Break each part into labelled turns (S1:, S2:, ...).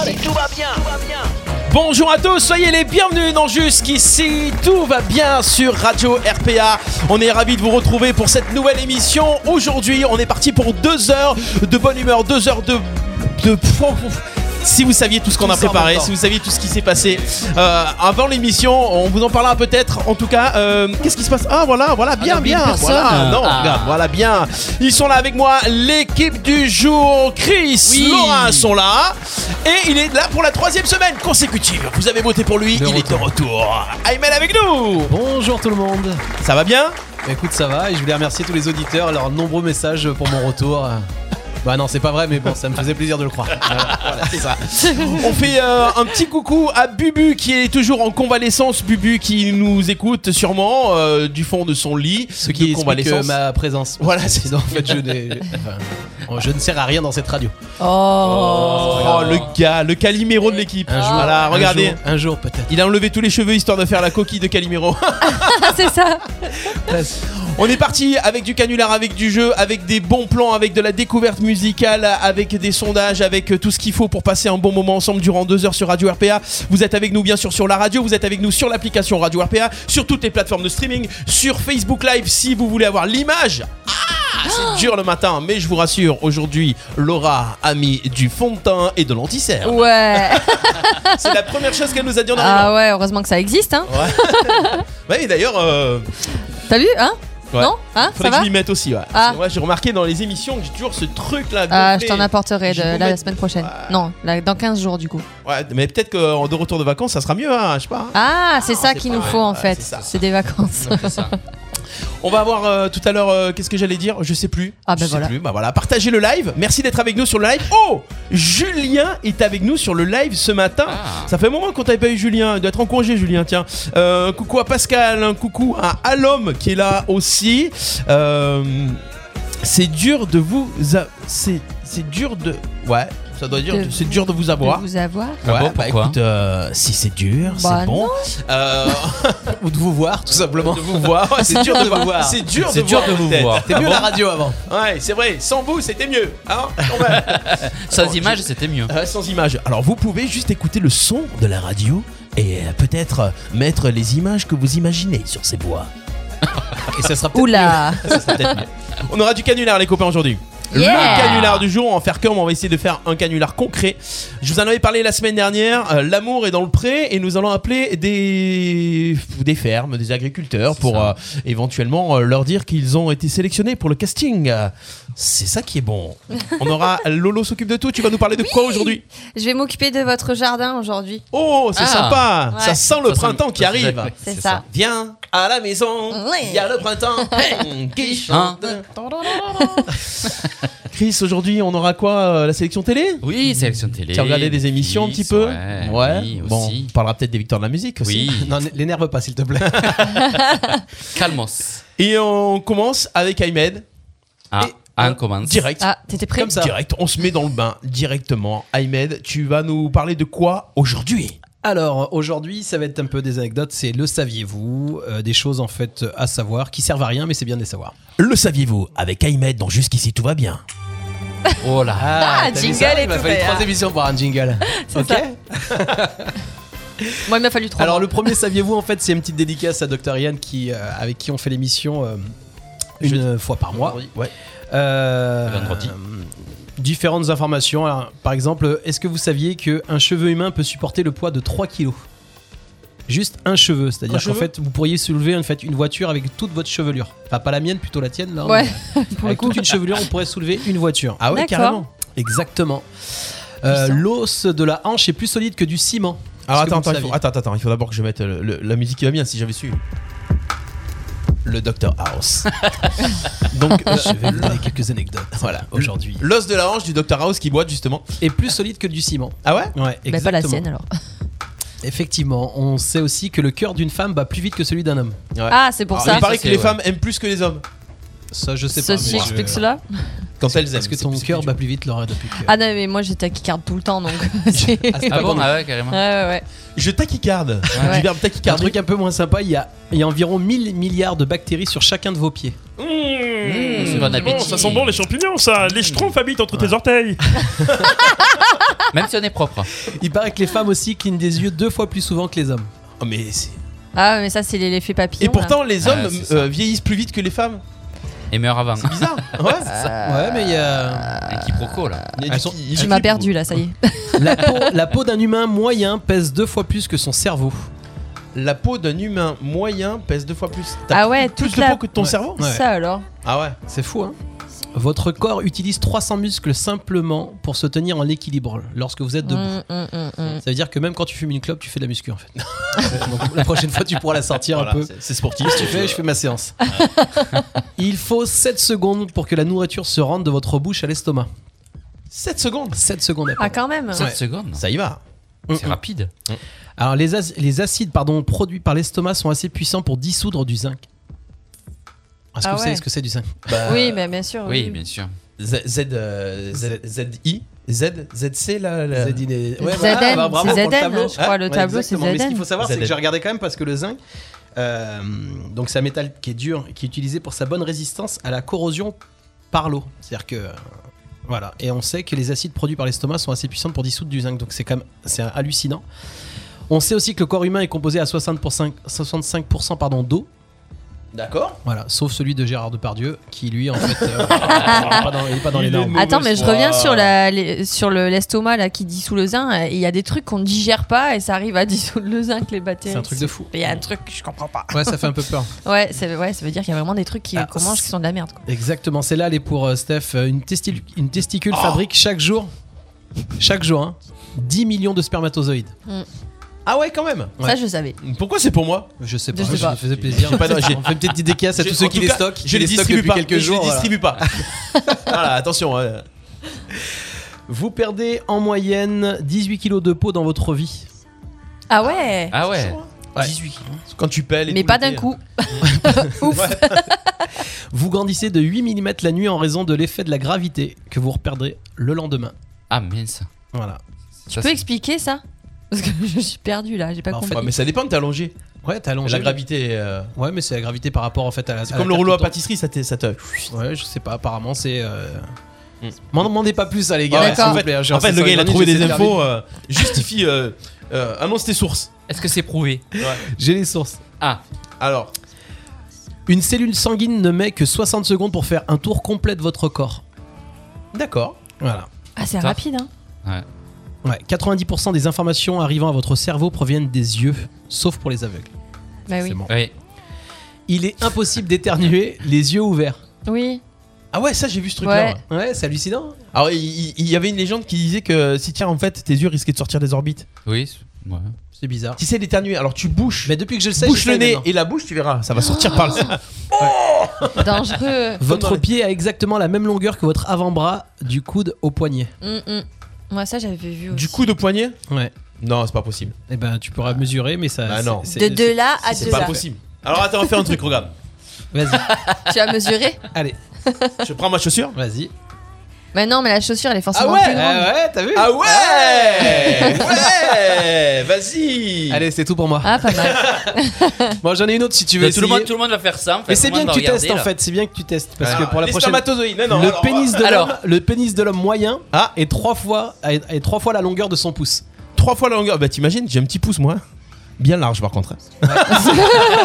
S1: Allez.
S2: tout va bien.
S1: Bonjour à tous, soyez les bienvenus dans Jusqu'ici, tout va bien sur Radio RPA. On est ravis de vous retrouver pour cette nouvelle émission. Aujourd'hui, on est parti pour deux heures de bonne humeur, deux heures de... de... Si vous saviez tout ce qu'on
S3: Tout
S1: a
S3: ça en
S1: préparé,
S3: même temps.
S1: si vous saviez tout ce qui s'est passé euh, avant l'émission, on vous en parlera peut-être. En tout cas, euh, qu'est-ce qui se passe Ah voilà, voilà, bien,
S3: non, mais
S1: bien,
S3: personne.
S1: voilà, non,
S3: Ah.
S1: regarde, voilà, bien. Ils sont là avec moi, l'équipe du jour, Chris,
S3: Oui.
S1: Laura Ah, sont là, et il est là pour la troisième semaine consécutive. Vous avez voté pour lui,
S3: De
S1: il est de retour. Ayman avec nous.
S3: Bonjour tout le monde.
S1: Ça va bien
S3: Bah, écoute, ça va et je voulais remercier tous les auditeurs, leurs nombreux messages pour mon retour. Euh, Bah non, c'est pas vrai, mais bon, ça me faisait plaisir de le croire. Voilà.
S1: Voilà, c'est ça. On fait euh, un petit coucou à Bubu qui est toujours en convalescence. Bubu qui nous écoute sûrement euh, du fond de son lit. de
S3: Ce qui explique euh,
S1: convalescence.
S3: ma présence.
S1: Voilà, c'est
S3: Sinon, en fait, je, n'ai- enfin, je ne sers à rien dans cette radio.
S2: Oh.
S1: Oh, le gars, le Calimero de l'équipe.
S3: Un jour,
S1: Ah. Voilà,
S3: un
S1: regardez.
S3: jour, un jour peut-être.
S1: Il a enlevé tous les cheveux histoire de faire la coquille de Calimero.
S2: Ah, c'est ça.
S1: On est parti avec du canular, avec du jeu, avec des bons plans, avec de la découverte musicale, avec des sondages, avec euh, tout ce qu'il faut pour passer un bon moment ensemble durant deux heures sur Radio RPA. Vous êtes avec nous bien sûr sur la radio, vous êtes avec nous sur l'application Radio RPA, sur toutes les plateformes de streaming, sur Facebook Live si vous voulez avoir l'image. Ah, c'est dur le matin, mais je vous rassure, aujourd'hui, Laura a mis du fond de teint et de l'anticère.
S2: Ouais.
S1: C'est la première chose qu'elle nous a dit en arrivant.
S2: Oh. Ah ouais, heureusement que ça existe. Hein.
S1: Ouais, et d'ailleurs, euh,
S2: T'as vu, hein
S1: Ouais.
S2: Non, hein, ça
S1: faudrait que
S2: va
S1: je m'y mette aussi. Ouais.
S2: Ah.
S1: Moi, j'ai remarqué dans les émissions que j'ai toujours ce truc là.
S2: Ah, je t'en apporterai
S1: Je
S2: de,
S1: vous
S2: la,
S1: mets-
S2: semaine prochaine.
S1: Ah.
S2: Non, là, dans 15 jours du coup.
S1: Ouais, mais peut-être qu'en de retour de vacances, ça sera mieux, hein, je sais pas.
S2: Ah, c'est ça
S1: c'est
S2: qu'il
S1: pas
S2: nous
S1: vrai.
S2: faut en
S1: Ouais,
S2: fait.
S1: c'est ça.
S2: C'est des vacances.
S1: On va avoir euh, tout à l'heure, euh, qu'est-ce que j'allais dire Je sais plus.
S2: Ah, bah
S1: Je sais
S2: voilà.
S1: plus. Bah voilà, partagez le live. Merci d'être avec nous sur le live. Oh Julien est avec nous sur le live ce matin. Ça fait un moment qu'on t'avait pas eu, Julien. Il doit être en congé, Julien, tiens. Euh, coucou à Pascal, un coucou à Alom qui est là aussi. Euh, c'est dur de vous. a- C'est c'est dur de. Ouais, ça doit dire.
S2: De-
S1: C'est dur de vous
S2: De
S1: avoir.
S2: vous avoir.
S1: Ouais,
S4: Ah bon,
S1: bah
S4: pourquoi
S1: écoute, euh, si c'est dur,
S2: Bah
S1: c'est bon. Euh,
S3: Ou de vous voir, tout simplement.
S1: de vous voir, Ouais, c'est dur de vous voir. C'est dur,
S4: C'est
S1: de,
S4: dur
S1: voir
S4: de vous
S1: peut-être.
S4: voir.
S3: T'es mieux la radio avant.
S1: Ouais, c'est vrai. Sans vous, c'était mieux. Hein Quand même.
S4: Sans image, c'était mieux.
S1: Euh, sans images. Alors vous pouvez juste écouter le son de la radio et euh, peut-être euh, mettre les images que vous imaginez sur ces bois.
S3: Et ça sera peut-être
S2: Oula.
S1: Ça sera peut-être mieux. On aura du canular les copains aujourd'hui. Le
S2: Yeah.
S1: canular du jour, on va en faire comme, on va essayer de faire un canular concret. Je vous en avais parlé la semaine dernière, euh, l'amour est dans le pré et nous allons appeler des, des fermes, des agriculteurs
S4: C'est
S1: pour
S4: ça.
S1: euh, éventuellement euh, leur dire qu'ils ont été sélectionnés pour le casting. Euh, C'est ça qui est bon. On aura Lolo s'occupe de tout, tu vas nous parler de quoi aujourd'hui
S2: Je vais m'occuper de votre jardin aujourd'hui.
S1: Oh, c'est
S4: Ah.
S1: sympa,
S2: Ouais.
S1: ça sent le printemps qui arrive.
S2: C'est ça.
S1: Viens à la maison,
S2: Ouais.
S1: il y a le printemps hey, qui chante. Chris, aujourd'hui, on aura quoi euh, La sélection télé
S4: Oui, sélection télé.
S1: Tu as regardé des émissions un petit peu
S4: Ouais. oui,
S1: bon,
S4: aussi.
S1: on parlera peut-être des victoires de la musique aussi.
S4: Oui.
S3: mieux. Non, l'énerve pas s'il te plaît.
S4: Calmos.
S1: Et on commence avec Aymed,
S4: Ah,
S1: Et-
S4: on commence.
S1: direct.
S2: Ah, t'étais prêt
S1: Comme ça. Direct, on se met dans le bain directement. Aymed, tu vas nous parler de quoi aujourd'hui
S3: Alors aujourd'hui, ça va être un peu des anecdotes, c'est le saviez-vous, euh, des choses en fait à savoir qui servent à rien mais c'est bien de les savoir.
S1: Le saviez-vous Avec Aymed, dans Jusqu'ici, tout va bien.
S4: Oh là.
S2: Ah,
S3: t'as
S2: jingle
S3: vu ça
S2: et
S3: Il m'a
S2: tout,
S3: fallu
S2: d'ailleurs.
S3: trois émissions pour un jingle.
S2: C'est
S3: ok.
S2: ça. Moi, il m'a fallu trois.
S3: Alors
S2: mois.
S3: le premier saviez-vous en fait, c'est une petite dédicace à Dr Yann qui euh, avec qui on fait l'émission euh, une fois par mois.
S1: Ouais.
S3: Euh,
S4: Vendredi.
S3: euh, différentes informations. Alors, par exemple, est-ce que vous saviez que un cheveu humain peut supporter le poids de 3 kilos Juste un cheveu,
S1: Un
S3: c'est-à-dire qu'en
S1: cheveu
S3: fait, vous pourriez soulever en fait une voiture avec toute votre chevelure. Enfin, pas la mienne, plutôt la tienne. Là,
S2: Ouais.
S3: mais avec toute une chevelure, on pourrait soulever une voiture.
S1: Ah ouais,
S2: D'accord.
S1: carrément.
S3: Exactement. Euh,
S2: Puissant.
S3: L'os de la hanche est plus solide que du ciment.
S1: Alors
S3: Est-ce que
S1: attends,
S3: vous
S1: attends,
S3: le
S1: il faut,
S3: saviez
S1: attends, attends, il faut d'abord que je mette le- le- la musique qui va bien si j'avais su. Le Dr House. Donc, euh,
S3: Je vais vous donner quelques anecdotes. Voilà, aujourd'hui.
S1: l'os de la hanche du Dr House qui boite justement.
S3: Est plus solide que du ciment.
S1: Ah ouais
S3: Ouais,
S2: Mais Bah, pas la
S3: exactement.
S2: sienne alors.
S3: Effectivement, on sait aussi que le cœur d'une femme bat plus vite que celui d'un homme.
S2: Ah, c'est pour
S1: Alors,
S2: ça.
S1: Il paraît
S4: Ça,
S1: que
S4: c'est-
S1: les
S4: ouais.
S1: femmes aiment plus que les hommes
S3: Ça, je sais pas.
S2: Ceci
S3: mais je-
S2: explique cela.
S1: quand elles aiment.
S3: Parce que
S1: C'est
S3: ton
S1: plus- c'est
S3: cœur
S1: plus
S3: bat
S1: dur.
S3: plus vite, Laura, depuis que.
S2: Ah non, mais moi, j'étais à Kickard tout le temps donc. c'est- ouais,
S3: c'était
S4: Ah
S3: pas
S4: bon,
S3: bon.
S4: ah ouais, carrément.
S2: ouais, ouais.
S1: Je taquicarde.
S2: Ouais.
S1: Du verbe
S3: Un
S1: taquicarder.
S3: truc un peu moins sympa, il y a, il y a environ 1000 milliards de bactéries sur chacun de vos pieds.
S4: Mmh, bon appétit.
S5: Oh,
S6: ça sent bon les champignons, ça. Les schtroumpfs habitent entre tes orteils.
S4: Même si on est propre.
S3: Il paraît que les femmes aussi clignent des yeux deux fois plus souvent que les hommes.
S1: Oh, mais c'est-
S2: Ah, mais ça, c'est l'effet papillon.
S1: Et pourtant, les hommes
S4: Ah, c'est ça.
S1: euh, vieillissent plus vite que les femmes.
S4: Et meurt avant.
S1: C'est bizarre. Ouais.
S3: Ouais, mais il y a.
S4: Un quiproquo là.
S1: Ah. Il y a
S3: Elles
S1: du-
S3: sont-
S1: il y a
S2: Tu
S1: du-
S2: m'as perdu là, ça y est.
S3: La peau, la peau d'un humain moyen pèse deux fois plus que son cerveau.
S1: La peau d'un humain moyen pèse deux fois plus. T'as
S2: Ah ouais,
S1: plus
S2: toute
S1: de
S2: la.
S1: peau que de ton
S3: Ouais.
S1: cerveau.
S3: Ouais.
S2: Ça alors.
S1: Ah ouais.
S3: C'est fou, hein Votre corps utilise 300 muscles simplement pour se tenir en équilibre lorsque vous êtes debout.
S1: Mm.
S2: Hum, hum, hum, hum.
S3: Ça veut dire que même quand tu fumes une clope, tu fais de la muscu en fait. Donc, la prochaine fois, tu pourras la sortir
S1: Voilà,
S3: un peu.
S1: c'est- C'est sportif.
S3: Qu'est-ce que tu fais Je fais ma séance. Il faut 7 secondes pour que la nourriture se rende de votre bouche à l'estomac.
S1: 7 secondes.
S3: 7 secondes après.
S2: Ah, quand même.
S4: 7 secondes.
S1: Ça y va.
S4: C'est rapide.
S3: Alors, les, ac- les acides pardon, produits par l'estomac sont assez puissants pour dissoudre du zinc. Est-ce que
S2: Ah
S3: vous savez
S2: ouais.
S3: ce que c'est du zinc
S1: Bah,
S3: euh,
S2: Ah Oui, mais bien sûr.
S4: Oui, bien sûr.
S1: Z, Z, euh, Z, ZI Z, ZC Ah là.
S3: Euh,
S1: là.
S3: Zadine.
S2: Ouais, bah, Zaden, ah, bah, bravo c'est pour le Zaden, tableau. je crois, le tableau, c'est
S3: exactement. Mais ce
S2: Zaden.
S3: qu'il faut savoir, c'est que
S1: Zaden.
S3: j'ai regardé quand même parce que le zinc, euh, donc c'est un métal qui est dur, qui est utilisé pour sa bonne résistance à la corrosion par l'eau. C'est-à-dire que. euh, Voilà, et on sait que les acides produits par l'estomac sont assez puissants pour dissoudre du zinc, donc c'est quand même c'est hallucinant. On sait aussi que le corps humain est composé à 60%, 65% pardon, d'eau,
S1: D'accord.
S3: voilà, sauf celui de Gérard Depardieu, qui lui en fait, euh, pas dans- il est pas dans les
S1: Il est
S3: normes.
S2: Attends, mais
S1: Mauvaise
S2: je reviens
S1: foi.
S3: euh,
S2: sur la les- sur le- l'estomac là qui dissout le zinc. euh, Il y a des trucs qu'on ne digère pas et ça arrive à dissoudre le zinc, les
S3: C'est
S2: bactéries.
S3: un truc de fou.
S2: Il y a un truc que je comprends pas.
S3: Ouais, ça fait un peu peur.
S2: Ouais, ça, ouais, ça veut dire qu'il y a vraiment des trucs qui-
S3: Ah,
S2: qu'on mange qui sont de la merde. Quoi.
S3: Exactement, celle-là, elle est pour euh, Steph. Euh, Une, testi- une testicule fabrique chaque jour, chaque jour, hein, 10 millions de spermatozoïdes.
S1: Ah ouais, quand même.
S3: Ouais.
S2: Ça, je savais.
S1: Pourquoi c'est pour moi
S3: Je sais
S2: pas, Je sais ça pas. me
S3: faisait
S1: plaisir.
S3: on fait une petite dédicace à
S1: J'ai-
S3: tous ceux
S1: en
S3: qui
S1: tout
S3: les
S1: cas,
S3: stockent. qui
S1: Je les
S3: stockent
S1: distribue
S3: depuis
S1: pas.
S3: quelques jours.
S1: Je les
S3: voilà.
S1: distribue pas. voilà, attention. hein.
S3: Vous perdez en moyenne 18 kilos de peau dans votre vie.
S2: Ah ouais.
S4: Ah ouais.
S3: Ouais.
S1: 18 Quand tu pèles. et
S2: mais
S1: tout
S2: pas
S1: l'été.
S2: d'un coup.
S3: Vous grandissez de 8 mm la nuit en raison de l'effet de la gravité que vous reperdrez le lendemain.
S4: Ah mince.
S3: Voilà.
S4: Tu
S2: Tu peux expliquer ça Parce que je suis perdue là, j'ai pas
S3: Bah, en
S2: compris.
S1: Ouais, mais ça dépend de t'allonger.
S3: Ouais, t'as allongé.
S1: La gravité. euh,
S3: Ouais, mais c'est la gravité par rapport en fait à la.
S1: C'est
S3: à
S1: comme
S3: la
S1: le rouleau à
S3: carte
S1: pâtisserie, ça te. Ça te...
S3: autant. Ouais, je sais pas. Apparemment, c'est. euh,
S1: Mm.
S3: M'en demandez pas plus, ça, les gars.
S2: Ouais,
S3: s'il vous
S1: en fait,
S3: plaît, hein, j'ai
S1: En fait, le gars, il a
S3: 500
S1: trouvé des
S3: j'essaie de faire
S1: infos. euh, justifie. euh, euh, annonce tes sources.
S4: Est-ce que c'est prouvé
S3: J'ai les sources.
S4: Ah.
S1: Alors,
S3: Une cellule sanguine ne met que 60 secondes pour faire un tour complet de votre corps.
S1: d'accord.
S3: Voilà.
S2: Ah, c'est
S4: Ça.
S2: rapide, hein.
S3: Ouais, 90% des informations arrivant à votre cerveau proviennent des yeux, sauf pour les aveugles.
S2: Bah oui.
S3: C'est bon.
S4: Oui.
S3: Il est impossible d'éternuer les yeux ouverts.
S2: Oui.
S1: Ah ouais, ça j'ai vu ce truc-là.
S2: Ouais.
S1: ouais.
S3: Ouais, c'est hallucinant.
S1: Alors, il- il il y avait une légende qui disait que si tiens, en fait, tes yeux risquaient de sortir des orbites.
S4: Oui. c'est- ouais.
S3: C'est bizarre.
S1: Tu sais d'éternuer, alors tu bouches,
S3: Mais depuis que je le sais,
S1: bouche
S3: j'essaye
S1: le nez
S3: maintenant.
S1: et la bouche, tu verras, ça va sortir par le.
S2: Dangereux.
S3: Votre
S1: Comme dans
S3: pied a exactement la même longueur que votre avant-bras du coude au poignet.
S2: Hum, hum. Moi, ça, j'avais vu.
S1: Du
S2: aussi.
S1: coup de poignet
S3: Ouais.
S1: Non, c'est pas possible.
S3: Eh ben, tu pourras mesurer, mais ça.
S1: Bah
S3: c'est-
S1: non.
S3: c'est-
S2: de de là à
S1: C'est
S2: de
S1: pas
S2: là.
S1: possible. Alors attends, on va faire un truc, regarde.
S3: Vas-y,
S2: Tu as mesuré
S3: allez,
S1: Je prends ma chaussure.
S3: vas-y.
S2: Mais non, mais la chaussure, elle est forcément
S1: Ah ouais
S2: plus grande.
S3: t'as vu
S1: Ah ouais Ah Ouais Vas-y
S3: Allez, c'est tout pour moi.
S2: Ah, pas mal.
S3: Bon, j'en ai une autre si tu veux.
S4: Mais Bah, tout, le
S3: essayer.
S4: monde, tout le monde va faire ça. en fait.
S3: Mais c'est
S4: Tout le
S3: bien que
S4: monde
S3: tu
S4: va regarder,
S3: testes en
S4: là.
S3: fait, c'est bien que tu testes parce
S1: Alors,
S3: que pour la
S1: les
S3: prochaine
S1: spermatozoïdes, non, non,
S3: le
S1: alors,
S3: pénis de
S4: hein, Alors.
S3: l'homme, le pénis de l'homme moyen
S1: Ah.
S3: est trois fois est est trois fois la longueur de son pouce.
S1: Trois fois la longueur. Bah t'imagines, j'ai un petit pouce moi. Bien large par contre.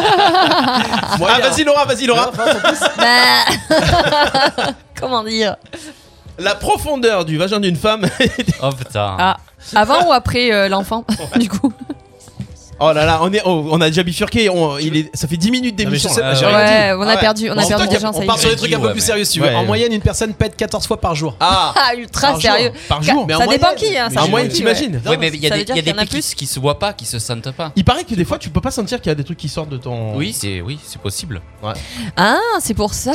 S1: ah vas-y Laura, vas-y Laura.
S2: bah. Comment dire
S1: La profondeur du vagin d'une femme.
S4: Oh putain.
S2: Ah. Avant ou après euh, l'enfant, du coup
S1: oh là là, on est, oh, on a déjà bifurqué. on- il est, ça fait 10 minutes d'émission.
S3: je sais
S1: là.
S3: pas, j'ai rien dit.
S2: Ouais, on a
S1: ouais.
S2: perdu, on
S1: Bon,
S2: a
S1: en
S2: perdu
S1: tout
S2: des
S1: cas,
S2: gens,
S1: on
S2: ça y
S1: part
S3: Sur
S2: est.
S3: des trucs un peu
S4: Ouais,
S3: plus
S4: mais-
S3: sérieux, si tu veux.
S1: Ouais,
S3: En
S1: ouais.
S3: moyenne, une personne pète 14 fois par jour.
S1: Ah,
S2: Ah, ultra
S3: Par jour.
S2: sérieux.
S1: par jour.
S3: Mais en
S2: Ça dépend
S3: moyenne.
S2: qui, hein,
S3: Mais
S2: ça
S1: en
S3: j'ai-
S1: moyenne,
S2: qui,
S1: t'imagines
S4: Oui, mais il y a
S2: Ça
S4: des,
S2: veut dire
S4: il y
S2: qu'il
S4: a des
S2: y en a
S4: pics qui,
S2: plus
S4: qui se voient pas, qui se sentent pas.
S1: Il paraît que des fois tu peux pas sentir qu'il y a des trucs qui sortent de ton.
S4: Oui, c'est oui, c'est possible.
S2: Ah, c'est pour ça.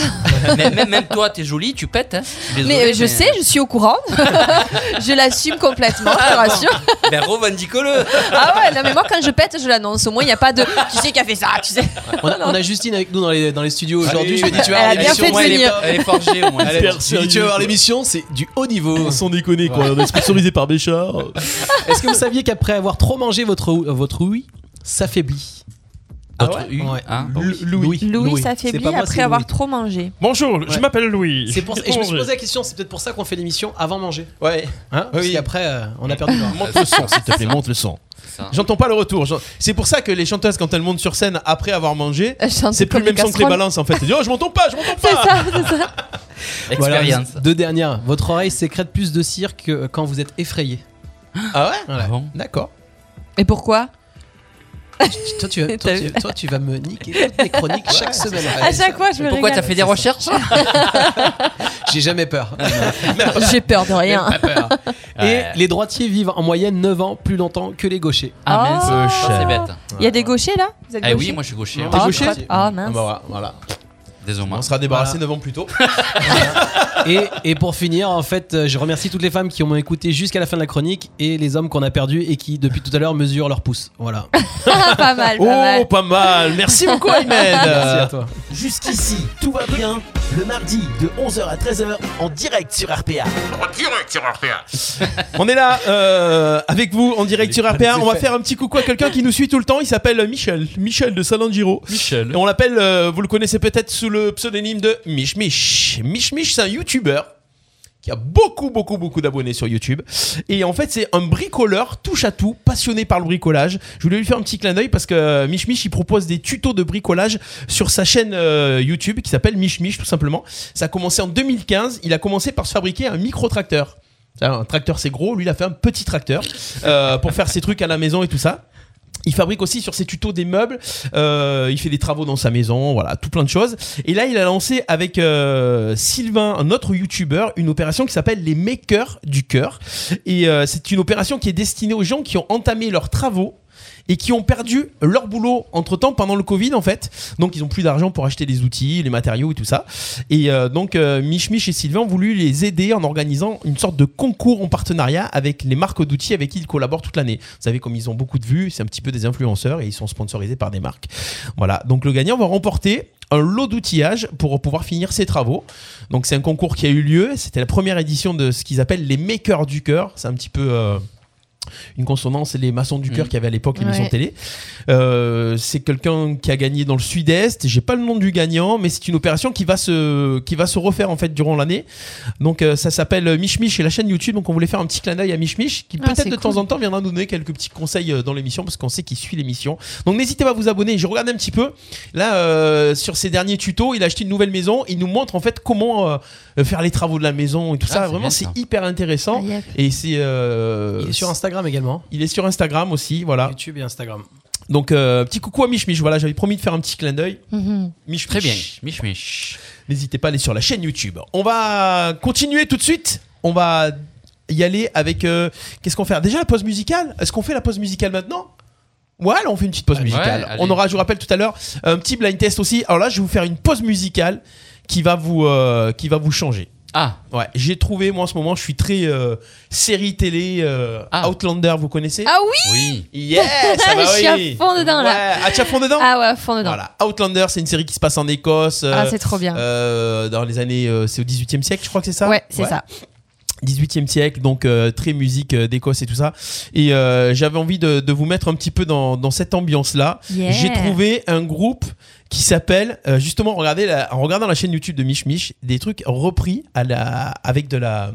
S4: mais, même, même toi, t'es jolie, tu pètes. Hein. Je suis
S2: Mais,
S4: désolé,
S2: euh, je sais, je suis au courant. je l'assume complètement, je te rassure.
S4: euh, Mais revendique-le.
S2: Ah ouais, non mais moi quand je pète, je l'annonce. Au moins, il n'y a pas de. Tu sais qui a fait ça, tu sais.
S3: On a, on a Justine avec nous dans les, dans les studios
S4: Salut.
S3: aujourd'hui. Je lui ai dit, tu vas
S2: Elle a
S3: voir
S2: bien
S3: l'émission.
S2: fait de
S3: moi, elle est
S2: venir.
S3: top.
S4: Elle est forgée au moins.
S3: Elle est- je lui ai dit, tu vas voir l'émission, c'est du haut niveau.
S1: Sans déconner quoi, on est sponsorisé par Béchard.
S3: euh, Est-ce que vous saviez qu'après avoir trop mangé, votre, votre ouïe s'affaiblit
S4: D'autres
S3: Ah ouais
S4: U
S3: Ouais.
S4: hein
S3: Louis.
S1: Louis.
S2: Louis
S3: Louis. C'est
S2: s'affaiblit
S3: pas moi,
S2: après
S3: c'est
S2: avoir
S3: Louis.
S2: trop mangé.
S1: Bonjour, je
S3: Ouais.
S1: m'appelle Louis.
S3: C'est pour ça- Et je me suis
S1: Bonjour.
S3: posé la question, c'est peut-être pour ça qu'on fait l'émission avant manger.
S1: Ouais.
S3: Hein Parce
S1: Oui.
S3: qu'après, euh, on a perdu le
S1: Monte le son, s'il te plaît, monte le son.
S4: Ça.
S1: J'entends pas le retour. J'en- C'est pour ça que les chanteuses, quand elles montent sur scène après avoir mangé, c'est plus le même son que les balances en fait. Elles disent, oh, je m'entends pas, je m'entends
S2: C'est
S1: pas.
S2: ça, c'est ça.
S3: Voilà,
S4: Expérience.
S3: deux dernières. Votre oreille sécrète plus de cire que quand vous êtes effrayé.
S1: Ah ouais
S3: Voilà.
S4: Ah bon
S1: D'accord.
S2: Et pourquoi
S3: Toi, tu, toi,
S2: T'as
S3: tu-
S2: vu
S3: toi, tu vas me niquer toutes tes chroniques chaque semaine.
S2: Ah, À chaque fois, je me
S4: Pourquoi t'as
S2: régale.
S4: fait des recherches
S3: J'ai jamais peur.
S2: J'ai peur de rien.
S3: Pas peur. Et
S4: Ouais.
S3: les droitiers vivent en moyenne 9 ans plus longtemps que les gauchers.
S4: Ah
S2: Oh.
S4: mince, ça, c'est bête.
S2: Il y a des gauchers là Vous êtes
S4: Eh oui,
S2: gauchers
S4: moi je suis gaucher.
S1: T'es
S2: Ah,
S1: gaucher
S2: crotte. Ah mince.
S1: bah voilà, voilà.
S4: Désolé.
S1: On sera débarrassé
S3: Voilà.
S1: 9 ans plus tôt.
S3: Et, et pour finir, en fait, euh, je remercie toutes les femmes qui m'ont écouté jusqu'à la fin de la chronique et les hommes qu'on a perdus et qui, depuis tout à l'heure, mesurent leurs pouces. Voilà.
S2: pas mal, pas
S1: Oh,
S2: mal.
S1: pas mal. Merci beaucoup, Ahmed.
S3: Merci à toi.
S6: Jusqu'ici, tout va bien. Le mardi de 11h à 13h en direct sur RPA.
S1: On est là euh, avec vous en direct sur RPA. On va
S3: effets.
S1: faire un petit coucou à quelqu'un qui nous suit tout le temps. Il s'appelle Michel. Michel de Salangiro.
S4: Michel.
S1: Et on l'appelle, euh, vous le connaissez peut-être sous le pseudonyme de Mich Mich. Mich Mich, c'est un YouTuber qui a beaucoup, beaucoup, beaucoup d'abonnés sur YouTube. Et en fait, c'est un bricoleur, touche à tout, passionné par le bricolage. Je voulais lui faire un petit clin d'œil parce que euh, Mich Mich, il propose des tutos de bricolage sur sa chaîne euh, YouTube qui s'appelle Mich Mich, tout simplement. Ça a commencé en 2015. Il a commencé par se fabriquer un micro-tracteur. Ça, Un tracteur, c'est gros. Lui, il a fait un petit tracteur euh, pour faire ses trucs à la maison et tout ça. Il fabrique aussi sur ses tutos des meubles. Euh, il fait des travaux dans sa maison, voilà, tout plein de choses. Et là, il a lancé avec euh, Sylvain, un autre youtubeur, une opération qui s'appelle les Makers du cœur. Et euh, c'est une opération qui est destinée aux gens qui ont entamé leurs travaux et qui ont perdu leur boulot entre temps pendant le Covid en fait. Donc ils ont plus d'argent pour acheter les outils, les matériaux et tout ça. Et euh, donc euh, Mich Mich et Sylvain ont voulu les aider en organisant une sorte de concours en partenariat avec les marques d'outils avec qui ils collaborent toute l'année. Vous savez comme ils ont beaucoup de vues, c'est un petit peu des influenceurs et ils sont sponsorisés par des marques. Voilà, donc le gagnant va remporter un lot d'outillage pour pouvoir finir ses travaux. Donc c'est un concours qui a eu lieu, c'était la première édition de ce qu'ils appellent les makers du cœur, c'est un petit peu euh, une consonance, c'est les maçons du cœur
S4: Mhm.
S1: qui avaient à l'époque l'émission
S2: Mm. Ouais.
S1: télé. Euh, c'est quelqu'un qui a gagné dans le sud-est, j'ai pas le nom du gagnant, mais c'est une opération qui va se, qui va se refaire en fait durant l'année. Donc euh, ça s'appelle Mich Mich et la chaîne YouTube, donc on voulait faire un petit clin d'œil à Mich Mich qui
S2: Ah,
S1: peut-être
S2: c'est
S1: de temps
S2: cool.
S1: en temps viendra nous donner quelques petits conseils euh, dans l'émission parce qu'on sait qu'il suit l'émission. Donc n'hésitez pas à vous abonner, je regarde un petit peu. Là, euh, sur ses derniers tutos, il a acheté une nouvelle maison. Il nous montre en fait comment euh, faire les travaux de la maison et tout ça.
S4: Ah, c'est
S1: Vraiment,
S4: bien,
S1: c'est
S4: ça.
S1: hyper intéressant.
S2: Yep.
S1: Et c'est. euh,
S3: Il est sur Instagram également.
S1: il est sur Instagram aussi, voilà.
S3: YouTube et Instagram.
S1: Donc, euh, petit coucou à Mich Mich. Voilà, j'avais promis de faire un petit clin d'œil.
S2: Mhm.
S1: Mich
S4: Très bien.
S1: Mich.
S4: Mich Mich.
S1: N'hésitez pas à aller sur la chaîne YouTube. On va continuer tout de suite. On va y aller avec. euh, Qu'est-ce qu'on fait Déjà la pause musicale Est-ce qu'on fait la pause musicale maintenant Ouais, là, on fait une petite pause
S3: Allez.
S1: musicale.
S4: Ouais, allez.
S1: on aura, je vous rappelle tout à l'heure, un petit blind test aussi. Alors là, je vais vous faire une pause musicale qui va vous, euh, qui va vous changer.
S4: Ah,
S1: Ouais, j'ai trouvé, moi en ce moment, je suis très euh, série télé, euh,
S4: Ah.
S1: Outlander, vous connaissez
S2: Ah oui
S4: oui.
S1: Yes, ça va,
S2: Je suis à
S1: oui.
S2: fond dedans, là.
S1: Ouais, Ah, tu es à fond dedans
S2: Ah ouais, à fond dedans.
S1: Voilà, Outlander, c'est une série qui se passe en Écosse. euh,
S2: Ah, c'est trop bien.
S1: euh, dans les années, euh, c'est au 18e siècle, je crois que c'est ça
S2: ouais, c'est ça.
S1: 18e siècle, donc euh, très musique euh, d'Écosse et tout ça. Et euh, j'avais envie de, de vous mettre un petit peu dans, dans cette ambiance-là.
S2: Yeah.
S1: J'ai trouvé un groupe qui s'appelle, euh, justement, regardez la- en regardant la chaîne YouTube de Mich Mich, des trucs repris à la, avec de la,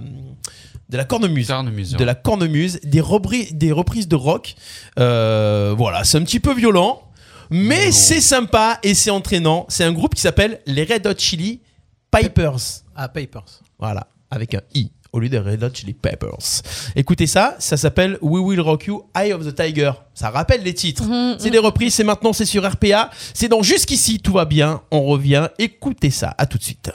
S1: de la cornemuse
S4: Bizarre de mesure.
S1: de la cornemuse, des, repri- des reprises de rock. Euh, voilà, c'est un petit peu violent, mais
S4: Non.
S1: c'est sympa et c'est entraînant. C'est un groupe qui s'appelle les Red Hot Chili Pipers.
S3: Ah, Papers.
S1: Voilà, avec un i au lieu des Red Hot Chili Peppers. Écoutez ça, ça s'appelle We Will Rock You, Eye of the Tiger. Ça rappelle les titres.
S2: Mhm.
S1: C'est des reprises, c'est maintenant, c'est sur RPA. C'est donc jusqu'ici, tout va bien, on revient. Écoutez ça, à tout de suite.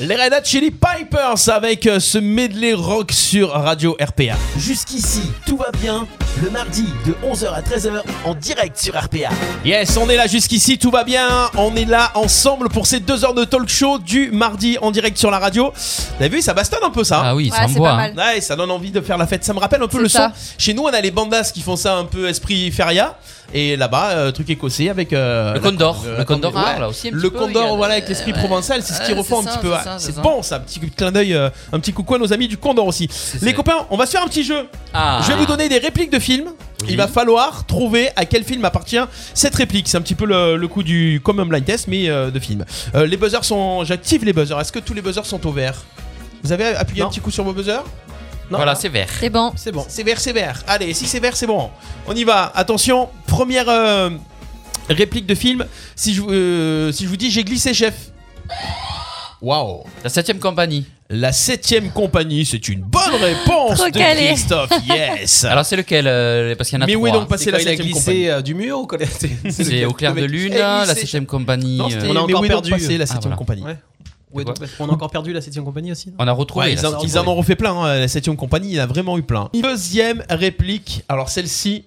S1: Les Red Hot Chili Pipers avec euh, ce medley rock sur Radio RPA.
S6: Jusqu'ici, tout va bien. Le mardi de 11h à 13h en direct sur RPA.
S1: Yes, on est là jusqu'ici, tout va bien. On est là ensemble pour ces deux heures de talk show du mardi en direct sur la radio. T'as vu, ça bastonne un peu ça.
S4: Ah oui,
S2: Ouais,
S4: ça
S2: c'est
S4: me voit.
S2: pas
S4: hein.
S2: mal.
S1: Ouais, ça donne envie de faire la fête. Ça me rappelle un peu
S2: C'est
S1: le
S2: ça.
S1: son. Chez nous, on a les bandas qui font ça un peu esprit feria. Et là-bas, euh, truc écossais avec. euh,
S4: Le
S1: la-
S4: condor.
S1: euh,
S4: Le condor,
S1: attendez,
S4: ah, là aussi. un
S1: Le
S4: petit peu, il y
S1: condor,
S4: a le-
S1: voilà, avec l'esprit
S4: ouais.
S1: provençal, c'est ce qui
S4: Ouais,
S1: refont un
S4: c'est
S1: petit
S4: ça,
S1: peu.
S4: c'est
S1: ah,
S4: ça, c'est
S1: C'est
S4: ça.
S1: bon, ça, un petit coup de clin d'œil, euh, un petit coucou à nos amis du condor aussi.
S4: C'est
S1: Les
S4: ça.
S1: copains, on va se faire un petit jeu.
S4: Ah.
S1: Je vais vous donner des répliques de films. Il va falloir trouver à quel film appartient cette réplique. C'est un petit peu le, le coup du comme un blind test, mais euh, de film. Euh, les buzzers sont. J'active les buzzers. Est-ce que tous les buzzers sont au vert Vous avez appuyé
S3: Non.
S1: un petit coup sur vos buzzers
S3: Non,
S4: Voilà, c'est vert.
S2: C'est bon.
S3: c'est bon.
S1: C'est vert, c'est vert. Allez, si c'est vert, c'est bon. On y va. Attention, première euh, réplique de film. Si je, euh, si je vous dis j'ai glissé, chef. Waouh.
S4: La septième compagnie.
S1: La septième compagnie, c'est une bonne réponse
S2: Trop
S1: de
S2: calé.
S1: Christophe. Yes.
S4: Alors c'est lequel euh, Parce qu'il y en a
S1: Ah. Mais
S4: trois.
S1: oui, donc
S4: hein.
S1: passer la
S3: il a
S1: septième compagnie.
S3: glissé euh, du mur ou quoi C'est
S4: C'est
S3: le-
S4: au clair
S3: le
S4: de
S3: mec qui-
S4: lune,
S3: Eh,
S4: la
S3: glissé.
S4: septième compagnie.
S3: Non,
S4: euh,
S3: c'était-
S1: on a
S3: Mais
S1: encore
S3: oui, donc
S1: perdu. ah,
S3: passer
S1: la
S4: septième
S1: septième compagnie.
S3: Ouais. Ouais,
S4: quoi
S3: donc, on a encore perdu la 7 compagnie aussi non
S4: On a retrouvé.
S1: ils,
S4: la
S1: en,
S4: septième
S1: ils en ont
S4: compagnie.
S1: refait plein, hein, la 7 compagnie, il y en a vraiment eu plein. Deuxième réplique, alors celle-ci,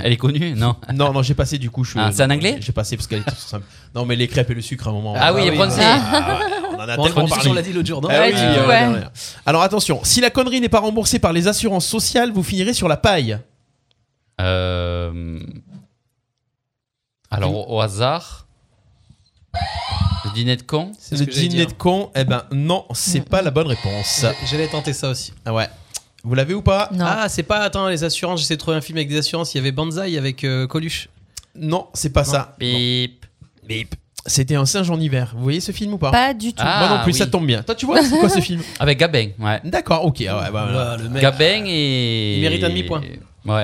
S4: Elle est connue Non.
S1: non, non, j'ai passé du coup. je suis-
S4: Ah, c'est en anglais
S1: J'ai passé parce qu'elle est trop simple. Non, mais les crêpes et le sucre à un moment.
S4: Ah oui,
S3: Ah
S4: les
S3: oui,
S4: bronzés.
S2: ah.
S1: Ah, ouais, on en a
S3: Bon,
S1: tellement
S3: on
S1: parlé.
S3: l'a dit l'autre jour, non
S1: Ah oui,
S2: Ouais,
S1: euh,
S2: ouais.
S1: non, rien. Alors attention, si la connerie n'est pas remboursée par les assurances sociales, vous finirez sur la paille.
S4: Euh, Alors au- au hasard. Le dîner de con
S3: C'est ce
S1: Le
S3: que j'allais
S1: dîner
S3: dire.
S1: de con, eh ben non, c'est pas la bonne réponse.
S3: J'a- J'allais tenter ça aussi.
S1: Ah ouais. Vous l'avez ou pas
S2: Non.
S3: Ah, c'est pas. Attends, les assurances, j'essaie de trouver un film avec des assurances. Il y avait Banzai avec euh, Coluche.
S1: Non, c'est pas
S3: Non.
S1: ça.
S4: Bip. Bip.
S1: C'était un singe en hiver. Vous voyez ce film ou pas,
S2: Pas du tout.
S4: Ah,
S1: Moi non plus,
S4: oui.
S1: ça tombe bien. Toi, tu vois, c'est quoi ce film
S4: Avec Gabin, ouais.
S1: D'accord, ok. ah ouais, bah, voilà.
S3: Voilà, le mec.
S4: Gabin et.
S3: Il mérite un demi-point.
S4: Ouais.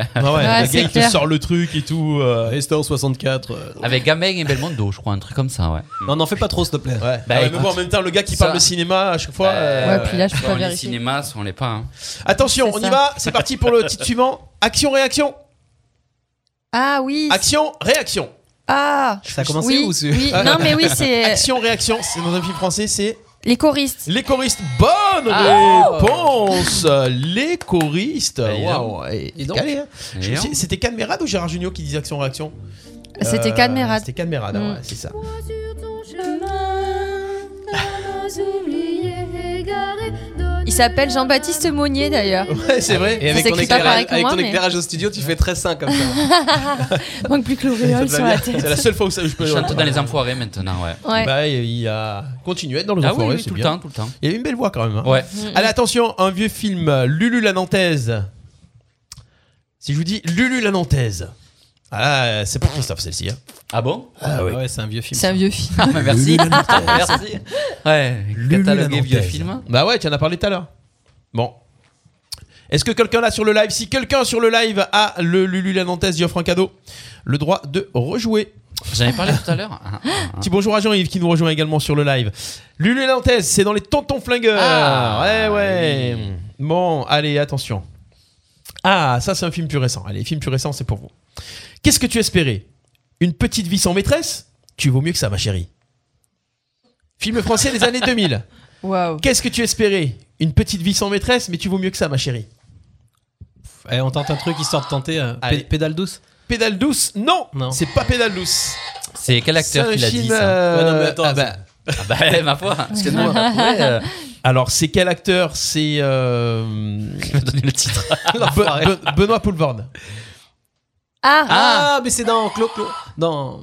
S1: Ah ouais,
S2: Ouais,
S1: le
S2: c'est
S1: gars il te
S2: clair.
S1: sort le truc et tout. euh, ouais.
S3: Restaurant 64.
S4: Avec Gabin et Belmondo, je crois, un truc comme ça, ouais.
S3: Non, n'en fais pas trop, s'il te plaît.
S1: Ah ouais,
S4: Bah,
S1: mais
S4: écoute.
S1: bon, en même temps, le gars qui
S4: Ça-
S1: parle de cinéma à chaque fois. euh,
S2: Ouais, puis là, Ah, je peux
S4: Soit
S2: pas
S4: on est
S2: vérifier.
S4: cinéma, soit on l'est pas. hein.
S1: Attention,
S2: C'est
S1: on y
S2: ça.
S1: va. C'est parti pour le titre suivant. Action, réaction.
S2: Ah oui.
S1: Action, réaction.
S2: Ah.
S3: Ça a commencé
S2: Oui,
S3: ou c'est-
S2: oui. non mais oui c'est
S1: Action, réaction. C'est dans un film français, c'est
S2: les choristes.
S1: Les choristes. Bonne
S4: Ah.
S1: réponse. Les choristes.
S4: Bah, dis donc.
S1: Waouh. et-
S3: Dis donc.
S1: calé, hein. Je me
S4: Et
S1: suis- C'était Canmerade ou Gérard Junior qui disait action, réaction
S2: C'était
S1: Euh,
S2: Cadmerade.
S1: C'était Canmerade,
S2: Mm.
S1: ouais, c'est ça.
S2: Il s'appelle Jean-Baptiste Monnier d'ailleurs.
S1: Ouais, c'est vrai.
S3: Et avec
S2: Ça
S3: ton,
S2: s'écrit pas
S3: éclairage,
S2: pareil que
S3: avec
S2: moi,
S3: ton
S2: mais-
S3: éclairage au studio, tu fais très sain comme ça.
S2: Manque plus que l'auréole sur la tête.
S1: C'est la seule fois où ça, je peux
S4: Je chante dans les enfoirés maintenant, ouais.
S2: Ouais.
S1: Bah, il a continué à être dans le
S4: Ah oui,
S1: enfoirés,
S4: oui,
S1: c'est
S4: tout le
S1: bien.
S4: temps, tout le temps.
S1: Il y a une belle voix quand même. hein.
S4: Ouais.
S1: Allez, attention, un vieux film, euh, Lulu la Nantaise. Si je vous dis Lulu la Nantaise. Ah, là, euh, c'est pour Christophe celle-ci. hein.
S4: Ah bon
S1: Ah oui.
S3: Ouais, c'est un vieux film.
S2: C'est un vieux film.
S4: Ah, bah, Merci. Merci. Ouais, catalogué vieux
S1: Nantaise.
S4: film.
S1: Bah ouais, tu en as parlé tout à l'heure. Bon. Est-ce que quelqu'un là sur le live, si quelqu'un sur le live a le Lulu la Nantaise, lui offre un cadeau, le droit de rejouer.
S4: J'en ai parlé tout à l'heure. Ah, ah, ah.
S1: Petit bonjour à Jean-Yves qui nous rejoint également sur le live. Lulu Nantaise, c'est dans les tontons flingueurs.
S4: Ah,
S1: ouais, ouais.
S4: oui.
S1: Bon, allez, attention. Ah, ça, c'est un film plus récent. Allez, film plus récent, c'est pour vous. Qu'est-ce que tu espérais Une petite vie sans maîtresse Tu vaux mieux que ça, ma chérie. Film français des années 2000.
S2: Waouh.
S1: Qu'est-ce que tu espérais Une petite vie sans maîtresse, mais tu vaux mieux que ça, ma chérie.
S3: Allez, Eh, on tente un truc histoire de tenter. euh,
S1: Allez.
S3: pé- pédale douce.
S1: Pédale douce Non,
S3: Non.
S1: c'est pas Pédale douce.
S4: C'est quel acteur
S1: C'est un
S4: qui l'a
S1: film,
S4: dit ça
S1: euh,
S3: Ouais, non, mais attends,
S1: ah bah,
S4: Ah bah, ma foi. Parce que nous, on a trouvé. euh,
S1: Alors, c'est quel acteur C'est. euh,
S4: Je vais donner le titre.
S1: Be- Be- Benoît Poulvorne.
S2: Ah.
S3: Ah, mais c'est dans Clo Clo. Dans.
S2: euh,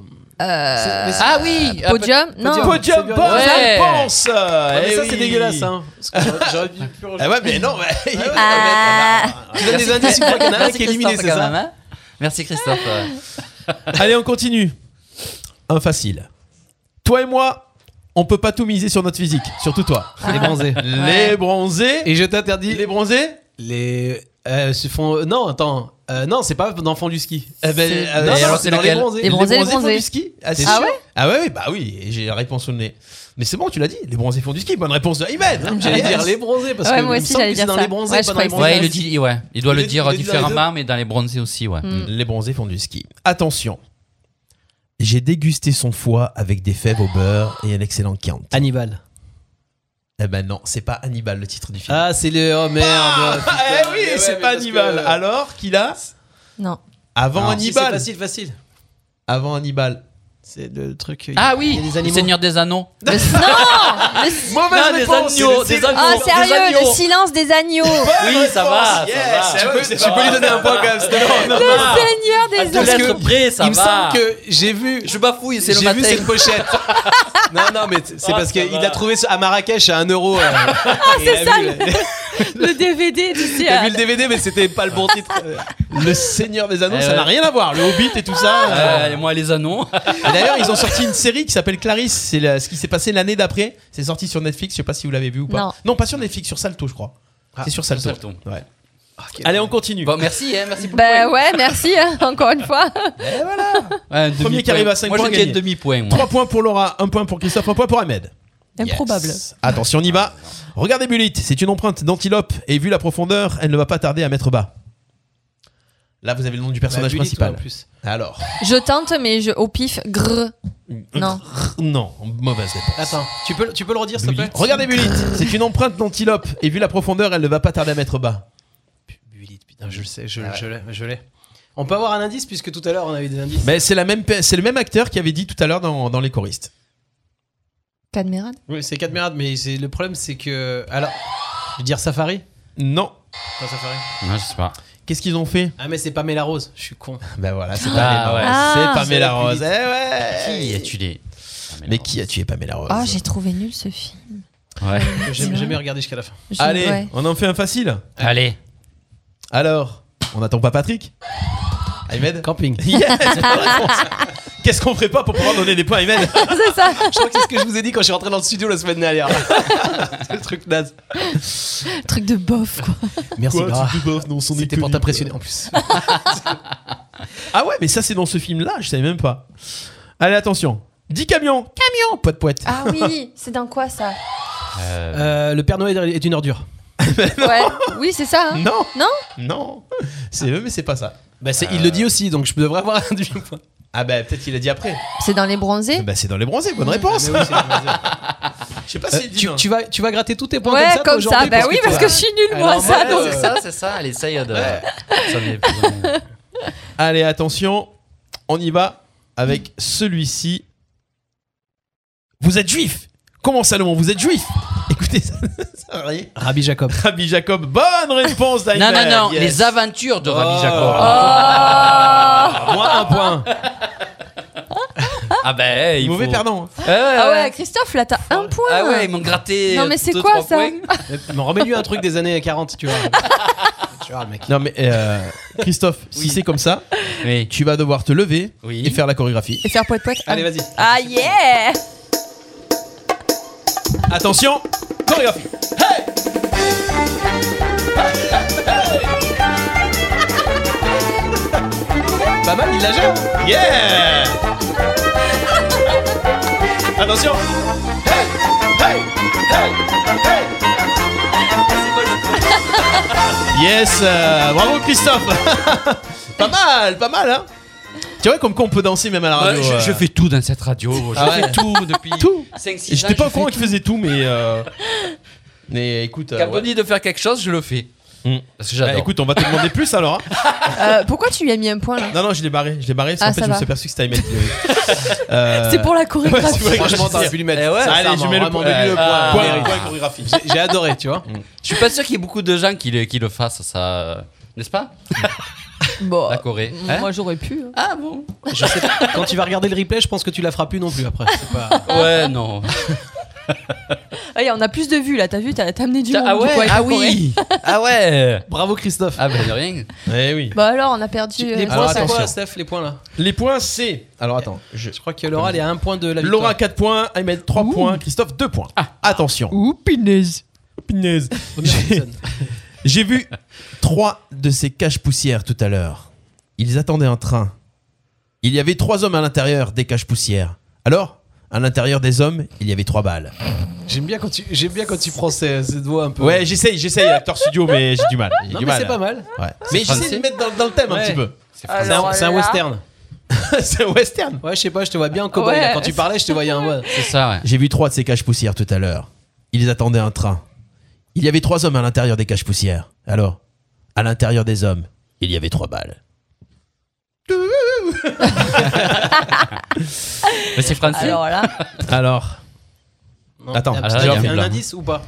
S3: mais c'est-
S4: Ah oui euh,
S2: Podium. Non.
S3: Podium.
S1: Podium,
S3: c'est
S1: bonne
S4: bien.
S1: réponse
S3: Ah, mais
S1: Eh
S3: ça,
S1: oui.
S3: c'est dégueulasse. Hein. Parce que j'aurais- J'aurais dû plus
S1: Ah ouais, mais non, mais...
S2: Ah.
S3: Tu donnes des indices, une fois qu'il y en a un
S4: Merci
S3: qui est éliminé,
S4: Christophe,
S3: c'est
S4: quand
S3: ça
S4: même, hein Merci Christophe. euh.
S1: Allez, on continue. Un facile. Toi et moi, on peut pas tout miser sur notre physique, surtout toi.
S2: Ah.
S3: Les bronzés.
S1: Les bronzés.
S3: Et je t'interdis.
S1: Les bronzés
S3: Les. Euh, se font... Non, attends. Euh, non, c'est pas dans Fond du ski. Eh ben,
S2: C'est-
S3: euh,
S4: Mais
S3: non,
S4: alors,
S3: non,
S4: c'est
S3: c'est dans les
S4: lequel
S3: bronzés.
S2: Les bronzés, les
S1: font
S2: bronzés.
S1: du ski Ah, c'est
S2: Ah
S1: sûr
S2: ouais
S1: Ah ouais, ouais, bah oui, et j'ai la réponse au nez. Mais c'est bon, tu l'as dit, les bronzés font du ski. Bonne réponse de Imen. hein.
S3: Ah, J'allais dire les bronzés parce
S2: Ouais,
S3: que
S2: moi
S3: il me
S2: aussi,
S3: semble
S2: j'allais
S3: que c'est
S2: dire
S3: dans
S2: ça.
S3: les bronzés,
S2: Ouais,
S3: pas
S2: je
S3: dans les
S2: croyais
S3: bronzés.
S2: que
S4: Ouais, il le dit, ouais. Il doit
S3: Il
S4: le
S3: le dit-
S4: dire
S3: il le dit dans les
S4: différemment, mais dans les bronzés aussi, ouais.
S2: Mm.
S1: Les bronzés font du ski. Attention. J'ai dégusté son foie avec des fèves au beurre et un excellent Chianti.
S3: Hannibal.
S1: Eh ben non, c'est pas Hannibal le titre du film.
S3: Ah, c'est le. Oh merde putain.
S1: eh oui,
S3: Mais ouais,
S1: c'est
S3: mais
S1: pas
S3: parce
S1: Hannibal.
S3: que-
S1: Alors qu'il a
S2: Non.
S1: avant
S3: Si, c'est
S1: Hannibal.
S3: facile, facile.
S1: avant Hannibal.
S3: C'est le truc. il y a-
S4: Ah
S3: il
S4: oui,
S3: y a des
S4: le
S3: animaux.
S4: Seigneur des Anneaux.
S2: Le- non
S1: Mauvaise
S2: le-
S4: Non, des
S1: réponse,
S4: agneaux,
S1: c'est le
S4: des agneaux.
S2: Ah,
S4: Des
S2: sérieux,
S4: agneaux.
S2: le silence des agneaux
S4: Oui, ça va, ça va.
S1: Ah, Tu peux, tu peux lui donner un point quand même. c'était marrant.
S2: Le seigneur des
S4: De
S2: agneaux
S4: l'être près, ça
S3: Il me
S4: va.
S3: semble que j'ai vu.
S4: Je bafouille, c'est le
S3: J'ai vu
S4: matin.
S3: cette pochette.
S1: Ah,
S3: non, non, mais c'est
S4: Ah,
S3: parce
S4: ça
S3: qu'il
S4: va.
S3: a trouvé ce- à Marrakech à 1 euro. Ah,
S2: c'est ça, le- Le DVD, tu sais.
S3: T'as
S2: euh,
S3: vu le DVD, mais c'était pas le bon titre.
S1: Le Seigneur des Anneaux,
S4: Eh
S1: ça
S4: ouais.
S1: n'a rien à voir. Le Hobbit et tout
S3: Ah.
S1: ça. euh.
S4: Euh, moi, les anneaux.
S1: Et D'ailleurs, ils ont sorti une série qui s'appelle Clarisse. C'est la- ce qui s'est passé l'année d'après. C'est sorti sur Netflix. Je sais pas si vous l'avez vu ou pas.
S2: Non.
S1: pas sur Netflix, sur Salto, je crois.
S3: Ah,
S1: c'est sur Salto.
S4: sur Salto.
S1: Ouais. Allez, on continue.
S4: Bon, merci, hein, merci pour
S2: Bah ouais, merci, hein, encore une fois.
S1: Premier
S4: Un
S1: qui
S4: demi-point.
S1: arrive à cinq
S4: moi,
S1: points,
S4: Moi, j'ai
S1: gagné.
S4: demi-point. moi.
S1: Trois points pour Laura, un point pour Christophe, un point pour Ahmed.
S2: Improbable.
S1: Yes. Attention, on y va. Regardez Bulit, c'est une empreinte d'antilope et vu la profondeur, elle ne va pas tarder à mettre bas. Là, vous avez le nom du
S3: Bah,
S1: personnage principal.
S3: plus.
S1: Alors,
S2: Je tente, mais je, au pif, grrr. Non.
S1: non, mauvaise réponse.
S3: Attends, tu peux, tu peux le redire, s'il te plaît
S1: Regardez Bulit, c'est une empreinte d'antilope et vu la profondeur, elle ne va pas tarder à mettre bas.
S3: Bullet, putain, je le sais,
S1: Ah
S3: je, je l'ai, je l'ai. On peut avoir un indice, puisque tout à l'heure, on a eu des indices.
S1: Mais c'est la même, pe- c'est le même acteur qui avait dit tout à l'heure dans, dans les choristes.
S2: Cadmérade
S3: Oui, c'est Cadmerade, mais c'est- le problème, c'est que. Alors, je veux dire Safari
S1: Non.
S3: Pas Safari.
S4: Non, je sais pas.
S1: Qu'est-ce qu'ils ont fait
S3: Ah, mais c'est Pamela Rose, je suis con.
S1: Ben voilà, c'est
S4: Ah,
S1: Pamela Rose.
S4: ouais.
S2: Ah.
S1: C'est Pamela Rose.
S3: C'est
S1: Eh ouais.
S4: Qui as-tu les Ah,
S1: Mais qui a tué Pamela Rose
S2: Oh, j'ai trouvé nul ce film.
S4: Ouais.
S3: J'ai jamais regardé jusqu'à la fin.
S2: Je-
S1: Allez,
S2: ouais.
S1: on en fait un facile.
S4: Allez.
S1: Alors, on n'attend pas Patrick Ahmed
S3: Camping.
S1: Yes, bonne réponse. Qu'est-ce qu'on ferait pas pour pouvoir donner des points à Ahmed
S2: C'est ça.
S3: Je crois que c'est ce que je vous ai dit quand je suis rentré dans le studio la semaine dernière. c'est le truc naze.
S2: Truc de bof, quoi.
S3: Merci, Lara. C'était pour
S1: t'impressionner.
S3: t'impressionner en plus.
S1: Ah ouais, mais ça c'est dans ce film-là, je savais même pas. Allez, attention. 10 camions Camions Poète poète.
S2: Ah oui, c'est dans quoi ça
S4: Euh,
S3: Euh, le Père Noël est une ordure.
S2: Ouais, oui, c'est ça. hein.
S1: Non
S2: Non
S1: Non C'est eux, mais c'est pas ça. Euh,
S3: Bah, c'est- Il le dit aussi, donc je devrais avoir un demi-point.
S1: Ah bah peut-être qu'il a dit après.
S2: C'est dans Les Bronzés
S1: Bah c'est dans les bronzés, bonne réponse
S3: Ah, mais oui, c'est le Père Noël.
S1: Je sais pas
S3: Euh,
S1: si
S3: tu, tu vas, tu vas gratter tous tes points
S2: Ouais,
S3: comme ça, toi,
S2: comme ça.
S3: aujourd'hui,
S2: Bah oui,
S3: tu
S2: parce
S3: vas-
S2: que je suis nulle, moi,
S3: Alors,
S2: ça,
S3: ouais,
S2: donc.
S4: c'est Euh, ça, c'est ça. Allez, ça y est. de- ça m'est plus ou moins.
S1: Allez, attention, on y va avec celui-ci. Vous êtes juif Comment Salomon, vous êtes juif Écoutez, ça, ça va rien.
S3: Rabbi Jacob.
S1: Rabbi Jacob, bonne réponse d'Aïman.
S4: Non, non, non.
S1: yes.
S4: Les aventures de Rabbi
S3: Oh.
S4: Jacob.
S2: Oh
S3: Ah, Moi, un point.
S4: Ah ben, il
S1: Mauvais
S4: faut-
S1: perdant.
S4: Ouais, ouais,
S2: Ah
S4: ouais.
S2: ouais, Christophe, là, t'as un point.
S4: Ah ouais, ils m'ont gratté.
S2: Non, mais c'est
S4: deux,
S2: quoi,
S4: trois
S2: ça
S4: points.
S3: Mais Remets-lui un truc des années 40, tu vois. tu vois, le mec.
S1: Non mais euh, Christophe, si
S4: Oui.
S1: c'est comme ça,
S4: Oui.
S1: tu vas devoir te lever
S4: Oui.
S1: et faire la chorégraphie.
S2: Et faire poète poète.
S3: Allez, vas-y.
S2: Ah yeah
S1: Attention, chorégraphie.
S3: Pas mal, il l'a jamais.
S1: Yeah Attention Hey Hey Hey Hey Yes euh, Bravo Christophe Pas mal, pas mal hein Tu vois comme quoi on peut danser même à la radio.
S4: Bah, je,
S1: euh.
S4: je fais tout dans cette radio. Je
S1: Ah ouais.
S4: fais tout depuis
S1: Tout
S4: 5 6 ans.
S1: J'étais pas au
S4: je fais
S1: courant qu'il faisait tout mais... euh, Mais écoute... euh,
S4: Quand on
S1: ouais.
S4: dit de faire quelque chose, je le fais.
S1: Hmm.
S4: Parce que
S1: Bah,
S4: j'adore.
S1: écoute, on va te demander plus alors. hein.
S2: Euh, Pourquoi tu lui as mis un point, là
S1: Non, non, je l'ai barré. Je l'ai barré parce
S2: Ah,
S1: qu'en fait,
S2: ça
S1: je me
S2: va.
S1: suis aperçu que c'était Ahmed qui l'avait. Euh,
S2: C'est pour la
S1: ouais,
S2: chorégraphie.
S1: c'est vrai que
S3: Franchement,
S1: je-
S3: t'aurais pu lui mettre.
S4: Eh ouais,
S3: sincèrement,
S1: Allez, je mets le
S3: vraiment,
S1: point.
S3: donne-lui le point.
S4: Ah,
S1: Point,
S4: ouais.
S1: point chorégraphie.
S3: J'ai- J'ai adoré, tu vois.
S4: Je suis pas sûr qu'il y ait beaucoup de gens qui le, qui le fassent, ça. euh, N'est-ce pas
S1: Bah,
S2: Bon,
S4: La Corée.
S1: mm.
S4: Hein
S2: moi, j'aurais pu. hein.
S4: Ah bon
S3: Je sais pas. Quand tu vas regarder le replay, je pense que tu la feras plus non plus après. C'est pas-
S4: Ouais, non.
S2: Regarde, Ah, on a plus de vues, là. T'as vu, t'as t'as amené du monde.
S4: ah
S2: du coup,
S4: ouais
S2: avec la
S4: Ah
S2: Corée.
S4: oui Ah ouais
S3: Bravo Christophe.
S4: Ah ben de rien.
S1: Eh oui.
S2: Bah alors, on a perdu. euh,
S3: les
S1: alors,
S3: points, c'est quoi,
S1: attention.
S3: Steph Les points là
S1: Les points, c'est. Alors attends. Je...
S3: Je crois que Laura, elle est à un point de la victoire.
S1: Laura 4 points, Ahmed 3 points, Christophe 2 points. Attention.
S2: Ouh, punaise.
S1: Punaise.
S3: J'ai-
S1: J'ai vu 3 de ces caches poussières tout à l'heure. Ils attendaient un train. Il y avait 3 hommes à l'intérieur des caches poussières. Alors, à l'intérieur des hommes, il y avait 3 balles.
S3: J'aime bien quand tu, j'aime bien quand tu prends ces, cette voix un peu.
S1: Ouais, j'essaye, j'essaye, acteur studio, mais j'ai du mal. J'ai
S3: non,
S1: du
S3: mais
S1: mal.
S3: c'est pas mal.
S1: Ouais. Mais j'essaie de
S4: français.
S1: me mettre dans, dans le thème un
S3: Ouais.
S1: petit peu.
S4: C'est
S3: C'est
S4: français.
S3: un, c'est un
S2: là.
S3: western.
S1: c'est un western.
S3: Ouais, je sais pas, je te vois bien en cowboy. là.
S2: Ouais.
S3: Quand tu parlais, je te voyais un. ouais.
S4: C'est ça, ouais.
S1: J'ai vu trois de ces caches poussières tout à l'heure. Ils attendaient un train. Il y avait trois hommes à l'intérieur des caches poussières. Alors, à l'intérieur des hommes, il y avait trois balles.
S4: Mais c'est français.
S2: Alors euh là,
S1: Alors,
S3: Non.
S1: Attends,
S3: Ah,
S4: alors
S3: putain,
S4: là,
S3: il
S4: il
S3: y
S4: y
S3: a
S4: a
S3: un
S4: plein.
S3: indice ou pas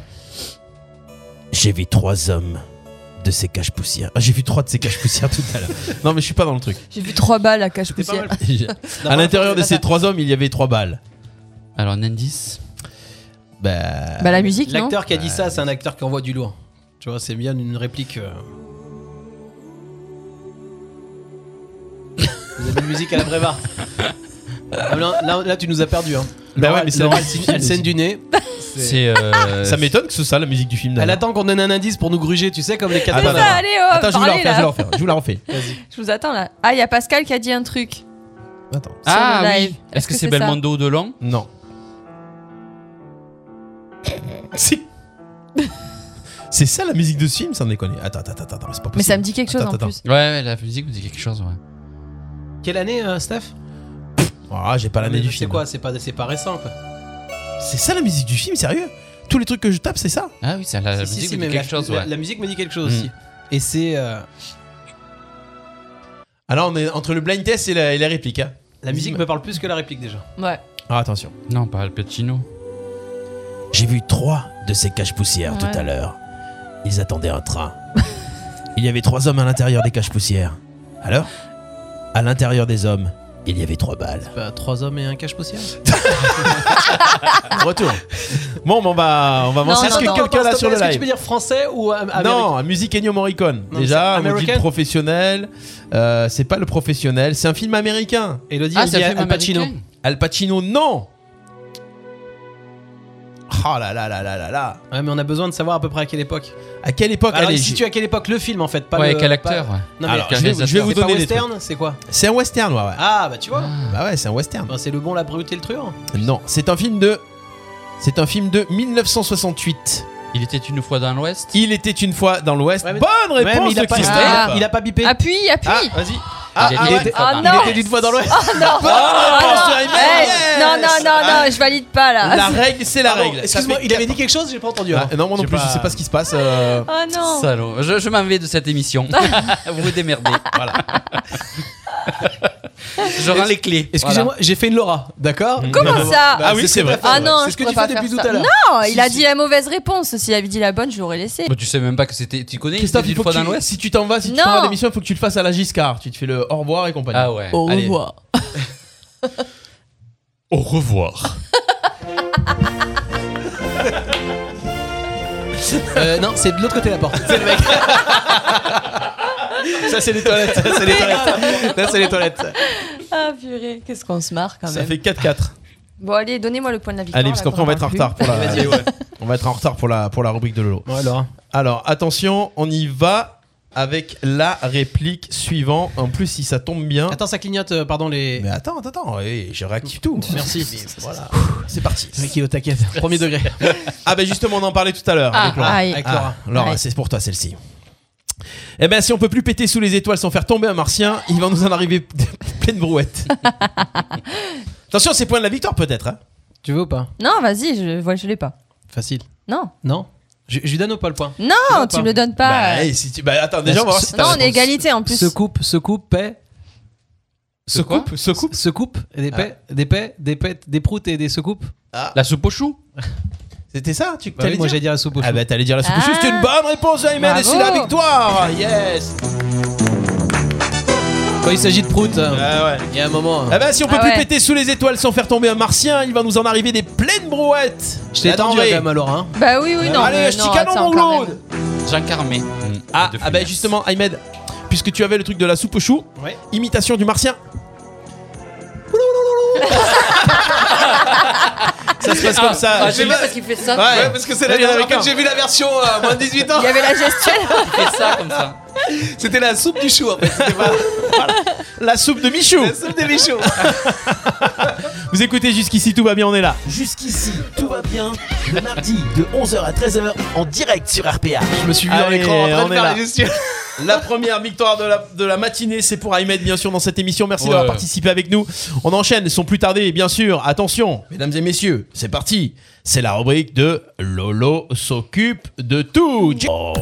S1: j'ai vu trois hommes de ces caches poussières. Ah, j'ai vu trois de ces caches poussières tout à l'heure. Non, mais je suis pas dans le truc.
S2: j'ai vu trois balles à cache
S3: C'était pas
S2: poussière.
S3: mal.
S1: à l'intérieur de ces trois hommes, il y avait trois balles.
S4: Alors, un indice.
S1: Bah,
S2: Bah la musique, non
S3: L'acteur qui a dit ça, c'est un acteur qui envoie du lourd. Tu vois, c'est bien une réplique. euh. Vous avez une musique à la Brevard. Ah, mais là, là- là, tu nous as perdu. Hein.
S1: Bah
S3: Laura,
S1: ouais, mais c'est la
S3: Laura,
S1: musique.
S3: elle, elle saigne du nez.
S4: C'est. euh,
S1: ça m'étonne que ce soit ça, la musique du film.
S3: Elle
S1: d'ailleurs.
S3: attend qu'on donne un indice pour nous gruger, tu sais, comme les
S1: Ah, bah,
S2: C'est
S1: bah,
S2: ça,
S1: bah.
S3: Catalans.
S2: allez, oh,
S1: Attends, je vous la
S2: parlez,
S1: refais, je
S2: là.
S1: vous la refais, je vous la refais.
S2: Je vous attends là. Ah, il y a Pascal qui a dit un truc.
S1: Attends.
S4: Ah
S2: sur le live.
S4: oui.
S2: Est-ce
S4: Est-ce
S2: que
S4: que
S2: c'est
S4: c'est Belmondo ou Delon
S1: Non. Si. C'est ça la musique de ce film, sans déconner. Attends, attends, attends, attends, c'est pas possible.
S2: Mais ça me dit quelque chose
S1: Attends,
S2: en
S1: attends.
S2: plus.
S4: Ouais, ouais, la musique me dit quelque chose, ouais.
S3: Quelle année, euh, Steph
S1: Ah, j'ai pas l'année
S3: Mais
S1: du
S3: C'est
S1: film.
S3: quoi C'est pas, c'est pas récent, quoi.
S1: C'est ça la musique du film, sérieux Tous les trucs que je tape, c'est ça
S4: Ah oui, ça, la, la
S3: Si, si,
S4: musique
S3: si,
S4: me
S3: mais
S4: dit quelque
S3: la,
S4: chose,
S3: la-
S4: ouais.
S3: la musique me dit quelque chose
S4: Mm.
S3: aussi. Et c'est. euh,
S1: Alors, on est entre le blind test et la, et la réplique. hein.
S3: la musique me parle plus que la réplique déjà.
S2: Ouais.
S1: Ah, attention.
S4: Non, pas Al Pacino.
S1: J'ai vu trois de ces caches poussières tout
S2: Ouais.
S1: à l'heure. Ils attendaient un train. il y avait trois hommes à l'intérieur des caches poussières. Alors À l'intérieur des hommes, il y avait trois balles.
S3: Bah, trois hommes et un cache poussière.
S1: Retour. Bon, bon, bah, on va avancer.
S2: Non,
S1: Est-ce
S2: non,
S1: que
S2: non,
S1: quelqu'un là
S3: Stop,
S1: sur le
S3: Est-ce que tu
S1: live
S3: peux dire français ou euh, américain
S1: Non, musique Ennio Morricone.
S3: Non,
S1: Déjà,
S3: c'est
S1: on dit
S3: américain.
S1: le professionnel. euh, c'est pas le professionnel, c'est un film américain.
S3: Elodie,
S4: Ah,
S3: il
S4: c'est
S3: dit
S4: un film
S3: Al Pacino.
S4: américain.
S1: Al Pacino, non Oh là là là là là là
S3: Ouais, mais on a besoin de savoir à peu près à quelle époque.
S1: À quelle époque
S3: Alors,
S1: allez,
S3: si
S1: j'ai-
S3: tu à quelle époque le film en fait pas
S4: Ouais,
S3: le-
S4: quel
S3: pas-
S4: acteur, ouais.
S3: Non, mais
S1: Alors,
S4: quel
S1: je vais, vous- je vais
S4: réalisateur
S1: vous
S3: c'est pas
S1: donner des trucs.
S3: western, c'est quoi
S1: C'est un western, ouais, ouais.
S3: Ah bah tu vois.
S1: Bah ouais, c'est un western.
S3: Bah, c'est le bon la brute et le truand.
S1: Non, c'est un film de... C'est un film de 1968.
S4: Il était une fois dans l'Ouest.
S1: Il était une fois dans l'Ouest.
S3: Ouais, mais-
S1: Bonne
S3: Ouais, mais
S1: réponse hein.
S3: il a
S1: de
S3: pas
S1: Christophe
S2: Ah.
S3: il a pas bipé.
S2: Appuie, appuie.
S3: vas-y.
S1: Ah,
S4: Il
S1: ah,
S4: était
S1: ouais.
S4: une fois
S2: Ah
S4: dans
S2: non
S3: Il était d'une fois dans l'ouest.
S2: non.
S1: réponse de
S2: Oh, Ah,
S1: Raymond.
S2: hey,
S1: Yes.
S2: Non, non, non, non, je valide pas
S1: Ah. La
S2: là.
S1: règle, c'est la
S3: Pardon,
S1: règle. Ça
S3: Excuse-moi,
S1: fait
S3: il avait
S1: quatre-
S3: dit quelque chose, j'ai pas entendu. hein.
S1: Ah, non, moi non
S3: J'ai
S1: plus, je sais pas ce qui se passe. euh,
S2: Oh non.
S4: Salaud. Je, je m'en vais de cette émission. vous vous démerdez. Voilà. je rends les clés.
S3: Excusez-moi, j'ai fait une Laura, d'accord
S2: Comment ça
S1: Ah oui, c'est vrai.
S2: Ah non,
S3: Bah, c'est
S2: je
S3: ce que
S2: pourrais
S3: tu
S2: pas
S3: fais depuis
S2: faire
S3: tout à
S2: ça.
S3: l'heure.
S2: Non,
S3: Si,
S2: il a
S3: si.
S2: dit la mauvaise réponse. S'il avait dit la bonne, je l'aurais laissé.
S4: Bah, tu sais même pas que c'était. Tu connais
S1: Christophe,
S4: était
S1: il
S4: une
S1: faut
S4: fois
S1: que
S4: dans
S1: tu,
S4: l'Ouest
S1: si tu t'en vas, si tu t'en
S2: Non.
S1: vas à l'émission, il faut que tu le fasses à la Giscard. Tu te fais le au revoir et compagnie.
S4: Ah ouais.
S1: Au revoir. Au revoir.
S3: Euh, non, c'est de l'autre côté de la porte.
S1: Ça, c'est les toilettes. Ça, c'est les toilettes. Là, c'est les toilettes.
S2: Ah purée, qu'est-ce qu'on se marre quand
S1: Ça
S2: même.
S1: fait 4-4.
S2: Bon, allez, donnez-moi le point de la victoire.
S1: Allez, parce
S2: là,
S1: qu'après,
S2: qu'on
S1: on va être en
S2: parle plus.
S1: retard pour la.
S3: Vas-y, ouais.
S1: On va être en retard pour la, pour la rubrique de Lolo.
S3: Ouais, Laura.
S1: Alors, attention, on y va avec la réplique suivante. En plus, si ça tombe bien.
S3: Attends, ça clignote, euh, pardon, les.
S1: Mais attends, attends, attends. eh, je réactive tout.
S3: Merci.
S1: Voilà. C'est parti.
S3: Le mec, il est au taquet. Premier degré.
S1: Ah, ben justement, on en parlait tout à l'heure avec Laura.
S2: Ah, aïe.
S3: Avec
S1: Ah,
S3: Laura.
S1: Laura,
S2: Ouais.
S1: c'est pour toi celle-ci. Eh ben, si on peut plus péter sous les étoiles sans faire tomber un martien, il va nous en arriver pleine brouette. Attention, c'est point de la victoire peut-être. hein.
S3: Tu veux ou pas
S2: Non, vas-y, je vois, je l'ai pas.
S3: Facile.
S2: Non,
S3: Non je, je lui donne ou pas le point
S2: non,
S3: veux
S2: tu
S3: pas
S2: me le donnes
S1: Bah,
S2: pas.
S1: eh, si tu- bah, attends, déjà, on va voir si t'as
S2: non,
S1: la
S2: on est
S1: réponse.
S2: égalité en plus.
S3: Se coupe, se coupe, paix.
S1: Se coupe, se coupe. Ah.
S3: Se coupe, des paix, des paix, des paix, des proutes et des secoupes.
S4: La soupe aux choux
S1: C'était ça tu,
S3: Bah oui,
S1: t'allais
S3: moi
S1: dire
S3: j'allais dire la soupe au
S1: Ah,
S3: chou.
S1: bah, t'allais dire la soupe. au chou.
S2: Ah.
S1: C'est une bonne réponse, Ayman, et c'est la
S2: Bravo.
S1: victoire. Yes.
S3: Quand il s'agit de proutes, hein,
S1: bah. Ah, ouais.
S3: il y a un moment.
S1: Ah bah si on peut
S2: Ah
S1: plus
S2: ouais.
S1: péter sous les étoiles sans faire tomber un martien, il va nous en arriver des pleines brouettes.
S3: Je t'ai
S1: La
S3: tendu
S1: denrée.
S3: quand même, alors. Hein.
S2: Bah oui, oui, non. mais
S1: Allez, je
S2: non,
S1: t'y canon
S2: attends,
S1: mon
S2: quand
S1: Claude.
S2: même.
S4: Jean Carmé. Hmm.
S1: Ah, ah bah justement, Ahmed, puisque tu avais le truc de la soupe au chou,
S3: Ouais.
S1: imitation du martien. ça se passe comme ça.
S4: Ah, j'aime bien
S1: ouais,
S4: parce qu'il fait ça.
S1: parce que c'est la dernière fois que j'ai vu la version moins 18 ans.
S2: Il y avait la gestuelle.
S4: Il fait ça comme ça.
S3: C'était la soupe du chou en fait. C'était pas
S1: La soupe de Michou.
S3: la soupe des méchots.
S1: Vous écoutez jusqu'ici, tout va bien, on est là.
S6: Jusqu'ici, tout va bien. Le mardi de 11h à 13h en direct sur RPA.
S3: Je me suis vu dans
S1: Allez,
S3: l'écran en train
S1: on
S3: de
S1: est
S3: faire
S1: là.
S3: les gestions.
S1: La première victoire de la, de la matinée, c'est pour Ahmed, bien sûr, dans cette émission. Merci
S4: Ouais.
S1: d'avoir participé avec nous. On enchaîne, sans plus tarder, bien sûr. Attention, mesdames et messieurs, c'est parti. C'est la rubrique de Lolo s'occupe de tout. J-
S2: Oh.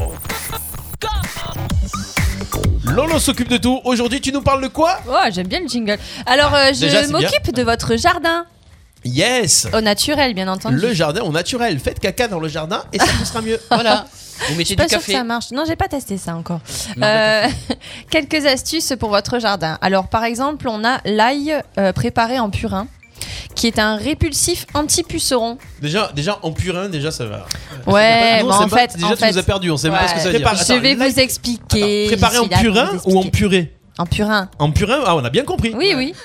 S1: Lolo s'occupe de tout. Aujourd'hui, tu nous parles de quoi
S2: Oh, j'aime bien le jingle. Alors, euh,
S1: Déjà,
S2: je
S1: c'est
S2: m'occupe de votre jardin.
S1: Yes
S2: Au naturel, bien entendu.
S1: Le jardin au naturel. Faites caca dans le jardin et ça poussera mieux.
S4: Voilà. Vous mettez
S2: pas
S4: du
S2: sûr que
S4: café.
S2: ça marche. Non, j'ai pas testé ça encore.
S4: Non,
S2: Euh, quelques astuces pour votre jardin. Alors, par exemple, on a l'ail euh, préparé en purin, qui est un répulsif anti-puceron.
S1: Déjà, déjà en purin, déjà ça va.
S2: Ouais,
S3: Ah Non,
S2: bah,
S3: c'est
S2: en
S3: pas-
S2: fait,
S3: déjà
S2: en
S3: tu nous
S2: fait-
S3: as perdu, on sait même pas
S2: Ouais.
S3: ce que ça veut dire.
S1: Prépare-
S2: je
S1: Attends,
S2: vais
S1: l'ail-
S2: vous expliquer.
S1: Préparé
S2: Je
S1: en
S2: suis là pour
S1: purin
S2: vous
S1: ou en
S2: expliquer.
S1: purée
S2: En purin.
S1: En purin, ah, on a bien compris.
S2: Oui, oui.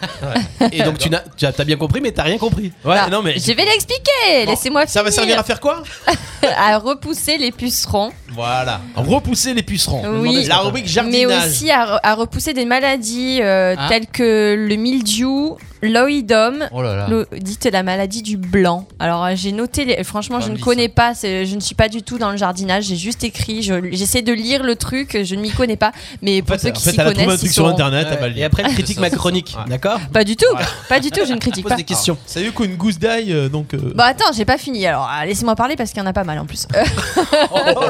S3: Et donc tu n'as tu as t'as bien compris mais t'as rien compris.
S1: Ouais,
S2: Voilà.
S1: non mais.
S2: Bah, Je vais l'expliquer.
S1: Bon,
S2: Laissez-moi
S1: Ça va servir à faire quoi
S2: à repousser les pucerons,
S1: Voilà. Repousser les pucerons.
S2: Oui.
S1: La rubrique jardinage.
S2: mais aussi à, re- à repousser des maladies euh,
S4: Ah.
S2: telles que le mildiou, l'oïdome,
S4: Oh là
S1: Ah.
S4: là.
S2: Le- dites la maladie du blanc. Alors euh, j'ai noté, les- franchement,
S4: Pas
S2: je ne
S4: dit,
S2: connais pas, c'est- je ne suis pas du tout dans le jardinage, j'ai juste écrit, je- j'essaie de lire le truc, je ne m'y connais pas, mais pour
S1: En fait,
S2: ceux
S1: en
S2: qui
S1: fait,
S2: s'y
S1: elle a trouvé un
S2: connaissent,
S1: truc
S2: ils
S1: sur
S2: sauront.
S1: internet, elle va le
S3: Et
S1: lire.
S3: après elle critique
S4: C'est
S3: ma
S4: ça.
S3: chronique,
S1: Ouais.
S3: d'accord
S2: Pas du tout, pas du tout, je ne critique
S3: Pose
S2: pas.
S3: des questions.
S1: Ça veut qu'une gousse d'ail, euh, donc. euh,
S2: Bah attends, j'ai pas fini, alors euh, laissez-moi parler parce qu'il y en a pas mal en plus. Euh,
S3: Oh,
S4: On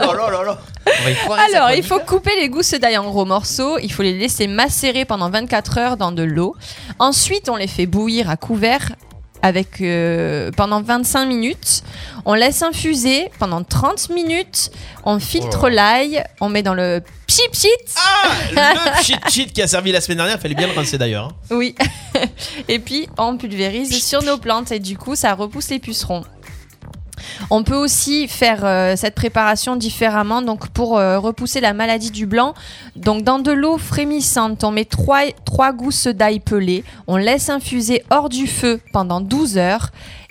S4: va y croire, cette
S2: alors, il
S4: chronique.
S2: faut couper les gousses d'ail en gros morceaux, il faut les laisser macérer pendant 24 heures dans de l'eau. Ensuite, on les fait bouillir à couvert avec euh, pendant 25 minutes. On laisse infuser pendant 30 minutes. On filtre
S4: Oh
S2: l'ail, on met dans le pchit pchit.
S1: Ah Le cheat cheat qui a servi la semaine dernière, fallait bien le rincer d'ailleurs. hein.
S2: Oui. et puis on pulvérise sur nos plantes et du coup ça repousse les pucerons. On peut aussi faire euh, cette préparation différemment donc pour euh, repousser la maladie du blanc. Donc dans de l'eau frémissante, on met 3, gousses d'ail pelé, on laisse infuser hors du feu pendant 12 heures.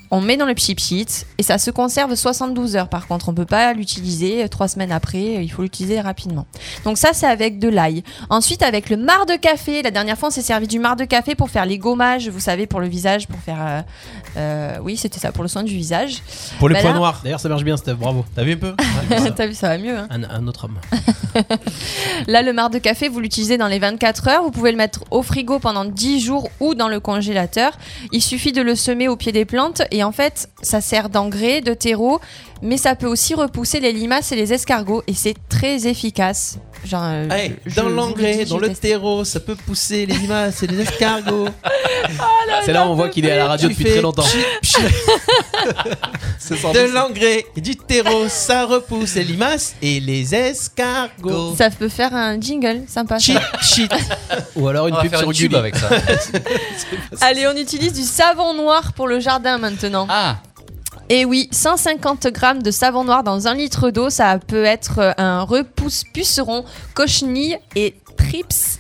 S2: On met dans le pchit et ça se conserve 72 heures. Par contre, on peut pas l'utiliser euh, trois semaines après. Il faut l'utiliser rapidement. Donc ça, c'est avec de l'ail. Ensuite, avec le marc de café. La dernière fois, on s'est servi du marc de café pour faire les gommages, vous savez, pour le visage, pour faire. euh, euh, oui, c'était ça, pour le soin du visage.
S1: Pour les
S2: Bah
S1: points
S2: là-
S1: noirs.
S3: D'ailleurs ça marche bien Steph, bravo.
S1: T'as vu un peu
S2: T'as vu, ça va mieux. hein.
S3: Un, un autre homme.
S2: Là, le marc de café, vous l'utilisez dans les 24 heures. Vous pouvez le mettre au frigo pendant 10 jours ou dans le congélateur. Il suffit de le semer au pied des plantes. Et en fait, ça sert d'engrais, de terreau, mais ça peut aussi repousser les limaces et les escargots. Et c'est très efficace. Genre, euh,
S1: Hey,
S2: je- je
S1: Dans
S2: vous le
S1: l'engrais,
S2: dis,
S1: dans
S2: j'ai
S1: le
S2: testé.
S1: terreau, ça peut pousser les limaces et les escargots.
S3: C'est là où on voit qu'il est à la radio
S1: Tu
S3: depuis
S1: fais
S3: très longtemps.
S1: pchit, pchit.
S3: C'est sans doute
S1: De l'engrais et du terreau, ça repousse les limaces et les escargots.
S2: Ça peut faire un jingle sympa. ça.
S1: Cheat, cheat.
S3: ça. Ou alors
S4: On
S3: une
S4: va
S3: pub
S4: faire
S3: sur
S4: une tube
S3: YouTube
S4: avec ça.
S2: Allez, on utilise du savon noir pour le jardin maintenant.
S4: Ah,
S2: Et oui, 150 grammes de savon noir dans un litre d'eau, ça peut être euh, un repousse puceron, cochenille et trips.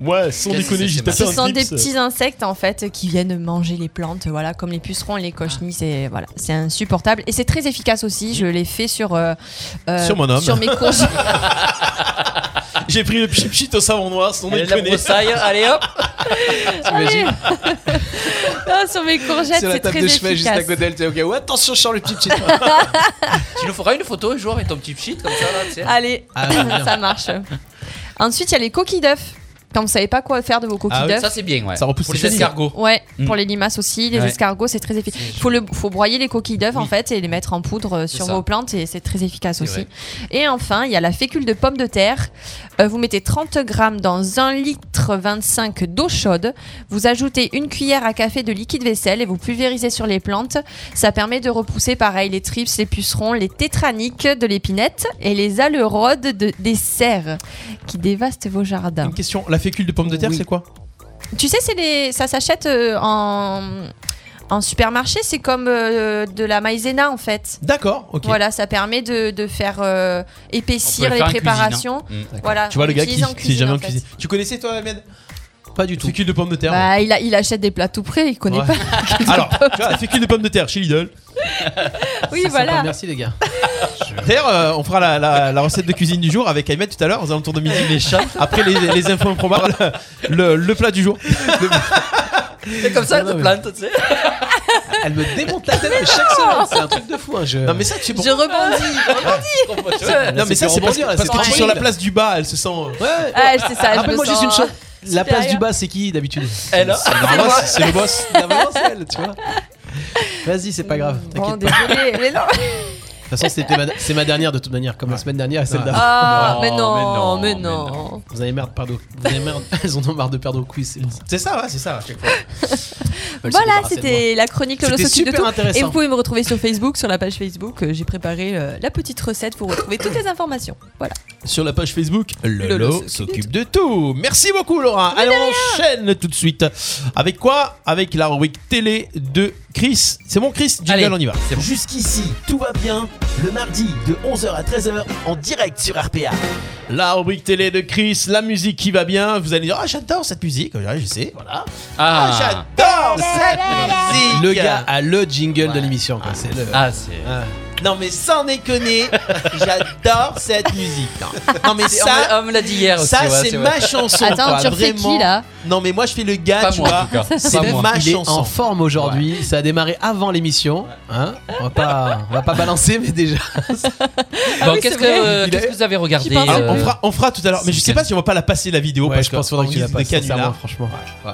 S1: Ouais, sans
S4: Qu'est-ce déconner, que c'est, j'ai tapé
S2: Ce sont des petits insectes en fait qui viennent manger les plantes. Voilà, comme les pucerons, les cochenilles, c'est voilà, c'est insupportable et c'est très efficace aussi. Je l'ai fait sur euh, euh,
S1: Sur mon homme.
S2: sur mes courgettes.
S1: J'ai pris le pchit pchit au savon noir, sans
S4: elle a de la
S1: déconner.
S4: broussaille. Allez hop.
S3: T'imagines
S2: Ah, sur mes courgettes,
S3: Sur la
S2: c'est
S3: table
S2: très
S3: de chevet
S2: efficace.
S3: juste à côté, elle dit, ok, ouais, attention, je sors le petit petit.
S4: Tu nous feras une photo un jour avec ton petit pchit comme ça là, tu sais.
S2: Allez,
S3: Ah, bien.
S2: ça marche. Ensuite, il y a les coquilles d'œufs. Quand vous savez pas quoi faire de vos coquilles
S1: Ah oui,
S2: d'œufs.
S4: Ça c'est bien, ouais.
S1: Ça repousse
S4: Pour
S1: les
S4: les
S1: chenilles.
S4: escargots.
S2: Ouais,
S4: Mm.
S2: pour les limaces aussi, les
S4: Ouais.
S2: escargots, c'est très efficace.
S4: C'est-
S2: Faut le, faut broyer les coquilles d'œufs en
S4: Oui.
S2: fait et les mettre en poudre euh, sur
S4: ça.
S2: vos plantes et c'est très efficace
S4: C'est
S2: aussi.
S4: vrai.
S2: Et enfin, il y a la fécule de pomme de terre. Euh, vous mettez 30 grammes dans 1 litre 25 d'eau chaude. Vous ajoutez une cuillère à café de liquide vaisselle et vous pulvérisez sur les plantes. Ça permet de repousser pareil les trips, les pucerons, les tétraniques de l'épinette et les alerodes de- des serres qui dévastent vos jardins.
S1: Une question, la fécule de pomme de terre,
S3: Oui.
S1: c'est quoi
S2: Tu sais, c'est les... ça s'achète euh, en... en supermarché, c'est comme euh, de la maïzena en fait.
S1: D'accord, ok.
S2: Voilà, ça permet de, de faire euh, épaissir
S4: On peut
S2: les
S4: faire en cuisine, hein.
S2: préparations.
S4: Mm.
S2: Voilà,
S1: Tu vois le
S2: on
S1: gars qui
S2: l'utilise en
S1: s'est jamais en
S2: fait.
S1: cuisine. Tu connaissais toi, Ahmed
S3: Pas du tout.
S1: Fécule de pomme de terre.
S2: Bah, il, a- il achète des plats tout prêts, il connaît
S1: Ouais. Alors, tu vois, la fécule de pomme de terre chez Lidl.
S2: pas. Oui,
S3: Ça, ça
S2: voilà.
S3: parle, Merci les gars.
S4: Je
S1: D'ailleurs, euh, on fera la, la- la recette de cuisine du jour avec Ahmed tout à l'heure. Dans le tour de midi, les chats. Après les, les infos improbables, le, le plat du jour.
S4: Et comme ça, elle te plante, tu sais.
S3: Elle me démonte la tête chaque semaine. C'est un truc de fou. hein, je-
S1: Non, mais ça, tu sais
S2: Je
S1: pourquoi
S2: rebondis. Je-
S1: Non, mais ça, c'est parce, que-
S3: rebondir, là,
S1: parce
S3: c'est
S1: que tu es
S3: rebondir.
S1: sur la place du bas, elle se sent. euh,
S3: Ouais.
S2: Ah, c'est ça. je me
S3: Rappelle-moi juste une
S2: sens-
S3: chose. La place
S2: supérieure.
S3: du bas, c'est qui d'habitude
S4: Elle, hein
S3: C'est le boss, C'est le boss. Normalement, c'est elle, tu vois. Vas-y, c'est pas grave.
S2: Bon,
S3: T'inquiète pas.
S2: désolé. Mais non.
S3: De toute façon, c'était ma- c'est ma dernière de toute manière, comme la semaine dernière et celle d'avant.
S2: Ah,
S4: Non,
S2: mais non, mais
S4: mais non,
S2: non. Bah,
S3: Vous avez merde, pardon. Vous avez merde. Elles en ont marre de perdre au quiz. c'est-
S1: C'est ça, ouais, c'est ça. à chaque fois.
S3: Elles se
S2: Voilà,
S3: débarrassent de
S2: c'était la chronique Lolo
S3: C'était
S2: s'occupe de
S3: super
S2: tout.
S3: intéressant.
S2: Et vous pouvez me retrouver sur Facebook, sur la page Facebook. euh, J'ai préparé euh, la petite recette pour retrouver toutes les informations. Voilà.
S1: Sur la page Facebook,
S2: Lolo
S1: Lolo s'occupe de tout. Merci beaucoup, Laura. Allez, on enchaîne tout de suite. Avec quoi Avec la rubrique télé de Chris. C'est bon, Chris Jingle,
S4: Allez.
S1: on y va.
S4: C'est bon.
S6: Jusqu'ici, tout va bien. Le mardi de 11h à 13h en direct sur RPA.
S1: La rubrique télé de Chris, la musique qui va bien. Vous allez dire, ah, j'adore cette musique. Ouais, je sais, voilà.
S4: Ah,
S1: Ah, j'adore cette
S3: moi.
S1: musique.
S3: Le gars a le jingle de
S4: Ouais.
S3: l'émission. quoi, C'est le.
S4: ah c'est.
S3: Ah.
S1: Non, mais sans déconner, j'adore cette musique. Non, Non, mais
S4: C'est- on me-
S1: ça.
S4: on me l'a dit hier aussi.
S1: Ça,
S4: ouais,
S1: c'est
S4: c'est
S1: ma chanson.
S2: Attends,
S1: quoi,
S2: tu refais
S1: vraiment.
S2: qui là
S1: Non, mais moi, je fais le gars,
S4: Pas
S1: tu
S4: moi, en
S1: vois.
S4: tout cas.
S1: C'est
S4: Pas moi.
S1: ma
S3: Il est
S1: chanson.
S3: en forme aujourd'hui. Ça a démarré avant l'émission. Hein on va pas, on va pas balancer, mais déjà.
S4: vrai.
S1: Ah
S4: Bon,
S2: Ah oui,
S4: qu'est-ce
S2: c'est
S4: que,
S2: vrai.
S4: euh,
S1: Il
S4: qu'est-ce
S1: est-
S4: que vous avez regardé
S2: parle.
S1: Alors,
S4: euh,
S1: Ah, on, fera, on fera tout à l'heure, mais je sais pas si on va pas la passer la vidéo
S3: Ouais,
S1: parce
S3: je pense faudra que tu la passes, sincèrement, franchement. Ouais.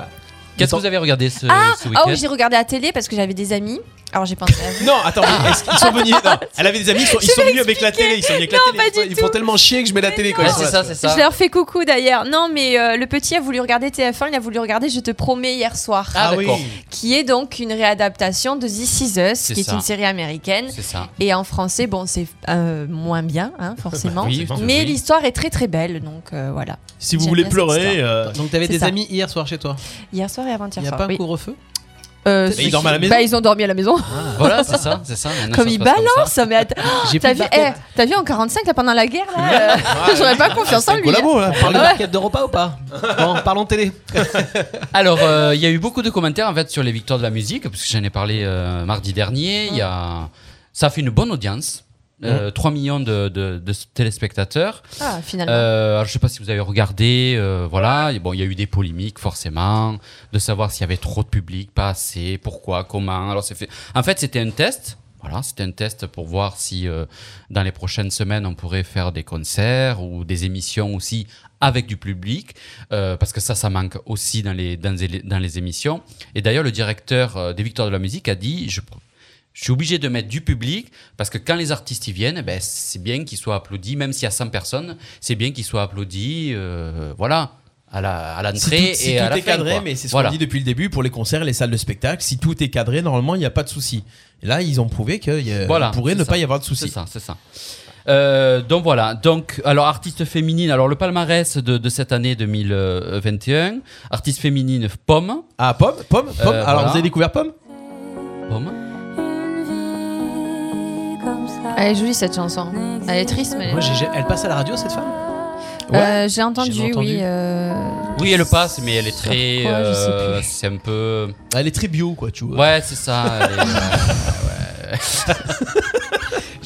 S4: Qu'est-ce que vous avez regardé ce,
S2: Ah,
S4: ce
S2: ah
S4: week-end
S2: oui, j'ai regardé à la télé parce que j'avais des amis. Alors j'ai pensé à vous.
S1: Non, attends, mais est-ce qu'ils sont venus non, Elle avait des amis, ils sont, ils sont venus avec la télé, ils sont venus avec
S2: Non,
S1: la
S2: pas
S1: télé.
S2: du
S3: Ils
S2: tout.
S3: font tellement chier que je mets la télé quand
S4: Ouais,
S3: ils sont
S4: Ah, c'est
S3: là,
S4: ça,
S3: tu
S4: c'est
S3: vois.
S4: ça.
S2: Je leur fais coucou d'ailleurs. Non, mais euh, le petit a voulu regarder TF1, il a voulu regarder Je te promets hier soir,
S4: Ah,
S1: oui.
S4: d'accord.
S2: qui est donc une réadaptation de This Is Us,
S4: C'est
S2: qui est
S4: ça.
S2: une série américaine.
S4: C'est ça.
S2: Et en français, bon, c'est euh, moins bien, hein, forcément.
S4: Oui,
S2: mais
S4: oui.
S2: l'histoire est très très belle, donc euh, voilà.
S1: Si vous
S2: J'aime
S1: voulez
S2: bien cette
S1: pleurer,
S2: histoire.
S1: euh,
S3: Donc t'avais
S2: C'est
S3: des
S2: ça.
S3: amis hier soir chez toi.
S2: Hier soir et avant-hier
S3: Il n'y a
S2: soir.
S3: pas un
S2: oui.
S3: couvre-feu
S2: Euh,
S1: Mais ils dorment à la maison.
S2: Bah, ils ont dormi à la maison.
S1: Ah.
S4: Voilà, c'est ça, c'est ça. Maintenant,
S2: Comme
S4: ça se
S2: ils
S4: passe comme ça.
S2: balancent, mais attends.
S3: J'ai
S2: T'as
S3: plus de
S2: vu, eh,
S3: barquette.
S2: t'as vu en 45 là pendant la guerre là, euh, J'aurais pas confiance en
S1: un
S2: lui.
S1: collabo là.
S3: On parle de barquette de repas ou pas Bon, parlons télé.
S4: Alors, euh, il y a eu beaucoup de commentaires en fait sur les victoires de la musique, parce que j'en ai parlé euh, mardi dernier. Il y a... Ça a fait une bonne audience. euh, 3 millions de, de- de téléspectateurs.
S2: Ah, finalement.
S4: Euh, alors, je sais pas si vous avez regardé. euh, voilà, Et bon, il y a eu des polémiques forcément, de savoir s'il y avait trop de public, pas assez, pourquoi, comment. Alors, c'est fait. En fait, c'était un test. Voilà, c'était un test pour voir si euh, dans les prochaines semaines on pourrait faire des concerts ou des émissions aussi avec du public, euh, parce que ça, ça manque aussi dans les, dans les, dans les émissions. Et d'ailleurs, le directeur euh, des Victoires de la musique a dit, je, pr- je suis obligé de mettre du public, parce que quand les artistes y viennent, eh ben, c'est bien qu'ils soient applaudis, même s'il y a 100 personnes, c'est bien qu'ils soient applaudis, euh, voilà, à la- à
S1: Si
S4: l'entrée
S1: tout, si
S4: et à
S1: tout
S4: la
S1: est
S4: fin,
S1: cadré,
S4: quoi.
S1: mais c'est ce
S4: Voilà.
S1: qu'on dit depuis le début pour les concerts, les salles de spectacle. Si tout est cadré, normalement, il n'y a pas de souci. Et là, ils ont prouvé qu'il
S4: Voilà,
S1: pourrait
S4: c'est
S1: ne
S4: ça.
S1: pas y avoir de souci.
S4: C'est ça, c'est ça. Euh, donc voilà, donc alors artiste féminine, alors le palmarès de, de cette année euh, 2021, artiste féminine Pomme,
S1: Ah, pomme, pomme, pomme.
S4: Euh,
S1: Alors,
S4: voilà.
S1: vous avez découvert pomme
S4: Pomme,
S2: Elle est jolie cette chanson. Elle est triste, mais
S3: Moi, j'ai- elle passe à la radio cette femme
S2: Euh, j'ai entendu,
S3: j'ai entendu.
S2: oui. euh,
S4: oui elle passe mais elle est très,
S2: Sur quoi, je sais
S4: euh,
S2: plus.
S4: c'est un peu,
S1: Elle est très bio, quoi, tu vois.
S4: ouais c'est ça, elle est, euh,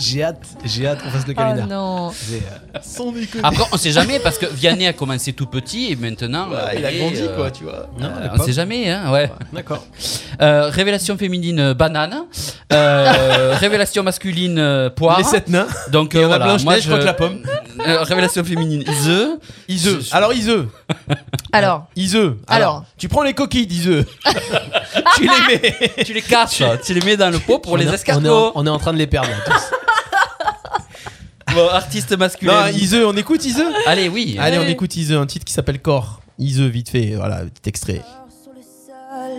S3: J'ai hâte, j'ai hâte qu'on fasse le
S2: Oh
S3: calendrier.
S2: non.
S3: J'ai, euh,
S1: Sans déconner.
S4: après on sait jamais parce que Vianney a commencé tout petit et maintenant,
S1: Ouais,
S4: euh,
S1: Bah, il a
S4: et,
S1: grandi,
S4: euh,
S1: quoi, tu vois.
S3: Non,
S4: euh,
S3: elle est
S4: on
S3: pas-
S4: sait jamais, hein, ouais.
S3: D'accord.
S4: Euh, révélation féminine euh, banane, Euh, révélation masculine euh, poire.
S1: Les sept nains.
S4: Donc
S1: Et
S4: euh,
S1: on a
S4: voilà,
S1: Blanche-Neige
S4: moi,
S1: contre
S4: je-
S1: la pomme.
S4: Euh, révélation féminine the
S1: Iseux. Alors, Iseux.
S2: Alors,
S1: Iseux.
S2: Alors.
S1: Tu prends les coquilles d'Iseux. tu les mets.
S4: tu les casses, tu les mets dans le pot pour
S3: On
S4: les
S3: est-
S4: escargots.
S3: On est, en, on est en train de les perdre. là, tous.
S4: Bon, artiste
S1: Non,
S4: masculin.
S1: Iseux, on écoute Iseux
S4: Allez, oui.
S1: Allez, on
S2: Ouais.
S1: écoute Iseux, un titre qui s'appelle Corps. Iseux, vite fait, voilà, petit extrait.
S7: sur le sol.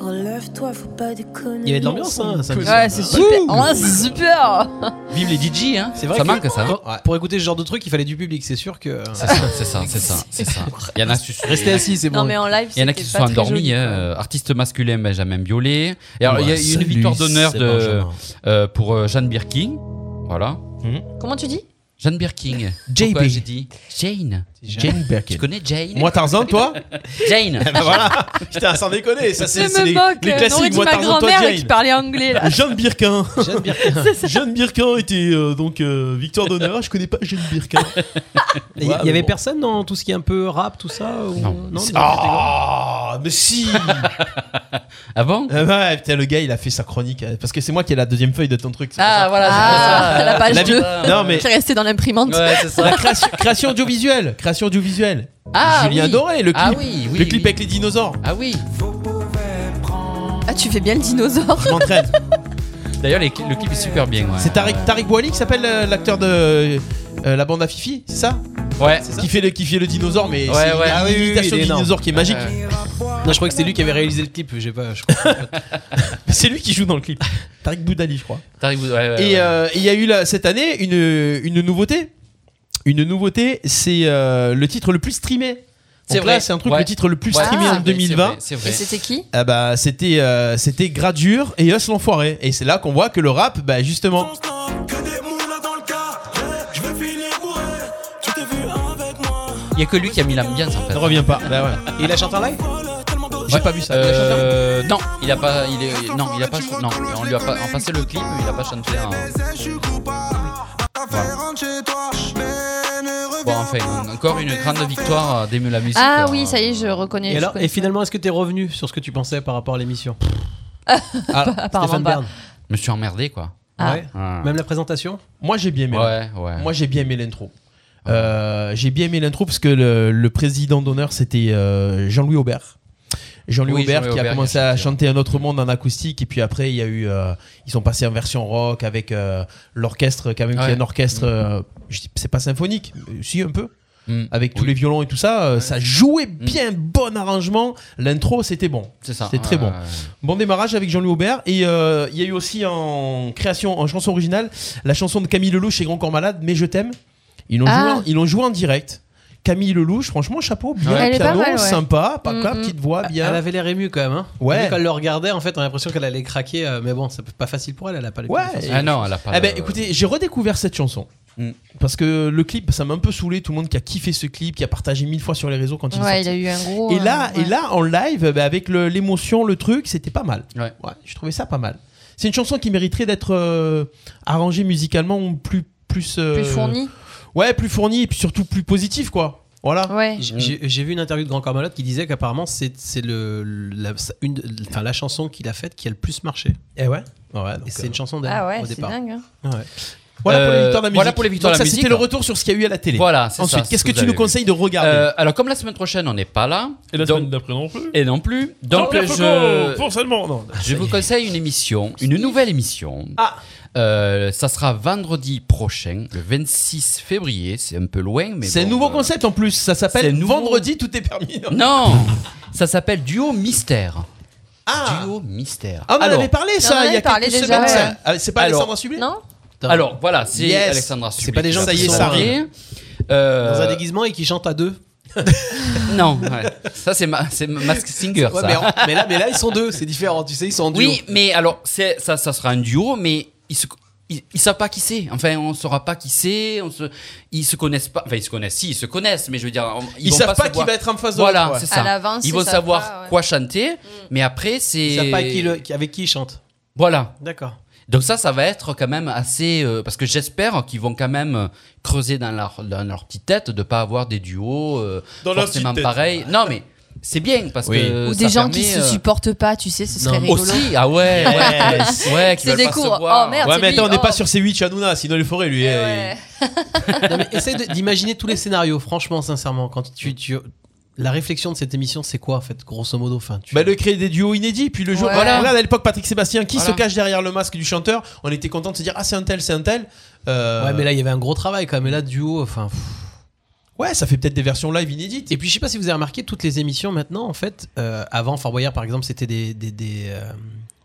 S7: Relève-toi, faut pas déconner.
S3: Il y avait de l'ambiance, hein, ça me
S2: ouais,
S3: semble.
S2: c'est super. Ouais, c'est super.
S4: Vive les DJ, hein.
S3: C'est vrai
S4: ça
S3: que-
S4: manque ça.
S3: Quand- Pour écouter ce genre de truc, il fallait du public, c'est sûr que.
S4: C'est ça, c'est ça, c'est ça, c'est ça. Il y en a qui se-
S3: Rester assis, c'est bon.
S2: Non, mais en live,
S4: il y en a qui
S2: c'était
S4: se
S2: pas
S4: sont
S2: très joli,
S4: endormis. hein.
S2: quoi.
S4: Euh, Artiste masculin Benjamin Biolay. Et alors, il y a
S1: Ouais,
S4: eu une
S1: salut,
S4: victoire d'honneur
S1: c'est
S4: de
S1: Benjamin.
S4: euh, pour euh, Jeanne Birkin. Voilà.
S2: Comment tu dis
S4: Jeanne Birkin.
S1: JB.
S4: Pourquoi j'ai dit Jane.
S1: Jane Birkin.
S4: Tu connais Jane
S1: Moi Tarzan, toi
S4: Jane.
S1: Ben voilà Putain, sans déconner, ça c'est
S2: Je
S1: c'est
S2: me
S1: les,
S2: moque.
S1: les
S2: euh,
S1: classiques.
S2: N'aurait dit
S1: Moi
S2: ma
S1: Tarzan, toi
S2: grand-mère qui
S1: Jane.
S2: parlait anglais là.
S1: Jeanne Birkin.
S3: Jeanne Birkin.
S1: Jeanne Birkin était euh, donc euh, victoire d'honneur. Je connais pas Jeanne Birkin.
S3: Ah, Il y
S1: Ouais, mais
S3: avait
S1: bon.
S3: personne dans tout ce qui est un peu rap, tout ça ou-
S4: Non.
S3: des catégories
S1: Ah, mais si
S4: Ah bon
S1: Ah Ouais, putain, le gars, il a fait sa chronique. euh, Parce que c'est moi qui ai la deuxième feuille de ton truc. c'est pour
S4: Ah
S1: ça.
S4: voilà.
S2: Ah, la page
S1: La
S4: vie-
S2: 2
S1: Non, mais
S2: qui est restée dans l'imprimante.
S4: Ouais, c'est
S1: la
S4: ça.
S1: création, création audiovisuelle. Création audiovisuelle.
S4: Ah,
S1: Julien
S4: oui.
S1: Doré, le clip.
S4: Ah oui, oui,
S1: le clip
S4: oui.
S1: avec les dinosaures.
S4: Ah oui.
S2: Ah, tu fais bien le dinosaure.
S1: Je m'entraîne.
S4: D'ailleurs, les- le clip est super bien. Ouais.
S1: c'est Tariq, Tariq Bouali qui s'appelle euh, l'acteur de euh, la bande à Fifi, c'est ça
S4: Ouais.
S1: Qui fait le qui fait le dinosaure, mais
S4: Ouais,
S1: c'est
S4: ouais.
S1: une
S4: Ah
S3: oui, oui, oui,
S1: imitation
S3: il est
S1: du
S3: énorme.
S1: dinosaure qui est magique.
S4: Euh,
S3: Non, je crois que c'était lui qui avait réalisé le clip. J'ai pas. je-
S1: C'est lui qui joue dans le clip. Tariq Boudali, je crois.
S4: Tariq Boudali, ouais, ouais,
S1: Et
S4: ouais.
S1: euh, il y a eu là, cette année une, une nouveauté. Une nouveauté, c'est euh, le titre le plus streamé.
S4: C'est
S1: Donc là,
S4: vrai.
S1: c'est un truc,
S4: Ouais.
S1: le titre le plus
S4: Ouais, Ah,
S1: streamé
S4: c'est
S1: en
S4: vrai,
S1: 2020.
S4: C'est
S2: Et
S4: vrai. c'est vrai.
S2: c'était qui
S1: Ah bah, c'était euh, c'était Gradure et Us l'enfoiré. Et c'est là qu'on voit que le rap, bah justement.
S4: Il y a que lui qui a mis l'ambiance en fait.
S1: Ne revient pas. Bah ouais.
S3: Et il a chanté en live
S1: J'ai pas vu ça.
S4: Euh, non, il a pas, il est, non, il a pas, ch- non, on lui a pas, on passait le clip, mais il a pas chanté. en- Voilà. Bon, enfin, une- encore une grande victoire euh, d'Aimer la musique.
S2: Ah
S4: euh,
S2: oui, ça y est, je reconnais.
S3: Et
S2: je
S3: alors,
S2: connais.
S3: et finalement, est-ce que t'es revenu sur ce que tu pensais par rapport à l'émission
S2: apparemment bah.
S3: Stéphane
S2: pas.
S3: Bern.
S4: Je me suis emmerdé quoi.
S2: Ah.
S3: Ouais.
S4: Ah.
S3: Même la présentation
S1: Moi, j'ai bien aimé.
S4: Ouais, ouais.
S1: Moi, j'ai bien aimé l'intro. Euh, j'ai bien aimé l'intro parce que le, le président d'honneur, c'était euh, Jean-Louis Aubert. Jean-Louis
S4: Oui,
S1: Aubert
S4: Jean-Louis
S1: qui a
S4: Aubert
S1: commencé
S4: qui a
S1: à
S4: chanté,
S1: chanter Un autre monde en acoustique et puis après il y a eu euh, ils sont passés en version rock avec euh, l'orchestre quand même qui
S4: Ouais. Mm-hmm.
S1: est un orchestre euh, je dis- c'est pas symphonique mais si un peu
S4: Mm.
S1: avec tous
S4: Oui. Mm.
S1: les violons et tout ça euh, ça jouait bien bon arrangement l'intro c'était bon
S4: C'est ça.
S1: C'était très bon.
S4: Euh,
S1: Bon démarrage avec Jean-Louis Aubert et euh, il y a eu aussi en création, en chanson originale, la chanson de Camille Lelouch chez Grand Corps Malade, Mais je t'aime. Ils l'ont
S2: Ah.
S1: joué, en- ils l'ont joué en direct. Camille Lelouch, franchement chapeau, bien
S4: Ouais.
S2: Elle est pas
S1: piano,
S2: mal, ouais.
S1: sympa, pas
S2: Mm,
S1: quoi,
S2: mm.
S1: petite voix, bien.
S3: Bah, Elle avait l'air émue quand même. Hein.
S1: Ouais.
S3: Vu Quand elle le regardait, en fait, on a l'impression qu'elle allait craquer. euh, mais bon, c'est pas facile pour elle. Elle a pas les
S1: Ouais.
S3: connaissances.
S4: Ah non, elle a pas.
S1: Eh ben
S4: le-
S1: écoutez, j'ai redécouvert cette chanson.
S4: Mm.
S1: Parce que le clip, ça m'a un peu saoulé. Tout le monde qui a kiffé ce clip, qui a partagé mille fois sur les réseaux quand il est sorti.
S2: Ouais, il a eu un gros.
S1: Et
S2: euh,
S1: là,
S2: ouais.
S1: et là, en live, bah, avec le- l'émotion, le truc, c'était pas mal.
S4: Ouais.
S1: je trouvais ça pas mal. C'est une chanson qui mériterait d'être euh, arrangée musicalement ou plus plus euh,
S2: plus fourni.
S1: Ouais, plus fournie et puis surtout plus positif quoi. Voilà.
S2: Ouais.
S3: J- J'ai j'ai vu une interview de Grand Corps Malade qui disait qu'apparemment c'est c'est le la, sa- une, enfin, la chanson qu'il a faite qui a le plus marché.
S1: Et Eh ouais. Ouais, donc,
S3: Et c'est
S1: euh,
S3: une chanson d'elle
S2: Ah ouais,
S3: au
S2: c'est
S3: départ.
S2: dingue. hein.
S3: Ouais.
S1: voilà pour les victoires
S4: Euh,
S1: de la musique.
S4: voilà pour les victoires
S1: Donc
S4: de la
S1: ça, c'était
S4: musique.
S1: le retour sur ce qu'il y a eu à la télé.
S4: euh, Voilà. c'est
S1: Ensuite,
S4: ça,
S1: qu'est-ce
S4: ce
S1: que
S4: vous
S1: tu nous
S4: avez vu.
S1: conseilles de regarder
S4: Euh, alors comme la semaine prochaine on n'est pas là et la semaine d'après non plus et non plus donc je, je vous conseille une émission une nouvelle émission
S1: Ah.
S4: Euh, ça sera vendredi prochain le 26 février c'est un peu loin mais
S1: C'est
S4: bon,
S1: un nouveau
S4: euh,
S1: concept en plus. Ça
S4: c'est
S1: s'appelle
S4: nouveau.
S1: Vendredi tout est permis.
S4: non ça s'appelle duo mystère
S1: Ah.
S4: duo mystère
S1: Ah, on en
S4: alors,
S1: avait parlé
S2: On en
S1: ça il y
S2: avait
S1: a
S2: parlé
S1: quelques
S2: déjà,
S1: semaines.
S2: ouais.
S1: ça. Ah, C'est pas
S4: Alors,
S1: Alexandre Sublet
S2: Non
S4: alors voilà c'est
S1: Yes.
S4: Alexandra
S3: C'est pas des gens
S1: Ça
S3: qui
S1: y est,
S3: sont
S1: ça
S3: dans-
S1: arrive.
S3: dans un déguisement et qui chante à deux.
S4: Euh, non ouais. ça c'est ma, c'est Mask Singer
S3: Ouais,
S4: ça
S3: mais, en- mais là, mais là ils sont deux, c'est différent. Tu sais, ils sont en duo.
S4: Oui, mais alors, c'est, ça, ça sera un duo, mais ils se. Ils, ils savent pas qui c'est. Enfin, on saura pas qui c'est. On se, ils se connaissent pas. Enfin, ils se connaissent. Si, ils se connaissent, mais je veux dire, on- ils,
S1: Ils
S4: vont
S1: savent pas qui
S4: savoir-
S1: va être en face de
S4: Voilà,
S1: l'autre, ouais.
S4: c'est
S2: À
S4: ça.
S2: l'avance,
S4: ils
S2: ils
S4: vont
S2: savent
S4: savoir
S2: pas, ouais. Mm.
S4: quoi chanter, mais après c'est.
S3: Ils savent pas qui le- qui- avec qui ils chantent.
S4: Voilà.
S3: D'accord.
S4: Donc ça, ça va être quand même assez euh, parce que j'espère qu'ils vont quand même creuser dans leur dans leur petite tête de pas avoir des duos euh,
S1: Dans leur
S4: forcément
S1: petite tête.
S4: pareils. Non, mais c'est bien parce
S1: Oui.
S4: que
S2: Ou
S4: ça
S2: des gens qui
S4: permet,
S2: se
S4: euh,
S2: supportent pas, tu sais, ce serait rigolo.
S4: aussi. Ah ouais.
S1: Yes.
S4: ouais. qui
S2: C'est
S4: veulent
S2: des
S4: pas se
S2: cours.
S4: voir.
S2: Oh merde,
S1: Ouais,
S2: c'est
S1: mais
S2: lui.
S1: attends, on n'est
S2: Oh.
S1: pas sur C8 Hanouna, sinon il forêt lui.
S2: Eh
S1: eh,
S2: ouais.
S3: Non, mais essaye de- d'imaginer tous les scénarios. Franchement, sincèrement, quand tu, tu- la réflexion de cette émission, c'est quoi en fait, grosso modo, enfin. Tu...
S1: Bah, le créer des duos inédits, puis le jour.
S2: Ouais.
S1: Voilà. Là, à l'époque, Patrick Sébastien, qui
S4: Voilà.
S1: se cache derrière le masque du chanteur, on était content de se dire Ah, c'est un tel, c'est un tel. Euh,
S3: Ouais, mais là il y avait un gros travail quand même. Et là, duo, enfin. pff.
S1: ouais, ça fait peut-être des versions live inédites.
S3: Et puis je sais pas si vous avez remarqué toutes les émissions maintenant en fait. euh, avant Fort Boyard par exemple c'était des, des- des, euh,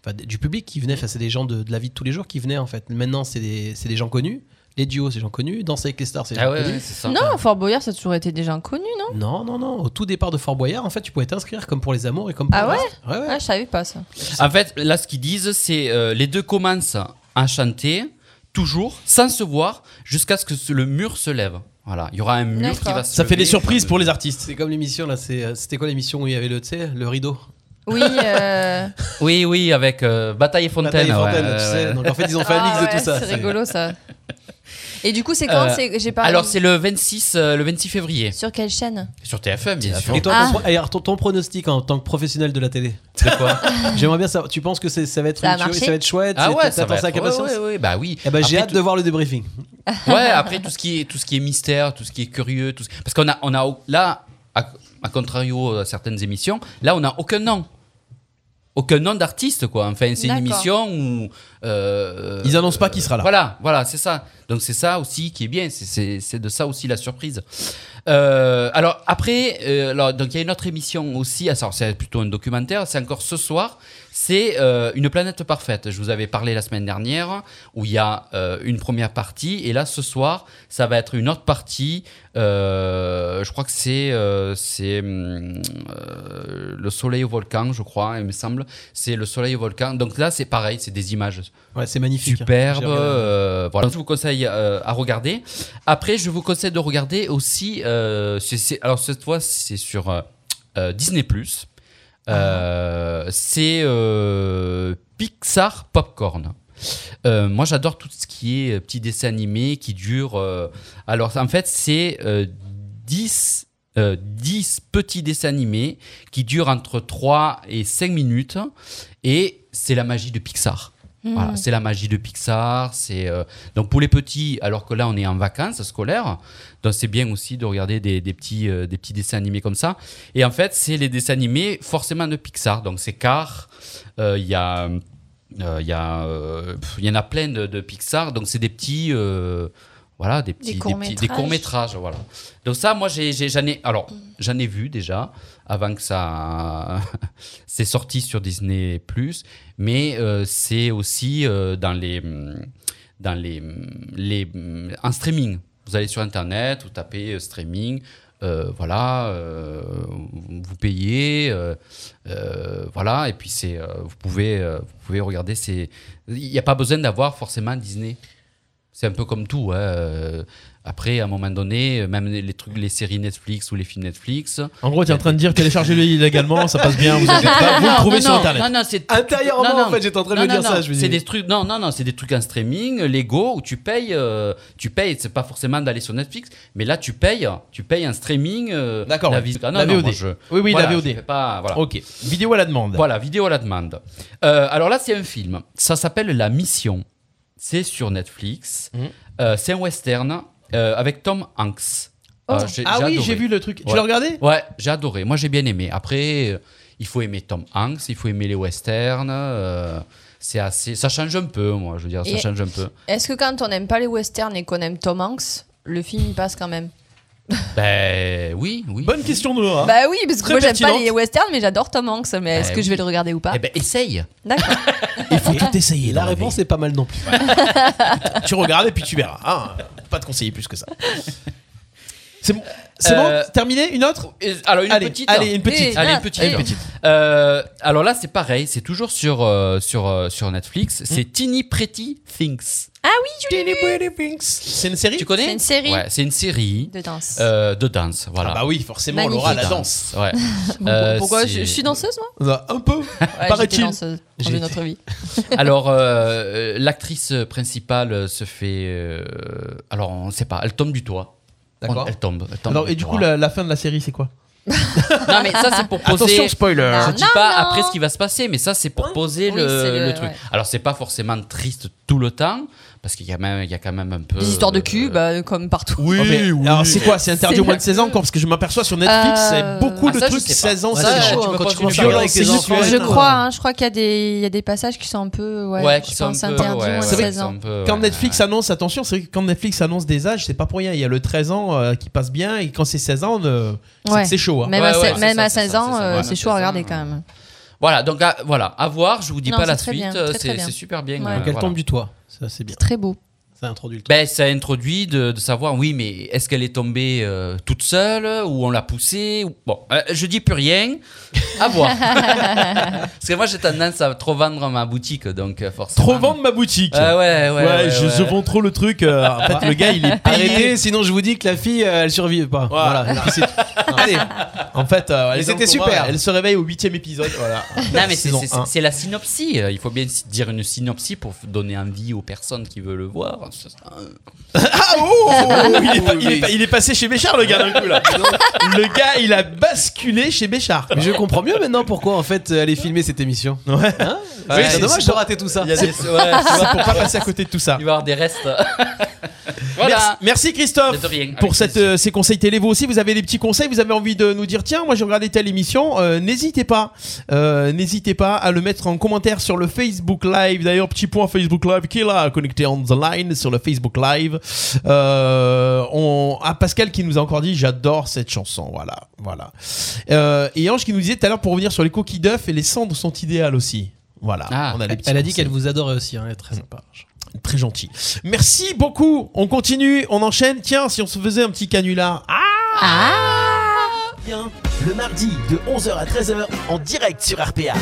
S3: enfin, des- du public qui venait, enfin c'est des gens de, de la vie de tous les jours qui venaient en fait. Maintenant c'est des, c'est des gens connus, les duos c'est des gens connus, Danser avec les stars c'est des
S4: Ah
S3: gens
S4: ouais,
S3: connus.
S4: ouais, c'est ça.
S2: Non, Fort Boyard, ça a toujours été déjà inconnu, non
S3: Non non non, au tout départ de Fort Boyard en fait tu pouvais t'inscrire comme pour les amours et comme pour
S2: Ah
S3: le
S2: ouais
S3: reste. ouais, ouais.
S2: Ah, je savais pas ça.
S4: En fait, là, ce qu'ils disent, c'est euh, les deux commencent à chanter. toujours, sans se voir, jusqu'à ce que ce- le mur se lève. Voilà, il y aura un mur qui
S2: D'accord.
S4: va se
S1: Ça fait des
S4: lever.
S1: surprises pour les artistes.
S3: C'est comme l'émission là, c'est, euh, c'était quoi l'émission où il y avait le, tu sais, le rideau
S2: Oui, euh,
S4: Oui, oui, avec euh, Bataille et Fontaine.
S3: Nathalie Fontaine,
S4: ouais,
S3: tu
S4: ouais, ouais.
S3: sais. Donc en fait, ils ont fait un mix
S2: ah
S3: de
S2: ouais,
S3: tout ça.
S2: C'est rigolo ça. Et du coup, c'est quand
S4: Euh,
S2: C'est- J'ai parlé.
S4: Alors, c'est le 26, euh, le 26 février.
S2: Sur quelle chaîne
S4: Sur TFM, bien sûr.
S3: Et toi,
S2: Ah.
S3: ton, pro- et alors, ton- ton pronostic en tant que professionnel de la télé
S4: De quoi
S3: J'aimerais bien savoir. Tu penses que c'est- ça va être
S2: Ça a
S3: une tuerie,
S2: marché
S3: ça va être chouette
S4: Ah
S3: c'est-
S4: ouais, ça
S3: t'attends
S4: va
S3: ça
S4: être-
S3: avec
S4: ouais,
S3: impatience
S4: ouais, ouais, bah oui.
S3: Eh ben, j'ai
S4: Après,
S3: hâte de voir le débriefing.
S4: Ouais, après tout ce qui est tout ce qui est mystère, tout ce qui est curieux, tout ce- parce qu'on a on a au- là à, à contrario à certaines émissions, là on n'a aucun nom. Aucun nom d'artiste quoi. Enfin, c'est une
S2: D'accord.
S4: émission où euh,
S1: Ils annoncent pas qui sera là.
S4: Voilà, voilà, c'est ça. Donc c'est ça aussi qui est bien, c'est- c'est c'est de ça aussi la surprise. Euh, alors après, euh, alors, donc il y a une autre émission aussi, ah, ça, c'est plutôt un documentaire, c'est encore ce soir, c'est euh, Une planète parfaite. Je vous avais parlé la semaine dernière où il y a euh, une première partie, et là ce soir, ça va être une autre partie. euh, je crois que c'est euh, c'est, hum, euh, le soleil au volcan, je crois, il me semble. C'est le soleil au volcan. Donc là, c'est pareil, c'est des images
S3: Ouais, c'est magnifique.
S4: superbe.
S3: J'ai regardé.
S4: euh, voilà, je vous conseille euh, à regarder. Après, je vous conseille de regarder aussi. euh, c'est- c'est- alors cette fois, c'est sur euh, euh, Disney Plus.
S3: Ah.
S4: C'est euh, Pixar Popcorn. Euh, moi, j'adore tout ce qui est euh, petits dessins animés qui durent. euh, alors, en fait, c'est euh, 10, euh, 10 petits dessins animés qui durent entre 3 et 5 minutes. Et c'est la magie de Pixar.
S2: Mm. Hmm.
S4: Voilà, c'est la magie de Pixar. C'est euh, donc pour les petits, alors que là on est en vacances scolaires, donc c'est bien aussi de regarder des, des petits euh, des petits dessins animés comme ça. Et en fait, c'est les dessins animés forcément de Pixar. Donc c'est Car, euh, il y a euh, il y a euh, pff, il y en a plein de, de Pixar. Donc c'est des petits euh, voilà des petits
S2: courts-métrages.
S4: courts métrages voilà. Donc ça moi j'ai j'ai- j'en ai alors j'en ai vu déjà avant que ça c'est sorti sur Disney Plus mais euh, c'est aussi euh, dans les dans les les en streaming. Vous allez sur internet, vous tapez euh, streaming, euh, voilà, euh, vous payez, euh, euh, voilà, et puis c'est euh, vous pouvez euh, vous pouvez regarder. C'est il n'y a pas besoin d'avoir forcément Disney. C'est un peu comme tout. hein, euh, Après, à un moment donné, euh, même les les trucs, les séries Netflix ou les films Netflix.
S1: En gros, t'es en train de dire téléchargez-le illégalement, ça passe bien, vous, avez pas, vous le trouvez
S4: non,
S1: sur
S4: non,
S1: internet.
S4: Non, non, c'est
S3: Intérieurement,
S4: Non, non.
S3: en fait, j'étais en train de me
S4: Non, non,
S3: dire
S4: non,
S3: ça. Je me
S4: c'est
S3: dis-
S4: des trucs. Non, non, non, c'est des trucs en streaming, Lego où tu payes, euh, tu payes. C'est pas forcément d'aller sur Netflix, mais là tu payes, tu payes un streaming. euh,
S1: D'accord,
S4: La,
S1: ouais.
S4: vis- ah, non,
S1: La
S4: non,
S1: VOD.
S4: moi, je-
S1: Oui, oui,
S4: voilà,
S1: la
S4: je
S1: VOD.
S4: fais pas- voilà.
S1: Ok, vidéo à la demande.
S4: Voilà, vidéo à la demande. Euh, alors là, c'est un film. Ça s'appelle La Mission. C'est sur Netflix.
S1: Mhm.
S4: Euh, c'est un western euh, avec Tom Hanks.
S2: Oh.
S4: Euh, j'ai-
S1: Ah oui,
S4: adoré.
S1: j'ai vu le truc. Tu
S4: Ouais.
S1: l'as regardé
S4: Ouais, j'ai adoré. Moi, j'ai bien aimé. Après, euh, il faut aimer Tom Hanks, il faut aimer les westerns. euh, c'est assez. Ça change un peu, moi. Je veux dire, ça
S2: Et-
S4: change un peu.
S2: Est-ce que quand on n'aime pas les westerns et qu'on aime Tom Hanks, le film il passe quand même
S4: Ben oui, oui.
S1: Bonne question, Nora.
S2: Bah oui, parce que
S1: Très
S2: moi j'aime pas
S1: pertinente.
S2: les westerns, mais j'adore Tom Hanks. Mais est-ce
S4: Bah
S2: que je vais le regarder ou pas
S4: Eh ben, essaye.
S2: D'accord.
S1: Il faut tout essayer.
S3: La
S1: dans
S3: réponse est pas mal non plus.
S1: vie. Bah, tu regardes et puis tu verras. hein. Pas de conseiller plus que ça. C'est bon, c'est
S4: Euh,
S1: bon terminé Une autre
S4: Et- Alors une
S1: allez,
S4: petite. hein.
S1: allez, une petite.
S2: Et-
S4: Allez,
S2: Ah,
S4: une petite.
S2: et-
S4: Euh, alors là, c'est pareil. C'est toujours sur euh, sur euh, sur
S2: Hmm.
S4: Netflix. C'est Teeny Pretty Things.
S1: C'est une série
S4: Tu connais
S2: C'est une série.
S4: Ouais, c'est une série
S2: De danse.
S4: euh, de danse. Voilà.
S1: Ah bah oui, forcément, Laura, la
S2: Magnifique.
S1: danse.
S4: Ouais.
S2: Bon,
S4: euh,
S2: Pourquoi
S4: c'est-
S2: je, je suis danseuse moi
S1: Un peu.
S2: ouais, J'étais
S1: Paraît-il.
S2: danseuse dans
S1: J'ai
S2: une autre vie.
S4: Alors, euh, euh, l'actrice principale se fait. euh, alors, on ne sait pas, elle tombe du toit.
S3: D'accord.
S4: On- Elle tombe. elle tombe
S1: Alors,
S4: du
S1: et du
S4: toit.
S1: coup, la, la fin de la série, c'est quoi
S4: Non, mais ça, c'est pour poser.
S1: spoiler.
S4: je
S2: Non,
S4: ne dis
S2: non,
S4: pas
S2: non.
S4: après ce qui va se passer, mais ça, c'est pour poser
S2: Oui,
S4: le,
S2: c'est le-
S4: le truc.
S2: ouais.
S4: Alors, c'est pas forcément triste tout le temps, parce qu'il y, a même- il y a quand même un peu.
S2: Des histoires de cul,
S4: euh,
S2: bah, comme partout.
S4: Oui,
S1: Oh, mais-
S4: oui.
S1: Alors c'est quoi C'est interdit
S2: C'est
S1: au moins
S2: le
S1: de 16 ans encore parce que je m'aperçois sur Netflix,
S2: Euh,
S1: c'est beaucoup
S4: Ah,
S1: de
S4: ça, je
S1: trucs
S4: sais pas.
S1: 16 ans.
S4: Ouais,
S3: c'est
S1: 16 ans.
S3: chaud, hein, quand
S4: tu peux
S3: tu
S4: pas
S3: commences à regarder
S4: faire
S1: violence
S3: avec tes
S1: sexuelle.
S3: enfants.
S2: Je
S1: Ouais,
S2: crois, hein, je crois qu'il y a des, il y a des passages qui sont un peu, euh, ouais,
S4: Ouais,
S2: je
S4: qui sont
S2: pense
S4: un peu,
S2: interdits
S4: ouais,
S2: moins de
S4: ouais,
S2: 16
S4: c'est
S2: ans.
S4: un peu, euh,
S1: Quand
S4: ouais.
S1: Netflix annonce, attention, c'est que quand Netflix annonce des âges, c'est pas pour rien. Il y a le 13 ans euh, qui passe bien et quand c'est 16 ans, euh, c'est
S2: Ouais.
S1: que c'est chaud. hein.
S2: Même,
S4: Ouais,
S2: à,
S4: ouais,
S2: se-
S4: c'est
S2: même
S4: ça,
S2: à
S4: c'est
S2: 16
S4: ça,
S2: ans,
S4: c'est ça.
S2: euh,
S4: Ouais,
S2: c'est chaud à
S4: 16 ans,
S2: regarder
S4: ouais.
S2: quand même.
S4: Voilà, donc à, voilà, à voir, je vous dis
S2: Non,
S4: pas
S2: c'est
S4: la
S2: très
S4: suite, euh,
S2: bien, très, très
S4: c'est
S2: bien.
S4: c'est super bien.
S2: Ouais.
S4: euh,
S3: Donc elle
S4: voilà.
S3: tombe du toit. Ça, c'est bien.
S2: Très beau.
S3: Ça introduit le truc.
S4: Ben, ça introduit de, de savoir, oui, mais est-ce qu'elle est tombée euh, toute seule ou on l'a poussée ou... Bon, euh, je dis plus rien, à voir. Parce que moi, j'ai tendance à trop vendre ma boutique, donc euh, forcément.
S1: Trop vendre ma boutique.
S4: Ouais, ouais, ouais.
S1: Ouais, je, je vends trop le truc. euh, en fait, le gars, il est payé.
S3: Arrêtez, sinon je vous dis que la fille, euh, elle survit pas.
S1: Voilà.
S3: Voilà. Et puis c'est tout.
S1: Allez. En fait, euh, elle
S3: Mais
S1: est dans
S3: c'était
S1: le coma,
S3: super.
S1: Elle se réveille au huitième épisode. Voilà.
S4: Non, mais c'est-
S1: Saison
S4: c'est
S1: un.
S4: c'est la synopsie. euh, Il faut bien s- dire une synopsie pour f- donner envie aux personnes qui veulent le voir. Ça, ça, euh,
S1: Ah oh il,
S3: Ah
S1: est pas- il est pas- il est passé chez Béchard le gars d'un coup là. le gars il a basculé chez Béchard.
S3: Mais je comprends mieux maintenant pourquoi en fait euh, elle est filmée cette émission.
S1: Ouais.
S3: Hein
S1: Oui,
S3: Ouais,
S1: c'est-
S3: c'est dommage
S1: c'est
S3: de
S1: pour-
S3: rater tout ça.
S1: Il y a des-
S4: c'est- ouais,
S1: C'est pour pas passer à côté de tout ça.
S4: Il va y avoir des restes.
S1: Merci,
S4: voilà.
S1: merci
S4: De
S1: Christophe
S4: rien, avec
S1: pour cette,
S4: plaisir.
S1: euh, ces conseils télé. Vous aussi, vous avez des petits conseils, vous avez envie de nous dire tiens, moi j'ai regardé telle émission, euh, n'hésitez pas, euh, n'hésitez pas à le mettre en commentaire sur le Facebook Live. D'ailleurs, petit point Facebook Live qui est là, connecté on the line sur le Facebook Live. Euh, on, à Pascal qui nous a encore dit j'adore cette chanson. Voilà, voilà. Euh, et Ange qui nous disait tout à l'heure pour revenir sur les coquilles d'œufs et les cendres sont idéales aussi. Voilà,
S4: Ah,
S1: on a des petits
S3: Elle a dit
S1: conseils.
S3: qu'elle vous adorait aussi, hein, elle est très
S1: Mm.
S3: sympa.
S1: Très gentil. Merci beaucoup. On continue, on enchaîne. Tiens, si on se faisait un petit canular. Ah,
S6: Bien, le mardi de 11h à 13h en direct sur RPA.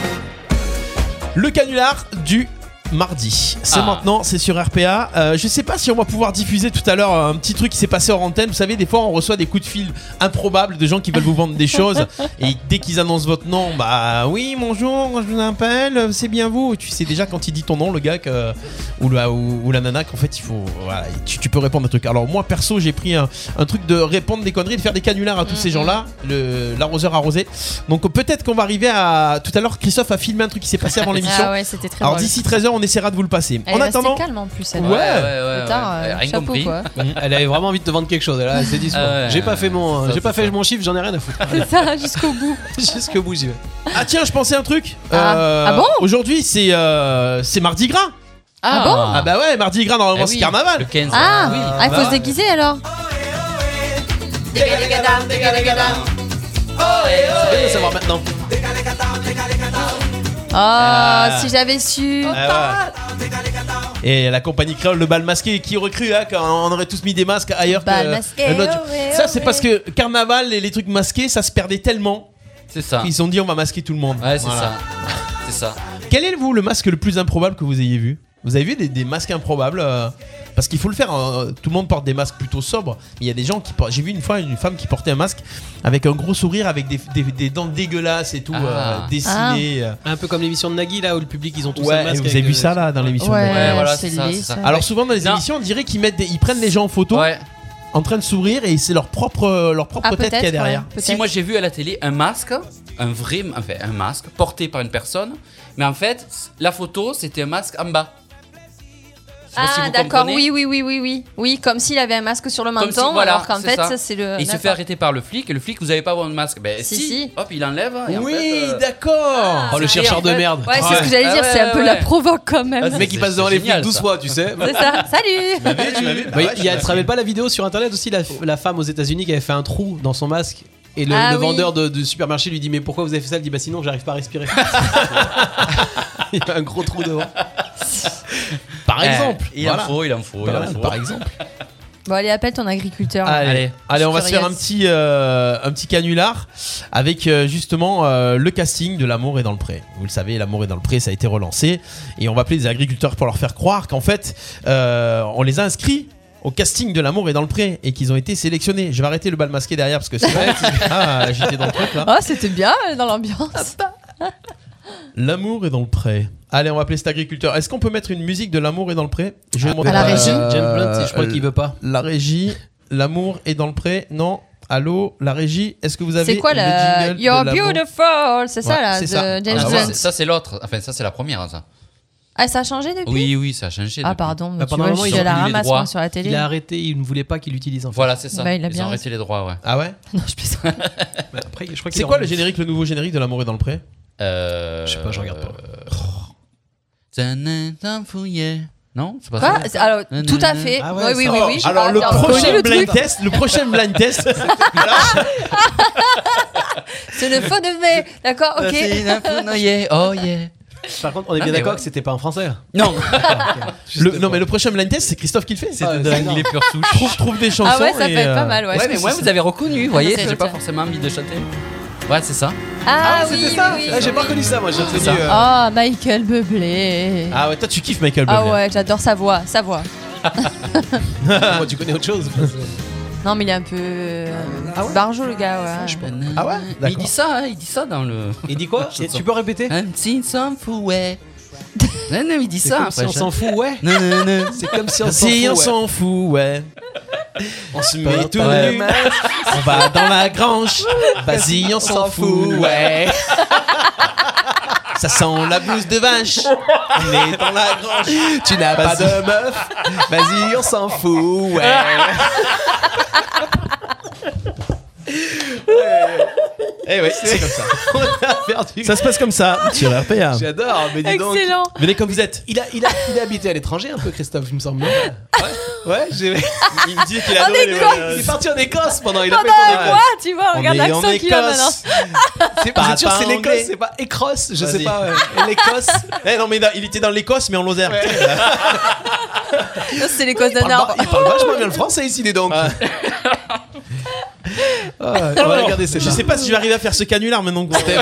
S1: le canular du mardi. C'est
S4: Ah.
S1: maintenant, c'est sur RPA. Euh, je sais pas si on va pouvoir diffuser tout à l'heure euh, un petit truc qui s'est passé hors antenne. Vous savez, des fois on reçoit des coups de fil improbables de gens qui veulent vous vendre des choses et dès qu'ils annoncent votre nom, bah oui, bonjour, je vous appelle, c'est bien vous. Tu sais déjà quand il dit ton nom, le gars que ou la, ou, ou la nana qu'en fait il faut voilà, tu, tu peux répondre à un truc alors moi perso j'ai pris un, un truc de répondre des conneries de faire des canulars à tous
S2: Mhm.
S1: ces gens là le l'arroseur arrosé donc euh, peut-être qu'on va arriver à tout à l'heure Christophe a filmé un truc qui s'est passé avant l'émission
S2: Ah ouais, c'était très
S1: alors
S2: drôle.
S1: d'ici 13h on essaiera de vous le passer
S2: Elle
S1: en
S2: est restée
S1: attendant
S2: calme en plus. Elle.
S1: euh, Ouais.
S2: Putain, euh,
S4: Elle a rien
S2: chapeau,
S4: compris.
S2: quoi.
S3: Elle avait vraiment envie de te vendre quelque chose. Elle, a- elle s'est dit
S4: Ah ouais,
S3: j'ai pas fait mon,
S4: ça,
S3: j'ai pas
S4: c'est
S3: fait
S4: ça.
S3: mon chiffre, j'en ai rien à foutre.
S2: C'est ça, jusqu'au bout.
S3: Jusqu'au bout, j'y vais.
S1: ah tiens je pensais à un truc Euh,
S2: Ah. Ah bon
S1: aujourd'hui c'est euh, c'est mardi gras
S2: Ah bon
S1: ah. bah ouais mardi gras normalement
S4: Eh
S1: c'est
S4: oui,
S1: carnaval hein,
S4: Le 15.
S2: Ah,
S4: oui.
S2: ah, il faut se déguiser alors.
S3: C'est bien de le savoir maintenant.
S2: Ah, si j'avais su.
S1: Ah ouais. Et la compagnie créole, le bal masqué, qui recrue hein, quand on aurait tous mis des masques ailleurs
S6: Bah,
S2: Bal
S1: que-
S2: masqué,
S1: un autre-
S8: Eh
S2: ohé,
S1: Ça,
S2: ohé.
S1: c'est parce que carnaval et les trucs masqués, ça se perdait tellement
S4: C'est
S6: Ah.
S4: ça.
S1: qu'ils ont dit on va masquer tout le monde.
S4: Ouais, c'est
S1: Voilà.
S4: ça. C'est ça.
S1: Quel est, vous, le masque le plus improbable que vous ayez vu Vous avez vu des, des masques improbables euh, Parce qu'il faut le faire, hein, tout le monde porte des masques plutôt sobres. mais Il y a des gens qui portent. J'ai vu une fois une femme qui portait un masque avec un gros sourire, avec des, des- des dents dégueulasses et tout,
S4: Ah.
S1: euh, dessinées. euh.
S3: Un peu comme l'émission de Nagui là où le public ils ont tous un
S1: Ouais,
S3: masque.
S1: vous
S3: avec,
S1: avez vu
S3: euh,
S1: ça là dans l'émission de-
S4: Ouais, voilà,
S2: c'est
S4: c'est ça,
S2: laid,
S4: c'est ça.
S2: ça.
S1: Alors souvent dans les
S4: Non.
S1: émissions, on dirait qu'ils mettent des- ils prennent les gens en photo
S4: Ouais.
S1: en train de sourire et c'est leur propre euh, leur propre
S2: Ah,
S1: tête qu'il y a derrière.
S2: ouais, peut-être.
S4: Si moi j'ai vu à la télé un masque, un vrai, enfin un masque porté par une personne, mais en fait la photo c'était un masque en bas. Je sais pas si
S2: Ah
S4: vous
S2: d'accord,
S4: comprenez.
S2: oui, oui, oui, oui, oui. Oui, comme s'il avait un masque sur le menton,
S4: si- voilà,
S2: alors qu'en
S4: c'est
S2: fait,
S4: ça.
S2: ça, c'est le...
S4: Et il se
S2: d'accord.
S4: fait arrêter par le flic et le flic vous avez pas votre masque. Ben
S2: Si,
S4: si,
S2: si.
S4: hop il enlève. et en
S1: oui,
S4: fait, euh,
S1: d'accord.
S3: Oh le
S4: Ça
S3: chercheur
S4: y est,
S3: de
S4: en fait.
S3: merde.
S2: Ouais, c'est ce que
S4: Ouais.
S2: j'allais dire,
S4: Ah
S2: c'est un
S4: ouais,
S2: peu
S4: ouais,
S2: la
S4: ouais.
S2: provoque quand
S4: Ah,
S2: même.
S3: Le mec il
S4: C'est-
S3: passe devant
S4: c'est
S3: les flics
S4: génial,
S3: 12
S4: ça.
S3: fois, tu sais.
S2: C'est ça, salut
S3: Bah, il y a, tu te rappelles pas la vidéo sur internet aussi la, la femme aux États-Unis qui avait fait un trou dans son masque et le,
S2: Ah
S3: le
S2: oui.
S3: vendeur de, du supermarché lui dit mais pourquoi vous avez fait ça Il dit bah sinon j'arrive pas à respirer. il y a un gros trou devant.
S1: Par
S4: eh,
S1: exemple.
S4: il
S1: Voilà.
S4: en faut, il en faut,
S1: Pas
S4: il en
S1: mal,
S4: faut.
S2: Ah,
S1: par exemple.
S2: Bon, allez, appelle ton agriculteur.
S1: Allez, allez,
S4: Allez,
S1: on va
S2: je
S1: se
S2: suis
S1: faire un
S2: curieuse.
S1: petit euh, un petit canular avec euh, justement euh, le casting de l'amour est dans le pré. Vous le savez, l'amour est dans le pré, ça a été relancé et on va appeler des agriculteurs pour leur faire croire qu'en fait euh, on les a inscrits au casting de l'amour est dans le pré et qu'ils ont été sélectionnés. Je vais arrêter le bal masqué derrière parce que c'est vrai. ah, j'étais dans le truc là.
S2: Oh, c'était bien euh, dans l'ambiance.
S1: L'amour est dans le pré. Allez, on va appeler cet agriculteur. Est-ce qu'on peut mettre une musique de l'amour est dans le pré Je vais demander
S2: À la régie.
S3: Euh, Jane Blunt, je crois
S1: euh,
S3: qu'il veut pas.
S1: La régie, l'amour est dans le pré. Non. Allô, la régie, est-ce que vous avez
S2: C'est quoi
S1: le
S2: la...
S1: jingle de
S2: You're
S1: l'amour
S2: beautiful, c'est ça
S1: Ouais,
S2: là,
S1: c'est
S2: de
S1: ça.
S2: James
S1: Ah,
S4: Ah,
S1: ouais.
S2: Blunt.
S4: ça, ça, c'est l'autre, enfin ça c'est la première ça.
S2: Ah, ça a changé depuis
S4: Oui oui ça a changé.
S2: Ah
S4: depuis.
S2: pardon, mais
S3: Bah,
S2: tu
S3: pendant un
S2: vois,
S3: moment,
S2: je
S3: ils
S2: suis à
S3: ont
S2: la
S4: pris les
S2: ramasse
S4: droits.
S2: moi, sur la télé.
S3: Il a arrêté, il ne voulait pas qu'il l'utilise en fait.
S4: Voilà c'est ça.
S2: Bah, il a
S4: Ils
S2: bien
S4: ont arrêté les droits ouais.
S1: Ah ouais
S2: Non, je plaisante.
S3: Mais Bah, Après, je crois qu'il
S1: C'est
S3: est
S1: quoi le
S3: revenu.
S1: générique, le nouveau générique de l'amour est dans le pré
S4: Euh,
S3: Je sais pas, je regarde pas.
S4: Tanin, t'en fouillais. Non c'est pas ça.
S2: Quoi Ah, C'est- Alors,
S4: Non,
S2: tout
S4: non,
S2: à
S4: non.
S2: fait.
S3: Ah ouais,
S2: oui, oui,
S3: ça
S2: oui,
S3: va.
S2: Eh oui. j'ai
S1: Oh, Alors
S2: pas-
S1: le
S2: attends,
S1: prochain
S2: le
S1: blind
S2: truc.
S1: test, le prochain blind test.
S2: C'est le faux de mai. D'accord, ok.
S4: Tanin, t'en fouillais, Oh yeah.
S3: Par contre, on est
S4: Ah,
S3: bien
S4: mais
S3: d'accord
S4: ouais.
S3: que c'était pas un français.
S4: Non,
S1: Le- non, mais le prochain blind test, c'est Christophe qui le fait.
S4: c'est
S3: Ah,
S4: de
S3: c'est
S4: Daniel pure souche.
S1: Trouve, trouve des chansons.
S2: Ah ouais, ça peut
S1: et,
S2: être
S1: euh,
S2: pas mal, ouais.
S4: Ouais, mais moi, vous avez reconnu, vous voyez,
S2: Ah, c'est
S4: j'ai
S2: le
S4: pas
S2: tien.
S4: forcément envie de chanter. Ouais, c'est ça.
S2: Ah, oui,
S3: c'était
S2: oui,
S3: ça
S2: oui.
S3: Ah, J'ai pas reconnu ça, moi. J'ai
S4: C'est
S3: retenu,
S4: ça.
S3: euh,
S2: Ah, Michael Bublé.
S1: Ah ouais, toi tu kiffes Michael
S2: Ah
S1: Bublé.
S2: ouais, j'adore sa voix, sa voix.
S3: moi, Ah, tu connais autre chose.
S2: Non, mais il est un peu euh,
S3: Ah ouais
S2: barjot le gars, ouais.
S1: Ah ouais
S4: Mais Il
S1: D'accord.
S4: dit ça, hein, il dit ça dans le.
S3: Il dit quoi
S4: Je te
S3: Et
S4: sens.
S3: Tu peux répéter
S4: I'm seeing some fool, ouais. non, non, il dit
S3: C'est
S4: ça.
S1: Ah,
S3: comme si on
S4: après,
S3: s'en fout, ouais.
S4: je- Non, non, non.
S3: C'est comme si on s'en
S1: Si on
S3: fout. ouais.
S1: s'en fout, ouais. On se met
S3: Pas
S1: tout
S3: mal.
S1: nu, on va dans la grange. Vas-y, on s'en fout, ouais. Ça sent la blouse de vache. On est dans la grange. Tu n'as pas de meuf. Vas-y, on s'en fout, ouais.
S3: Ah, Eh ouais, c'est comme ça. on a perdu.
S1: Ça se passe comme ça sur RPA.
S3: J'adore, mais dis donc.
S2: Excellent.
S1: Venez comme vous êtes. Euh,
S3: Il a, il, a, il a habité à l'étranger un peu, Christophe, il me semble. non Ouais, ouais j'ai.
S1: Il me dit qu'il a
S3: Il est parti en Écosse pendant. Il a fait
S2: Pendant
S3: en
S2: un
S3: Écosse.
S2: mois, Ah bah, tu vois, regarde l'accent qu'il a maintenant.
S3: C'est pas
S1: Pas
S3: sûr, c'est
S1: anglais.
S3: l'Écosse, c'est pas Écrosse, je sais
S1: Vas-y.
S3: pas. ouais. L'Écosse.
S1: Eh non mais il était dans l'Écosse mais en Lozère.
S2: Ça, C'est les causes
S3: Il
S2: d'un
S3: parle,
S2: arbre.
S3: pas- il parle vachement bien le français ici, les donc. Ah. on va regarder cette
S1: Je sais pas si je vais arriver à faire ce canular maintenant. que vous-
S3: Steph,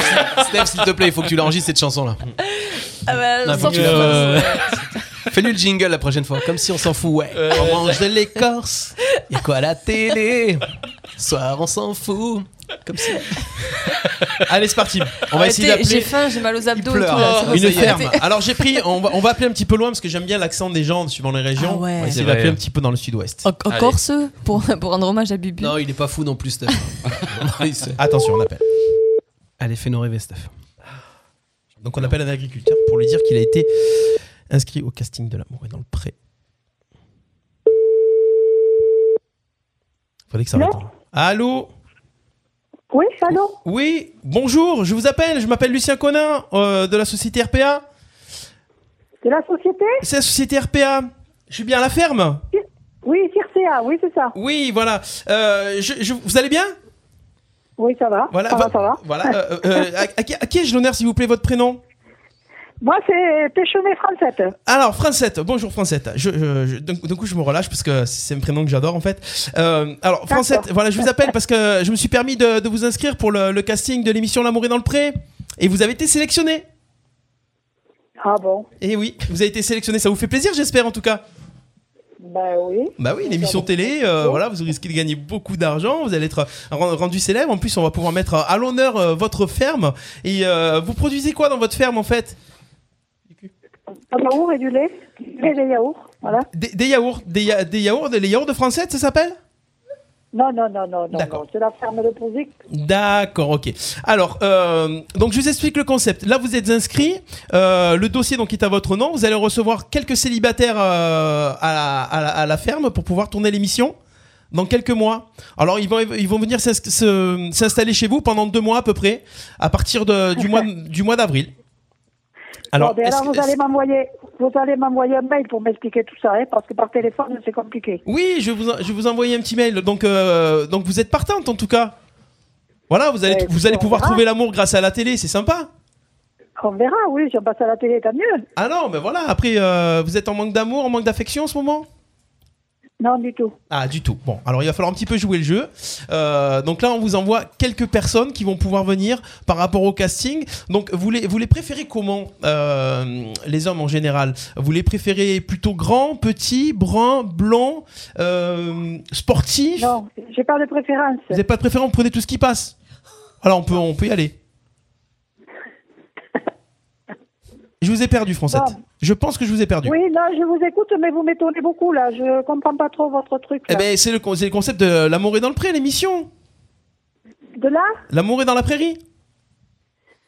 S3: Steph, s'il te plaît, il faut que tu l'enregistres cette chanson là.
S2: Ah bah,
S3: Non,
S2: sans
S3: faut que tu
S2: doute.
S3: la fasses. Fais-lui le jingle la prochaine fois, comme si on s'en fout, ouais. on mange de l'écorce, y'a quoi à la télé Soir, on s'en fout. Comme si. Ah,
S1: Allez c'est parti. On va essayer
S2: Arrêtez, Ah, J'ai
S1: d'appeler
S2: faim, j'ai mal aux abdos et tout.
S3: pleure.
S2: là, c'est
S3: Oh,
S2: bon,
S1: une
S2: ça y est.
S1: ferme. Alors j'ai pris. On va, on va appeler un petit peu loin parce que j'aime bien l'accent des gens suivant les régions.
S2: Ah ouais.
S1: On va
S4: C'est
S1: essayer
S4: vrai.
S1: d'appeler un petit peu dans le sud-ouest.
S2: En en
S4: Allez.
S2: Corse, pour, pour rendre hommage à Bubu.
S3: Non, il est pas fou non plus, Steph. Il se-
S1: Attention on appelle.
S3: Allez, fais-nous rêver, Steph.
S1: Donc on appelle un agriculteur pour lui dire qu'il a été inscrit au casting de l'amour et dans le pré. Fallait que ça
S9: Allô
S1: réponde. Allô.
S9: Oui, allô
S1: Oui. Bonjour. Je vous appelle. Je m'appelle Lucien Conin euh, de la société RPA.
S9: De la société
S1: C'est la société RPA. Je suis bien à la ferme.
S9: Oui, CIRCA, oui, c'est ça.
S1: Oui, voilà. Euh, je- je- vous allez bien
S9: Oui, ça va.
S1: Voilà.
S9: ça
S1: va-
S9: va, ça va.
S1: Voilà. euh, euh, à, à qui, à qui ai-je l'honneur, s'il vous plaît, votre prénom
S9: Moi, c'est Péchonnet Francette.
S1: Alors, Francette. Bonjour, Francette. Je, je- je- d'un coup- d'un coup, je me relâche parce que c'est un prénom que j'adore, en fait. Euh, alors, Francette, voilà, je vous appelle parce que je me suis permis de, de vous inscrire pour le, le casting de l'émission L'amour est dans le pré. Et vous avez été sélectionnée.
S9: Ah bon
S1: Et oui, vous avez été sélectionnée. Ça vous fait plaisir, j'espère, en tout cas.
S9: Ben oui.
S1: Bah oui, une émission télé, euh, voilà, vous risquez de gagner beaucoup d'argent, vous allez être ren- rendu célèbre. En plus, on va pouvoir mettre à l'honneur euh, votre ferme. Et euh, vous produisez quoi dans votre ferme en fait
S9: Un yaourt et bah, du lait. Du lait des yaourts, voilà.
S1: des, des yaourts, des, ya- des yaourts, des les yaourts de français, ça s'appelle
S9: Non, non, non, non, non.
S1: D'accord.
S9: non, C'est la ferme de Pouzic.
S1: D'accord, ok. Alors, euh, donc je vous explique le concept. Là, vous êtes inscrit, euh, le dossier donc est à votre nom. Vous allez recevoir quelques célibataires euh, à, la, à la- à la ferme pour pouvoir tourner l'émission dans quelques mois. Alors, ils vont ils vont venir s'ins- se- s'installer chez vous pendant deux mois à peu près, à partir de, du mois du mois d'avril.
S9: Alors,
S1: Alors, Oh, est-ce
S9: ben alors
S1: que-
S9: vous allez m'envoyer, vous allez m'envoyer un mail pour m'expliquer tout ça, hein, parce que par téléphone, c'est compliqué.
S1: oui, je vais vous en- je vais vous envoyer un petit mail. Donc euh, donc vous êtes partante en tout cas. Voilà, vous allez
S9: Ouais,
S1: vous allez
S9: Ben, on
S1: pouvoir
S9: verra.
S1: trouver l'amour grâce à la télé, c'est sympa.
S9: On verra, oui, si on passe à la télé, tant mieux.
S1: Ah non, mais voilà, après, euh, vous êtes en manque d'amour, en manque d'affection en ce moment
S9: Non, du tout.
S1: Ah, du tout. Bon, alors il va falloir un petit peu jouer le jeu. Euh, donc là, on vous envoie quelques personnes qui vont pouvoir venir par rapport au casting. Donc, vous les, vous les préférez comment, euh, les hommes en général Vous les préférez plutôt grands, petits, bruns, blonds, euh, sportifs
S9: Non, j'ai pas de préférence.
S1: Vous n'avez pas de préférence, vous prenez tout ce qui passe. Alors, on peut, on peut y aller. Je vous ai perdu, Francette.
S9: Bon.
S1: Je pense que je vous ai perdu.
S9: Oui, là, je vous écoute, mais vous m'étonnez beaucoup, là. Je comprends pas trop votre truc.
S1: Eh
S9: là.
S1: ben, c'est le, con- c'est le concept de l'amour est dans le pré, l'émission. ben,
S9: De là,
S1: L'amour est dans la prairie.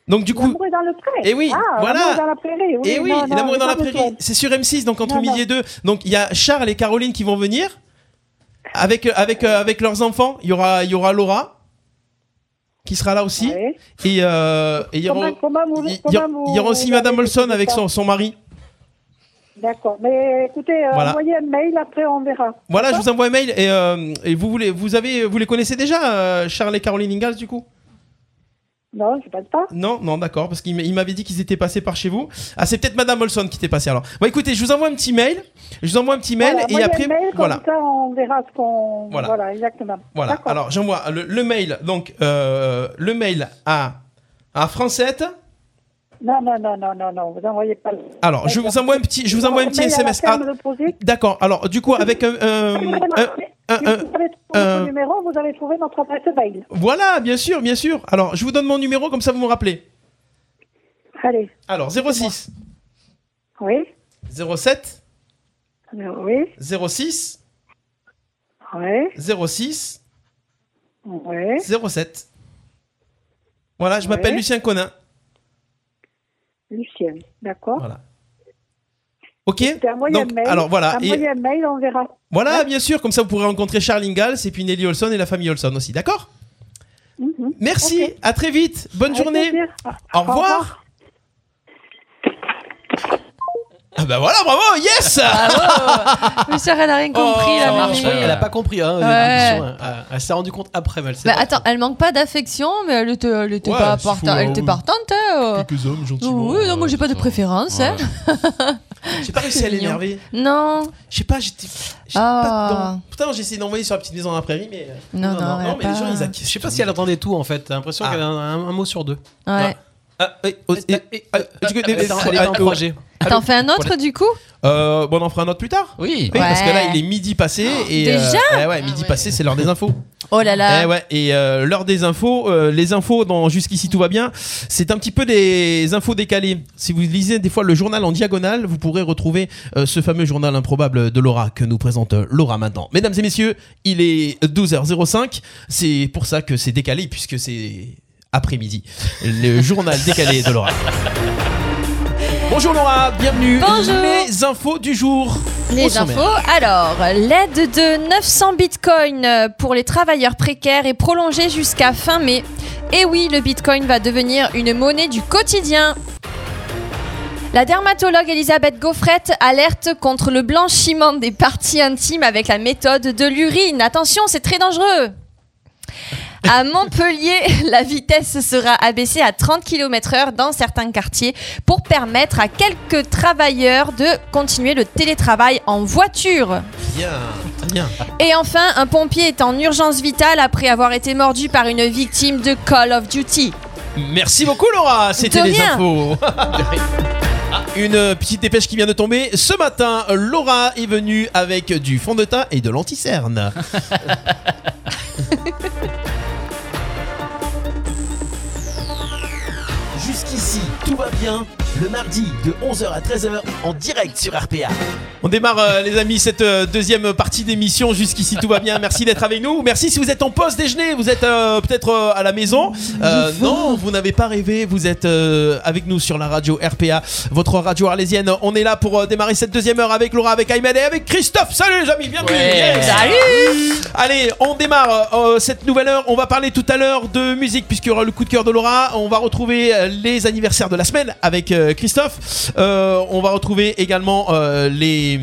S1: Donc du coup,
S9: l'amour est dans le pré.
S1: Eh oui,
S9: ah,
S1: voilà.
S9: L'amour est dans la prairie. Oui,
S1: et oui,
S9: non, non,
S1: l'amour est
S9: j'ai
S1: dans la
S9: pas
S1: prairie.
S9: besoin.
S1: C'est sur M6, donc entre
S9: Non,
S1: midi
S9: non.
S1: et deux. Donc il y a Charles et Caroline qui vont venir avec euh, avec euh, avec leurs enfants. Il y aura il y aura Laura qui sera là aussi
S9: Ouais.
S1: et euh, et il y aura
S9: Comment- comment vous-
S1: il y- il y aura-
S9: comment vous-
S1: il y aura aussi
S9: vous
S1: Madame
S9: avez
S1: Olson
S9: décidé
S1: avec
S9: ça
S1: son son mari.
S9: D'accord, mais écoutez, euh,
S1: Voilà.
S9: envoyez un mail, après on verra.
S1: Voilà, je vous envoie un mail et, euh, et vous voulez vous avez vous les connaissez déjà euh, Charles et Caroline Ingalls du coup.
S9: Non, je pense pas.
S1: Non, non, d'accord, parce qu'il m'a- il m'avait dit qu'ils étaient passés par chez vous. Ah, c'est peut-être Madame Olson qui était passée alors. Bon, écoutez, je vous envoie un petit mail. Je vous envoie un petit mail
S9: Voilà,
S1: et
S9: envoyez
S1: après,
S9: un mail, comme
S1: voilà.
S9: ça, on verra ce qu'on.
S1: Voilà.
S9: Voilà. exactement.
S1: Voilà.
S9: D'accord.
S1: Alors j'envoie le, le mail donc euh, le mail à à Francette.
S9: Non, non, non, non, non, non, vous envoyez pas. le-
S1: Alors je vous envoie un petit Ah, je vous envoie un petit
S9: Mail à la
S1: SMS.
S9: ferme
S1: Ah,
S9: de Proust.
S1: D'accord. Alors du coup avec un, un-
S9: Si vous
S1: un-
S9: avez
S1: un- un-
S9: trouvé
S1: un-
S9: notre numéro, vous avez trouvé notre adresse mail.
S1: voilà bien sûr bien sûr. Alors je vous donne mon numéro comme ça vous me rappelez.
S9: Allez,
S1: Alors 06
S9: oui,
S1: 07
S9: oui,
S1: 06
S9: oui,
S1: 06
S9: oui.
S1: 07. Voilà, je m'appelle
S9: Ouais.
S1: Lucien Conin.
S9: Lucien, d'accord.
S1: Voilà. Ok.
S9: Écoutez, envoyez
S1: Donc,
S9: un mail.
S1: alors voilà. Et-
S9: Envoyez un mail, on verra.
S1: Voilà,
S9: Ouais.
S1: bien sûr, comme ça vous pourrez rencontrer Charles Ingalls et puis Nelly Olson et la famille Olson aussi, d'accord
S9: Mhm.
S1: Merci,
S9: Ok.
S1: à très vite, bonne
S9: Avec
S1: journée,
S9: plaisir.
S1: au revoir Ah bah voilà, bravo, yes
S2: Ah, Bravo Monsieur, elle a rien compris,
S1: Oh,
S2: la
S1: ça
S2: mamie.
S1: marche, ouais.
S3: Elle a pas compris, hein,
S2: Ouais.
S3: l'émission, hein. Ah, Elle s'est rendue compte après, mais elle sait
S2: Bah,
S3: pas.
S2: attends, elle manque pas d'affection, mais elle était, elle était
S1: Ouais,
S2: pas
S1: il faut,
S2: partant- elle
S1: euh,
S2: était
S1: oui.
S2: partante. hein, euh.
S1: Quelques hommes, gentiment.
S2: Oui, non, moi j'ai pas de
S4: Ouais.
S2: préférence. hein.
S4: Ouais.
S1: J'ai pas réussi à
S2: Mignon.
S1: l'énerver,
S2: Non,
S1: je sais pas, j'étais... j'étais
S2: Ah.
S1: pas dedans. Putain, j'ai essayé d'envoyer sur la petite maison dans la prairie, mais... euh,
S2: non, non, elle a
S1: mais
S2: pas-
S1: les gens, ils acquiescent.
S3: Je sais pas si elle entendait tout en fait. T'as l'impression
S1: Ah.
S3: qu'elle a un, un- un mot sur deux.
S2: Ouais.
S1: Ah, oui, oh, et- ah, tu connais-
S3: Elle est en- elle est en
S1: Ah,
S3: 3G.
S2: T'en fais un autre du coup
S1: Euh, bon, on en fera un autre plus tard
S4: Oui.
S1: Oui, parce que
S2: Ouais.
S1: là, il est midi passé et...
S2: Déjà Ah
S1: euh, ouais, ouais, midi
S4: ouais.
S1: passé, c'est l'heure des infos
S2: Oh là là.
S1: Eh ouais, et euh, l'heure des infos, euh, les infos dans Jusqu'ici tout va bien, c'est un petit peu des infos décalées. Si vous lisez des fois le journal en diagonale, vous pourrez retrouver euh, ce fameux journal improbable de Laura que nous présente euh, Laura maintenant. Mesdames et messieurs, il est 12h05, c'est pour ça que c'est décalé puisque c'est après-midi. Le journal décalé de Laura. Bonjour Laura, bienvenue.
S2: Bonjour.
S1: Les infos du jour. Au
S2: Les
S1: sommaire.
S2: infos. Alors, l'aide de 900 bitcoins pour les travailleurs précaires est prolongée jusqu'à fin mai. Et oui, le bitcoin va devenir une monnaie du quotidien. La dermatologue Elisabeth Gaufrette alerte contre le blanchiment des parties intimes avec la méthode de l'urine. Attention, c'est très dangereux. À Montpellier, la vitesse sera abaissée à 30 km/h dans certains quartiers pour permettre à quelques travailleurs de continuer le télétravail en voiture.
S1: Bien, très bien.
S2: Et enfin, un pompier est en urgence vitale après avoir été mordu par une victime de Call of Duty.
S1: Merci beaucoup Laura, c'était
S2: De
S1: les
S2: rien.
S1: infos. Une petite dépêche qui vient de tomber. Ce matin, Laura est venue avec du fond de teint et de l'anticerne.
S6: Jusqu'ici, tout va bien. Le mardi de 11h à 13h en direct sur RPA.
S1: On démarre euh, les amis cette euh, deuxième partie d'émission. Jusqu'ici tout va bien. Merci d'être avec nous. Merci si vous êtes en pause déjeuner, vous êtes euh, peut-être euh, à la maison. Euh, non, vous n'avez pas rêvé. Vous êtes euh, avec nous sur la radio RPA, votre radio arlésienne. On est là pour euh, démarrer cette deuxième heure avec Laura, avec Aymed et avec Christophe. Salut les amis, bienvenue. Yes. Allez, on démarre euh, cette nouvelle heure. On va parler tout à l'heure de musique, puisqu'il y aura le coup de cœur de Laura. On va retrouver euh, les anniversaires de la semaine avec euh, Christophe. Euh, on va retrouver également euh, les.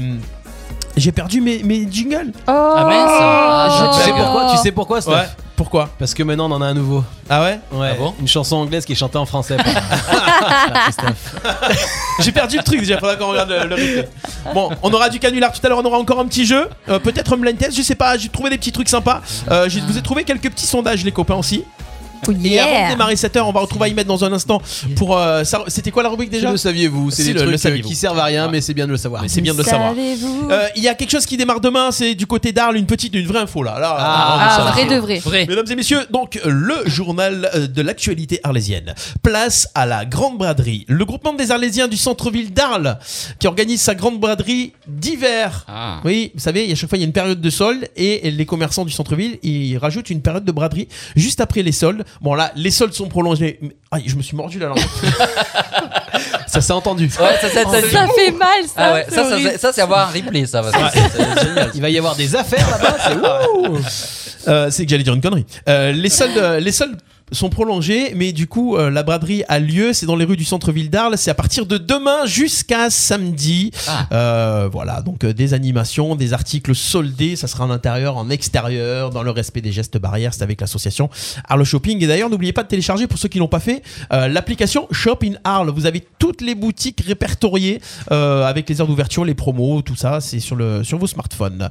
S1: J'ai perdu mes, mes jingles.
S2: Oh
S4: Ah mince,
S3: Tu sais
S4: Oh.
S3: pourquoi Tu sais pourquoi, Steph
S1: Pourquoi
S3: Parce que maintenant on en a un nouveau.
S1: Ah ouais
S3: Ouais.
S4: Ah bon
S3: une chanson anglaise qui est chantée en français. par-
S1: J'ai perdu le truc déjà. Faudra qu'on regarde le, le replay. Bon, on aura du canular tout à l'heure. On aura encore un petit jeu. Euh, Peut-être un blind test. Je sais pas. J'ai trouvé des petits trucs sympas. Euh, je vous ai trouvé quelques petits sondages, les copains aussi.
S2: Oh,
S1: Et avant de démarrer cette heure, on va retrouver Ahmed dans un instant pour. euh, sa- C'était quoi la rubrique déjà
S3: le saviez-vous C'est
S1: Si,
S3: des
S1: le-
S3: trucs
S1: le
S3: euh,
S1: saviez-vous.
S3: qui servent à rien,
S1: Ouais.
S3: mais c'est bien de le savoir.
S1: Mais c'est bien de le savoir. Euh, Il y a quelque chose qui démarre demain, c'est du côté d'Arles, une petite, une vraie info là. Là,
S3: Ah,
S1: là,
S2: Ah,
S1: ça va.
S2: vrai de vrai.
S4: Vrai.
S1: Mesdames et messieurs, donc le journal euh, de l'actualité arlésienne. Place à la Grande Braderie. Le groupement des Arlésiens du centre-ville d'Arles qui organise sa Grande Braderie d'hiver.
S4: Ah.
S1: Oui, vous savez, à chaque fois il y a une période de solde et les commerçants du centre-ville ils rajoutent une période de braderie juste après les soldes. Bon là, les soldes sont prolongés. Aïe, je me suis mordu la langue.
S3: Ça s'est entendu.
S4: Ouais, ça, ça, ça,
S2: Ça fait mal, ça.
S4: Ah ouais, ça,
S2: c'est
S4: ça,
S2: horrible.
S4: ça, ça, c'est avoir un replay, ça. parce que c'est- c'est génial.
S3: Il va y avoir des affaires là-bas. c'est ouf.
S1: Euh, c'est que j'allais dire une connerie. Euh, les soldes, euh, les soldes sont prolongées, mais du coup, euh, la braderie a lieu. C'est dans les rues du centre-ville d'Arles. C'est à partir de demain jusqu'à samedi.
S4: Ah.
S1: Euh, voilà, donc euh, des animations, des articles soldés. Ça sera en intérieur, en extérieur, dans le respect des gestes barrières. C'est avec l'association Arles Shopping. Et d'ailleurs, n'oubliez pas de télécharger pour ceux qui l'ont pas fait euh, l'application Shop in Arles. Vous avez toutes les boutiques répertoriées euh, avec les heures d'ouverture, les promos, tout ça. C'est sur le sur vos smartphones.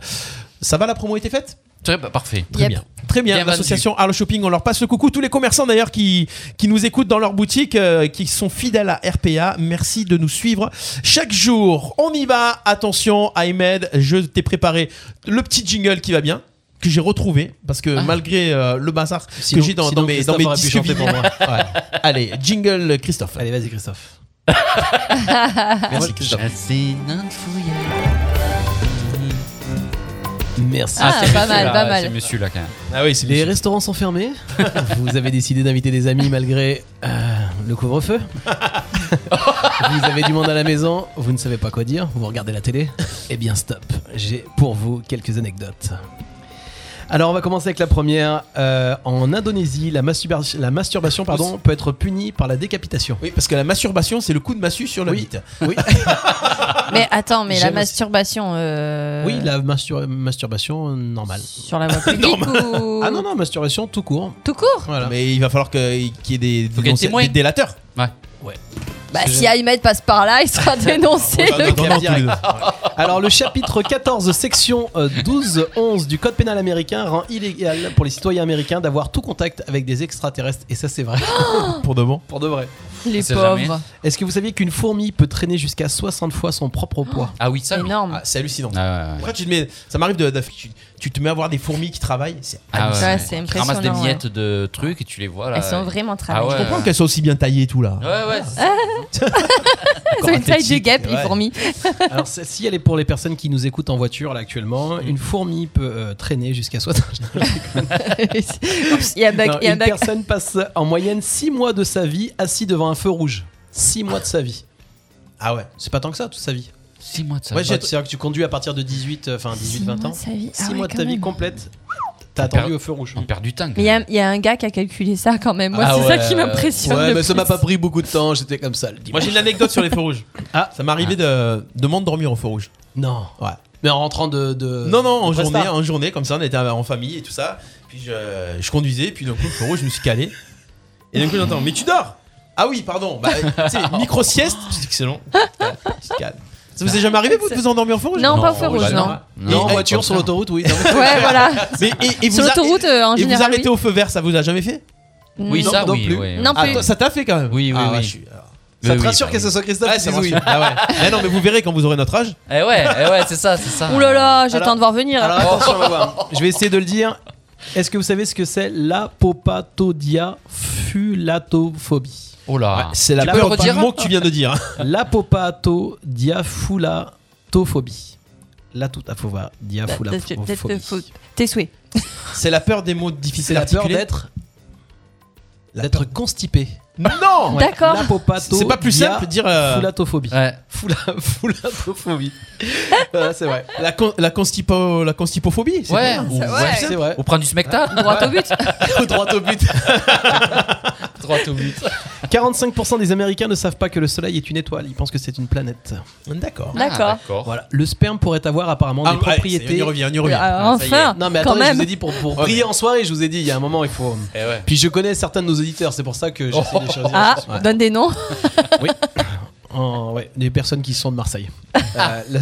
S1: Ça va, la promo était faite
S4: Très bah, parfait.
S2: Très Yep. bien.
S1: Très bien,
S4: Bien
S1: l'association Arlo Shopping, on leur passe le coucou. Tous les commerçants d'ailleurs qui, qui nous écoutent dans leur boutique, euh, qui sont fidèles à RPA, merci de nous suivre chaque jour. On y va, attention Ahmed, je t'ai préparé le petit jingle qui va bien, que j'ai retrouvé, parce que
S4: Ah.
S1: malgré euh, le bazar
S3: Sinon-
S1: que j'ai dans,
S3: sinon,
S1: dans mes, dans
S3: Christophe
S1: mes
S3: aurait pu
S1: disques
S3: chanter
S1: vinyles.
S3: pour moi.
S1: Ouais. Allez, jingle Christophe.
S3: Allez, vas-y, Christophe.
S1: Merci Christophe.
S3: Merci.
S2: Ah,
S4: c'est
S2: pas
S4: monsieur,
S2: mal,
S4: là,
S2: pas mal.
S4: C'est monsieur là quand même.
S1: Ah oui, c'est
S3: Les restaurants sont fermés. Vous avez décidé d'inviter des amis malgré euh, le couvre-feu. vous avez du monde à la maison. Vous ne savez pas quoi dire. Vous regardez la télé. Eh bien, stop. J'ai pour vous quelques anecdotes. Alors, on va commencer avec la première. Euh, en Indonésie, la, masturba- la masturbation pardon, peut être punie par la décapitation.
S1: Oui, parce que la masturbation, c'est le coup de massue sur la
S3: Oui.
S1: bite.
S3: Oui,
S2: Mais attends, mais la
S3: J'aime-
S2: masturbation. euh,
S3: oui la mastur- masturbation normale.
S2: Sur la voie publique ou.
S3: Ah non, non, masturbation tout court.
S2: Tout court
S3: Voilà.
S1: Mais il va falloir que- qu'il y ait des,
S4: qu'il y ait des
S1: dénoncés-
S4: témoins.
S1: des délateurs.
S2: Bah,
S3: C'est-
S2: si Ahmed passe par là, il sera dénoncé.
S1: Ah, non,
S3: Dans-
S1: non,
S3: dans-
S1: tous les deux.
S3: Alors le chapitre 14, section 12-11 du Code pénal américain rend illégal pour les citoyens américains d'avoir tout contact avec des extraterrestres. Et ça c'est vrai,
S1: Pour de bon.
S3: pour de vrai.
S2: Les
S4: sait jamais.
S2: pauvres.
S3: Est-ce que vous saviez qu'une fourmi peut traîner jusqu'à 60 fois son propre poids
S4: Ah oui, ça. oui.
S2: Énorme.
S1: Ah, Oh, c'est hallucinant.
S4: Ah, ouais, ouais.
S1: Après, tu te mets, ça m'arrive de, de- tu, tu te mets à voir des fourmis qui travaillent. C'est
S4: Ah,
S2: ouais,
S4: ouais.
S2: c'est
S4: Tu
S2: impressionnant,
S4: ramasses des
S2: ouais.
S4: miettes de trucs et tu les vois là.
S2: Elles sont Ah. vraiment travaillées.
S4: Ah, ouais.
S1: Je comprends qu'elles soient aussi bien taillées et tout là.
S4: Ouais, ouais. c'est ça.
S2: Elles ont une taille de
S1: athlétique,
S2: guêpe, les
S1: ouais.
S2: fourmis.
S3: Alors si elle est pour les personnes qui nous écoutent en voiture là actuellement,
S1: Mm.
S3: une fourmi peut euh, traîner jusqu'à 60
S2: Oups, il y a un bac.
S3: Non,
S2: il y a un
S3: Une
S2: bac.
S3: personne passe en moyenne 6 mois de sa vie assis devant un feu rouge. 6 mois de sa vie.
S1: Ah ouais.
S3: C'est pas tant que ça toute sa vie.
S4: Six mois de ça.
S3: Ouais, C'est-à-dire que tu conduis à partir de 18, euh, enfin
S2: Six
S3: 18-20
S2: mois
S3: ans.
S2: de sa vie.
S3: 6
S2: Ah ouais,
S3: mois de
S2: quand
S3: ta vie
S2: même.
S3: complète, t'as
S4: perd-
S3: attendu au feu rouge.
S4: On perd du temps.
S2: Mais il y, a- il y a un gars qui a calculé ça quand même. Moi,
S3: Ah
S2: c'est ça
S3: ouais.
S2: qui m'impressionne.
S3: Ouais,
S2: le
S3: mais ça
S2: plus.
S3: m'a pas pris beaucoup de temps, j'étais comme ça le
S1: Moi
S3: dimanche.
S1: j'ai une anecdote sur les feux rouges.
S3: Ah.
S1: ça m'est arrivé de, de m'endormir au feu rouge. Euh,
S3: Non.
S1: Ouais.
S3: Mais en rentrant de. de-
S1: non non, en
S3: de
S1: journée,
S3: Presta.
S1: en journée comme ça, on était en famille et tout ça. Puis je, je conduisais, puis d'un coup le feu rouge, je me suis calé. Et d'un coup j'entends, mais tu dors Ah oui, pardon. Bah, tu sais, micro sieste. Je dis excellent. Je te calme. Ça vous est jamais arrivé vous de vous endormir au feu rouge bah,
S2: Non,
S4: Non,
S2: pas au feu
S4: au
S2: rouge,
S4: rouge,
S2: non.
S4: Non,
S3: Et en
S4: au
S3: voiture
S4: contraire.
S3: sur l'autoroute, oui.
S2: Ouais, voilà.
S1: Mais et, et vous
S2: Sur
S1: a-
S2: l'autoroute, euh, en
S1: et vous
S2: général.
S1: arrêtez au feu vert, ça vous a jamais fait
S2: oui.
S4: Oui,
S2: Non.
S4: ça,
S3: non
S4: oui.
S3: plus.
S4: ouais.
S2: Non
S1: Ah,
S2: plus.
S1: toi, ça t'a fait quand même
S4: Oui, oui,
S1: Ah, ouais,
S4: oui.
S1: je suis- ah.
S3: Ça
S4: Mais
S3: te
S4: oui,
S3: rassure
S4: bah
S3: que
S4: oui.
S3: ce soit Christophe
S1: Ah,
S3: qui
S1: ça
S3: dise
S1: marche.
S3: oui.
S1: Ah ouais. Mais non, mais vous verrez quand vous aurez notre âge.
S4: Eh ouais, eh ouais, c'est ça, c'est ça. Oh.
S2: Ouh là là, j'attends de voir venir.
S3: Alors attention, on va voir. Je vais essayer de le dire. Est-ce que vous savez ce que c'est l'apopatodiafulatophobie
S4: Oh là.
S1: c'est la
S4: Tu
S1: peur
S4: peux
S1: du
S4: redire
S1: mot que tu viens de dire.
S3: L'apopatodiafulatophobie. La toute à fouva, diafulaphobie.
S2: Tes souhaits.
S1: C'est la peur des mots difficiles
S3: C'est
S1: à
S3: la peur
S1: articuler.
S3: d'être d'être constipé.
S1: Non
S2: D'accord.
S3: L'apopato-
S1: C'est pas plus
S3: dia-
S1: simple de dire euh,
S3: Foulatophobie.
S4: Ouais.
S3: Foula, foulatophobie. Voilà, c'est vrai.
S1: la, con- la, constipo- la constipophobie c'est
S4: Ouais,
S1: bien.
S4: ou-
S2: ouais.
S4: ouais.
S3: C'est vrai.
S4: On prend du smecta
S2: Droit au but.
S1: droit au but.
S4: Droit au but.
S3: 45% des Américains ne savent pas que le Soleil est une étoile. Ils pensent que c'est une planète.
S1: D'accord.
S2: Ah, D'accord.
S3: Voilà. Le sperme pourrait avoir apparemment
S1: Oh. Ah,
S3: des
S1: ouais, c'est- on Euh,
S3: propriétés.
S1: y revient, Oh, on y revient.
S2: Alors,
S4: ça y est.
S2: Enfin,
S3: non mais
S2: Ah, quand
S3: attendez, je
S2: même.
S3: vous ai dit pour, pour briller en soirée, je vous ai dit il y a un moment il faut. euh,
S4: Eh ouais.
S3: Puis je connais certains de nos auditeurs, c'est pour ça
S1: Oh.
S3: que j'essaie de les choisir.
S2: Ah,
S3: Ouais.
S2: donne des noms.
S3: En- ouais, des personnes qui sont de Marseille. Euh, le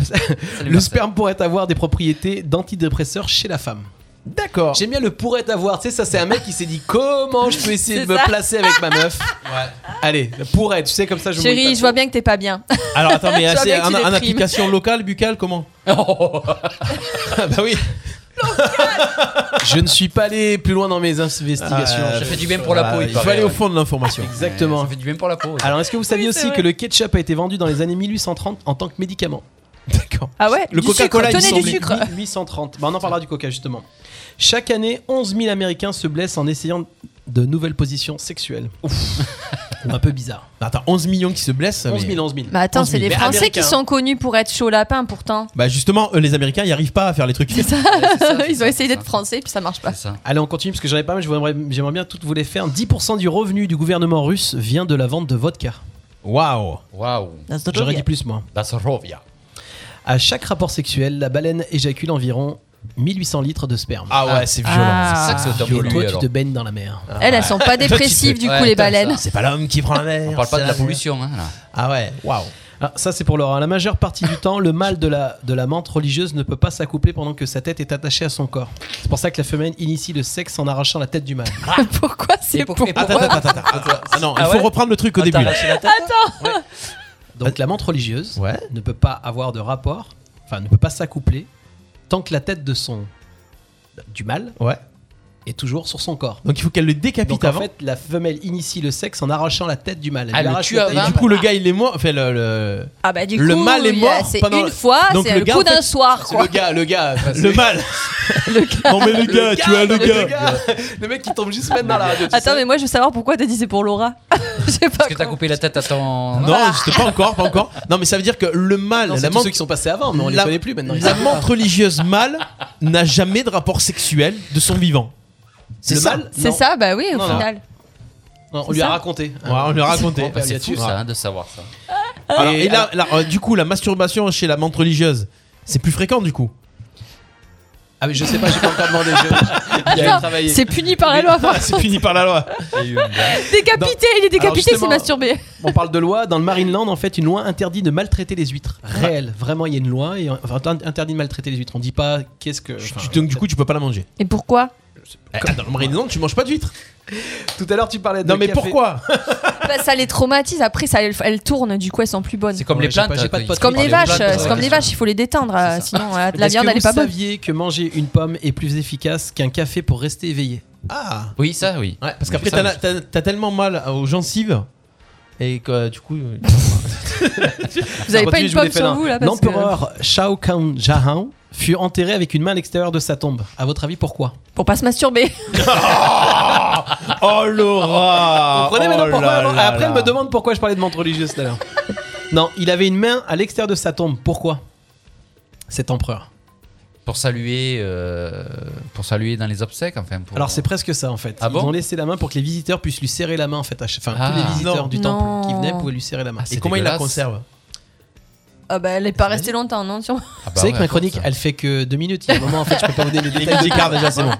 S3: le sperme pourrait avoir des propriétés d'antidépresseurs chez la femme.
S1: D'accord.
S3: J'aime bien le pourrait avoir. Tu sais, ça, c'est un mec qui s'est dit comment je peux essayer de
S2: C'est
S3: me
S2: ça.
S3: placer avec ma meuf. Allez, pourrait, tu sais, comme ça, je mouille pas
S2: Chérie, je vois bien que t'es pas bien.
S1: Alors attends, mais
S2: Je vois
S1: c'est
S2: bien que
S1: un,
S2: tu
S1: un
S2: déprimes.
S1: application locale, buccale, comment Ah Bah oui.
S3: trop. Je ne suis pas allé plus loin dans mes investigations.
S1: Euh,
S4: Ça fait du bien pour la peau, il
S1: Il faut
S4: paraît,
S1: aller au
S4: ouais.
S1: fond de l'information.
S3: Exactement.
S4: Ça fait du bien pour la peau.
S3: Alors, est-ce que vous saviez
S2: c'est
S3: aussi
S2: vrai.
S3: que le ketchup a été vendu dans les années 1830 en tant que médicament
S1: D'accord.
S2: Ah ouais
S1: Le
S2: du
S1: Coca-Cola,
S2: sucre,
S1: il
S2: tenez
S1: me
S2: du
S1: semblait.
S2: sucre.
S3: 1830. Bah, on en parlera du coca justement. Chaque année, 11 000 Américains se blessent en essayant de nouvelles positions sexuelles. un peu bizarre.
S1: Bah, T'as 11 millions qui se blessent.
S3: 11
S1: mais-
S3: 000, 11 000.
S2: Bah attends,
S1: 11
S2: c'est
S1: 000.
S2: les
S3: Mais
S2: Français qui
S3: américains.
S2: sont connus pour être chaud lapin pourtant.
S1: Bah justement, eux, les Américains, ils arrivent pas à faire les trucs.
S2: C'est ça.
S4: ça,
S2: Ils
S4: c'est
S2: ont
S4: ça,
S2: essayé
S4: c'est
S2: d'être
S4: ça.
S2: français puis ça marche pas.
S4: C'est ça.
S3: Allez, on continue parce que j'en ai pas mal. je voudrais- J'aimerais bien toutes vous les faire. 10% du revenu du gouvernement russe vient de la vente de vodka.
S1: Waouh.
S4: Waouh.
S3: J'aurais dit plus, moi.
S4: Dasrovia.
S3: À chaque rapport sexuel, la baleine éjacule environ 1800 litres de sperme.
S1: Ah ouais, c'est violent.
S2: Ah.
S4: C'est ça que c'est au top
S3: Et
S4: de
S3: toi, tu
S4: lui alors.
S3: te baignes dans la mer.
S2: Elles, elles sont pas dépressives du coup les baleines.
S1: C'est pas l'homme qui prend la mer.
S4: On parle pas
S1: c'est
S4: de la pollution. Hein, là.
S1: Ah ouais, waouh.
S3: Ah, ça, c'est pour Laura. La majeure partie du temps, le mâle de la, de la menthe religieuse ne peut pas s'accoupler pendant que sa tête est attachée à son corps. C'est pour ça que la femelle initie le sexe en arrachant la tête du mâle.
S2: Pourquoi c'est pour
S1: Attends, attends, attends, attends. Ah non, il
S4: Ah
S1: faut
S4: ouais
S1: reprendre le truc au
S4: Ah,
S1: début.
S4: t'as
S1: là.
S4: lâché la tête
S3: Donc la menthe religieuse
S1: Ouais.
S3: ne peut pas avoir de rapport, enfin ne peut pas s'accoupler tant que la tête de son du mâle
S1: Ouais.
S3: est toujours sur son corps.
S1: Donc il faut qu'elle le décapite
S3: Donc en
S1: avant.
S3: fait, la femelle initie le sexe en arrachant la tête du mâle.
S4: Ah,
S3: lui
S4: le
S3: arrache
S4: tue
S3: la
S1: Et
S3: tête
S4: avant.
S1: du coup, le gars, il est mort. Enfin, le, le...
S2: Ah bah du
S1: Le
S2: coup,
S1: mâle est
S2: il y a-
S1: mort
S2: C'est
S1: pendant
S2: une
S1: le-
S2: fois,
S1: Donc
S2: c'est
S1: le
S2: le
S1: gars, en
S2: coup
S1: fait,
S2: d'un soir
S1: le
S2: quoi.
S1: gars, le gars, le mal. Non mais le gars, tu vois le gars.
S3: Le mec qui tombe juste maintenant dans la radio. tu
S2: Attends
S3: sais.
S2: mais moi je veux savoir pourquoi t'as dit c'est pour Laura. Je sais pas.
S4: Parce que t'as
S2: quoi.
S4: coupé la tête à ton.
S1: Non, juste pas encore, pas encore. Non mais ça veut dire que le mal,
S3: Ah. Non, c'est
S1: la
S3: tous
S1: menthe,
S3: ceux qui sont passés avant, mais on
S1: la-
S3: les connaît plus maintenant. ils
S1: la
S3: sont-
S1: menthe religieuse mâle n'a jamais de rapport sexuel de son vivant. C'est
S3: Le
S1: ça.
S3: mâle,
S2: C'est
S3: non.
S2: ça bah oui au
S3: Non, non.
S2: final.
S3: Non, on
S2: C'est
S3: lui
S2: ça.
S3: a raconté.
S1: Ouais, on lui a raconté.
S3: Mon père lui a
S4: c'est
S3: dit
S4: fou
S1: tout.
S4: ça hein, de savoir ça.
S1: Alors, et là, là, euh, du coup, la masturbation chez la menthe religieuse, c'est plus fréquent du coup.
S3: Ah, mais je sais pas, j'ai pas encore demandé. Je... Il y a
S2: Attends,
S3: travaillé.
S2: C'est puni par la loi. par
S1: Ah, c'est fini par la loi.
S2: contre. Décapité, il est décapité, il s'est
S3: justement,
S2: masturbé.
S3: On parle de loi. Dans le Marineland, en fait, une loi interdit de maltraiter les huîtres. Réel. Vraiment, il y a une loi et enfin, interdit de maltraiter les huîtres. On dit pas qu'est-ce que.
S1: Tu-
S3: enfin,
S1: Donc du coup, tu peux pas la manger.
S2: Et pourquoi
S1: Eh, Dans le Marine, non, tu manges pas d'huître.
S3: tout à l'heure, tu parlais de.
S1: Non mais
S3: café.
S1: pourquoi
S2: Bah, Ça les traumatise. Après ça elles, elles tournent du coup elles sont plus bonnes.
S4: C'est comme
S3: Ouais,
S4: les
S3: j'ai pas-
S4: plantes.
S3: j'ai pas de
S4: ils-
S3: potes
S2: C'est comme
S3: Parler
S2: les
S3: aux
S2: vaches,
S3: plantes,
S4: plantes,
S2: c'est comme les
S4: question.
S2: vaches, il faut les détendre, euh,
S3: C'est ça.
S2: sinon euh, de la
S3: Est-ce
S2: viande
S3: que
S2: elle est
S3: vous
S2: pas bonne.
S3: saviez que manger une pomme est plus efficace qu'un café pour rester éveillé
S1: Ah.
S4: Oui, ça, oui.
S1: Ouais, parce
S4: Mais
S1: qu'après
S4: ça,
S1: t'as
S4: mais-
S1: la- t'as t'as tellement mal aux gencives et que du coup. euh,
S2: Vous avez pas
S3: Continue,
S2: une
S3: je vous l'ai fait,
S2: pomme sur
S3: là.
S2: vous là parce que-
S3: L'empereur Shao Kahn Jahan fut enterré avec une main à l'extérieur de sa tombe. À votre avis, pourquoi
S2: pour pas se masturber.
S1: Oh Laura.
S3: Vous comprenez maintenant
S1: Oh
S3: pourquoi
S1: là
S3: avant-
S1: là
S3: Après, elle
S1: là.
S3: me demande pourquoi je parlais de menthe religieuse tout à l'heure. non, il avait une main à l'extérieur de sa tombe. Pourquoi Cet empereur.
S4: Pour saluer, euh, pour saluer dans les obsèques, enfin. Pour...
S3: Alors, c'est presque ça en fait.
S4: Ah
S3: Ils
S4: bon
S3: ont laissé la main pour que les visiteurs puissent lui serrer la main en fait. à chaque- Enfin, tous
S4: Ah.
S3: les visiteurs
S1: Non.
S3: du temple
S2: Non.
S3: qui venaient pouvaient lui serrer la main.
S4: Ah,
S1: Et
S4: c'est
S1: comment il la
S4: dégueulasse.
S1: conserve
S2: Ah bah elle est pas restée longtemps non sûrement.
S4: Ah bah
S3: Vous savez
S4: ouais,
S3: que ma
S4: attends,
S3: chronique,
S4: ça.
S3: elle fait que deux minutes. Il y a un moment, en fait, je peux pas vous donner les
S1: Il
S3: détails.
S1: est déjà, c'est bon.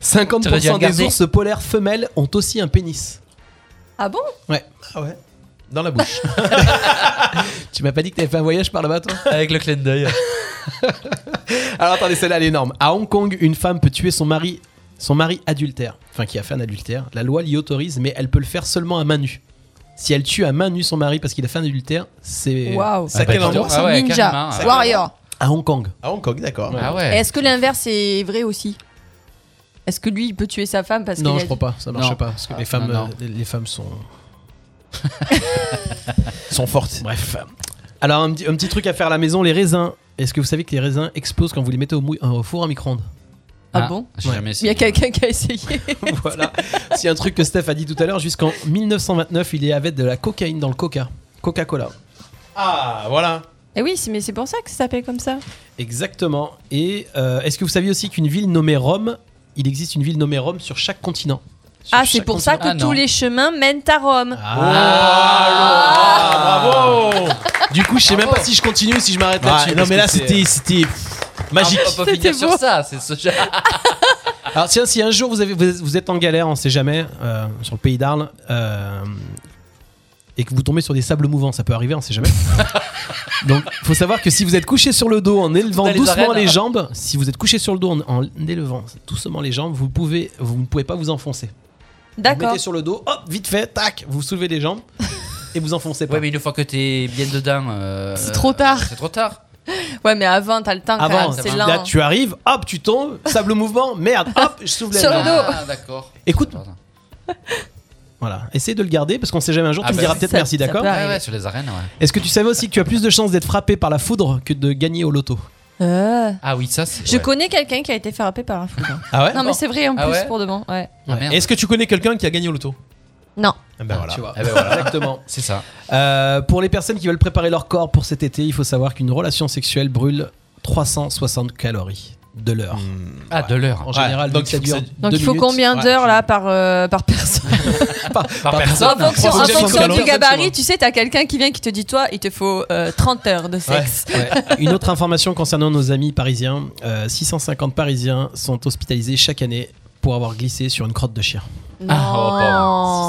S3: 50%
S4: T'aurais dû
S3: des
S4: regarder.
S3: ours polaires femelles ont aussi un pénis.
S2: Ah bon
S1: Ah ouais. Dans la bouche.
S3: Tu m'as pas dit que t'avais fait un voyage par là-bas, toi
S4: Avec le clin d'œil.
S3: Alors attendez, celle-là elle est énorme. À Hong Kong, une femme peut tuer son mari, son mari adultère, enfin qui a fait un adultère. La loi l'y autorise, mais elle peut le faire seulement à main nue. Si elle tue à main nue son mari parce qu'il a fait un adultère, c'est
S2: Waouh.
S1: C'est à quel
S4: bah,
S1: endroit
S4: dis
S2: C'est
S4: Ah ouais,
S2: ninja,
S4: carrément, ouais.
S2: warrior.
S3: à Hong Kong.
S1: À Hong Kong, d'accord.
S4: Ah
S2: Et
S4: ouais.
S2: Est-ce que l'inverse est vrai aussi Est-ce que lui il peut tuer sa femme parce
S3: Non,
S2: qu'il
S3: je
S2: a-
S3: crois pas, ça marche
S4: Non. Ah,
S3: pas parce que les femmes,
S4: non, non.
S3: euh, les femmes sont.
S1: Elles sont fortes.
S3: Bref. Alors un, petit- un petit truc à faire à la maison, les raisins. Est-ce que vous savez que les raisins explosent quand vous les mettez au, mouille- euh, au four à micro-ondes
S2: Ah bon
S4: J'ai
S3: Ouais.
S4: jamais
S2: Il y a
S4: essayé.
S2: quelqu'un qui a essayé.
S3: Voilà. C'est un truc que Steph a dit tout à l'heure. Jusqu'en 1929, il y avait de la cocaïne dans le coca, Coca-Cola.
S1: Ah voilà.
S2: Et Eh oui, c'est- mais c'est pour ça que ça s'appelle comme ça.
S3: Exactement. Et euh, est-ce que vous saviez aussi qu'une ville nommée Rome, il existe une ville nommée Rome sur chaque continent Sur
S2: Ah, c'est
S3: chaque
S2: pour ça que
S4: continent. Ah, non.
S2: tous les chemins mènent à Rome.
S3: continent.
S1: Ah, bravo.
S3: Du coup, je sais même pas si je continue ou si je m'arrête là-dessus.
S1: Ouais, non
S3: parce
S1: mais
S3: que
S1: là
S3: c'est- euh,
S1: c'était c'était pff, magique.
S4: On peut
S2: C'était
S4: finir sur
S2: beau.
S4: ça. C'est ce genre.
S3: Alors tiens, si un jour vous, avez, vous êtes- vous êtes en galère, on sait jamais, euh, sur le pays d'Arles, euh, et que vous tombez sur des sables mouvants, ça peut arriver, on sait jamais. Donc, faut savoir que si vous êtes couché sur le dos en élevant
S4: Dans les
S3: doucement
S4: arènes.
S3: les jambes, si vous êtes couché sur le dos en, en élevant doucement les jambes, vous pouvez, vous ne pouvez pas vous enfoncer. Vous
S2: D'accord.
S3: mettez sur le dos, hop, vite fait, tac, vous soulevez les jambes et vous enfoncez pas.
S4: Ouais, mais une fois que t'es bien dedans. euh,
S2: C'est trop tard.
S4: C'est trop tard.
S2: Ouais, mais avant, t'as le temps. quand
S3: Avant,
S2: même, Ah, c'est
S3: là
S2: lent.
S3: tu arrives, hop, tu tombes, sable mouvement, merde, hop, je souffle les
S2: Sur le
S3: jambes.
S2: dos.
S4: Ah, d'accord.
S3: Oh, Écoute.
S4: Ouais,
S3: Voilà, essaye de le garder parce qu'on sait jamais un jour,
S4: Ah
S3: tu me
S4: bah
S3: diras
S4: oui.
S3: peut-être
S2: Ça-
S3: merci,
S2: ça
S3: d'accord
S2: peut
S4: ouais, sur les arènes, ouais.
S3: Est-ce que tu savais aussi que tu as plus de chances d'être frappé par la foudre que de gagner au loto
S2: Euh,
S4: Ah oui, ça, c'est.
S2: Je
S4: ouais.
S2: connais quelqu'un qui a été frappé par un fou.
S1: Ah ouais.
S2: Non, mais c'est vrai en
S4: Ah
S2: plus
S4: ouais
S2: pour de bon. Ouais.
S4: Ah, merde.
S1: Est-ce que tu connais quelqu'un qui a gagné au loto
S2: Non.
S1: Ah ben voilà.
S3: Tu vois.
S4: Eh ben voilà.
S3: Exactement.
S4: C'est ça.
S3: Euh, pour les personnes qui veulent préparer leur corps pour cet été, il faut savoir qu'une relation sexuelle brûle 360 calories de l'heure.
S4: Ah, de l'heure.
S3: En général,
S1: Ouais,
S3: donc
S1: donc
S3: ça
S1: il faut
S3: dure
S1: que ça-
S2: Donc
S3: deux
S2: il faut
S3: minutes.
S2: combien
S3: Ouais.
S2: d'heures là par, euh, par personne
S4: Par
S3: par
S4: personne.
S2: En fonction, en
S1: 360
S2: fonction du
S1: calories.
S2: gabarit, tu sais, t'as quelqu'un qui vient qui te dit Toi, il te faut euh, 30 heures de sexe.
S3: Ouais. Une autre information concernant nos amis parisiens euh, 650 parisiens sont hospitalisés chaque année pour avoir glissé sur une crotte de chien.
S2: Non.
S4: Ah, oh,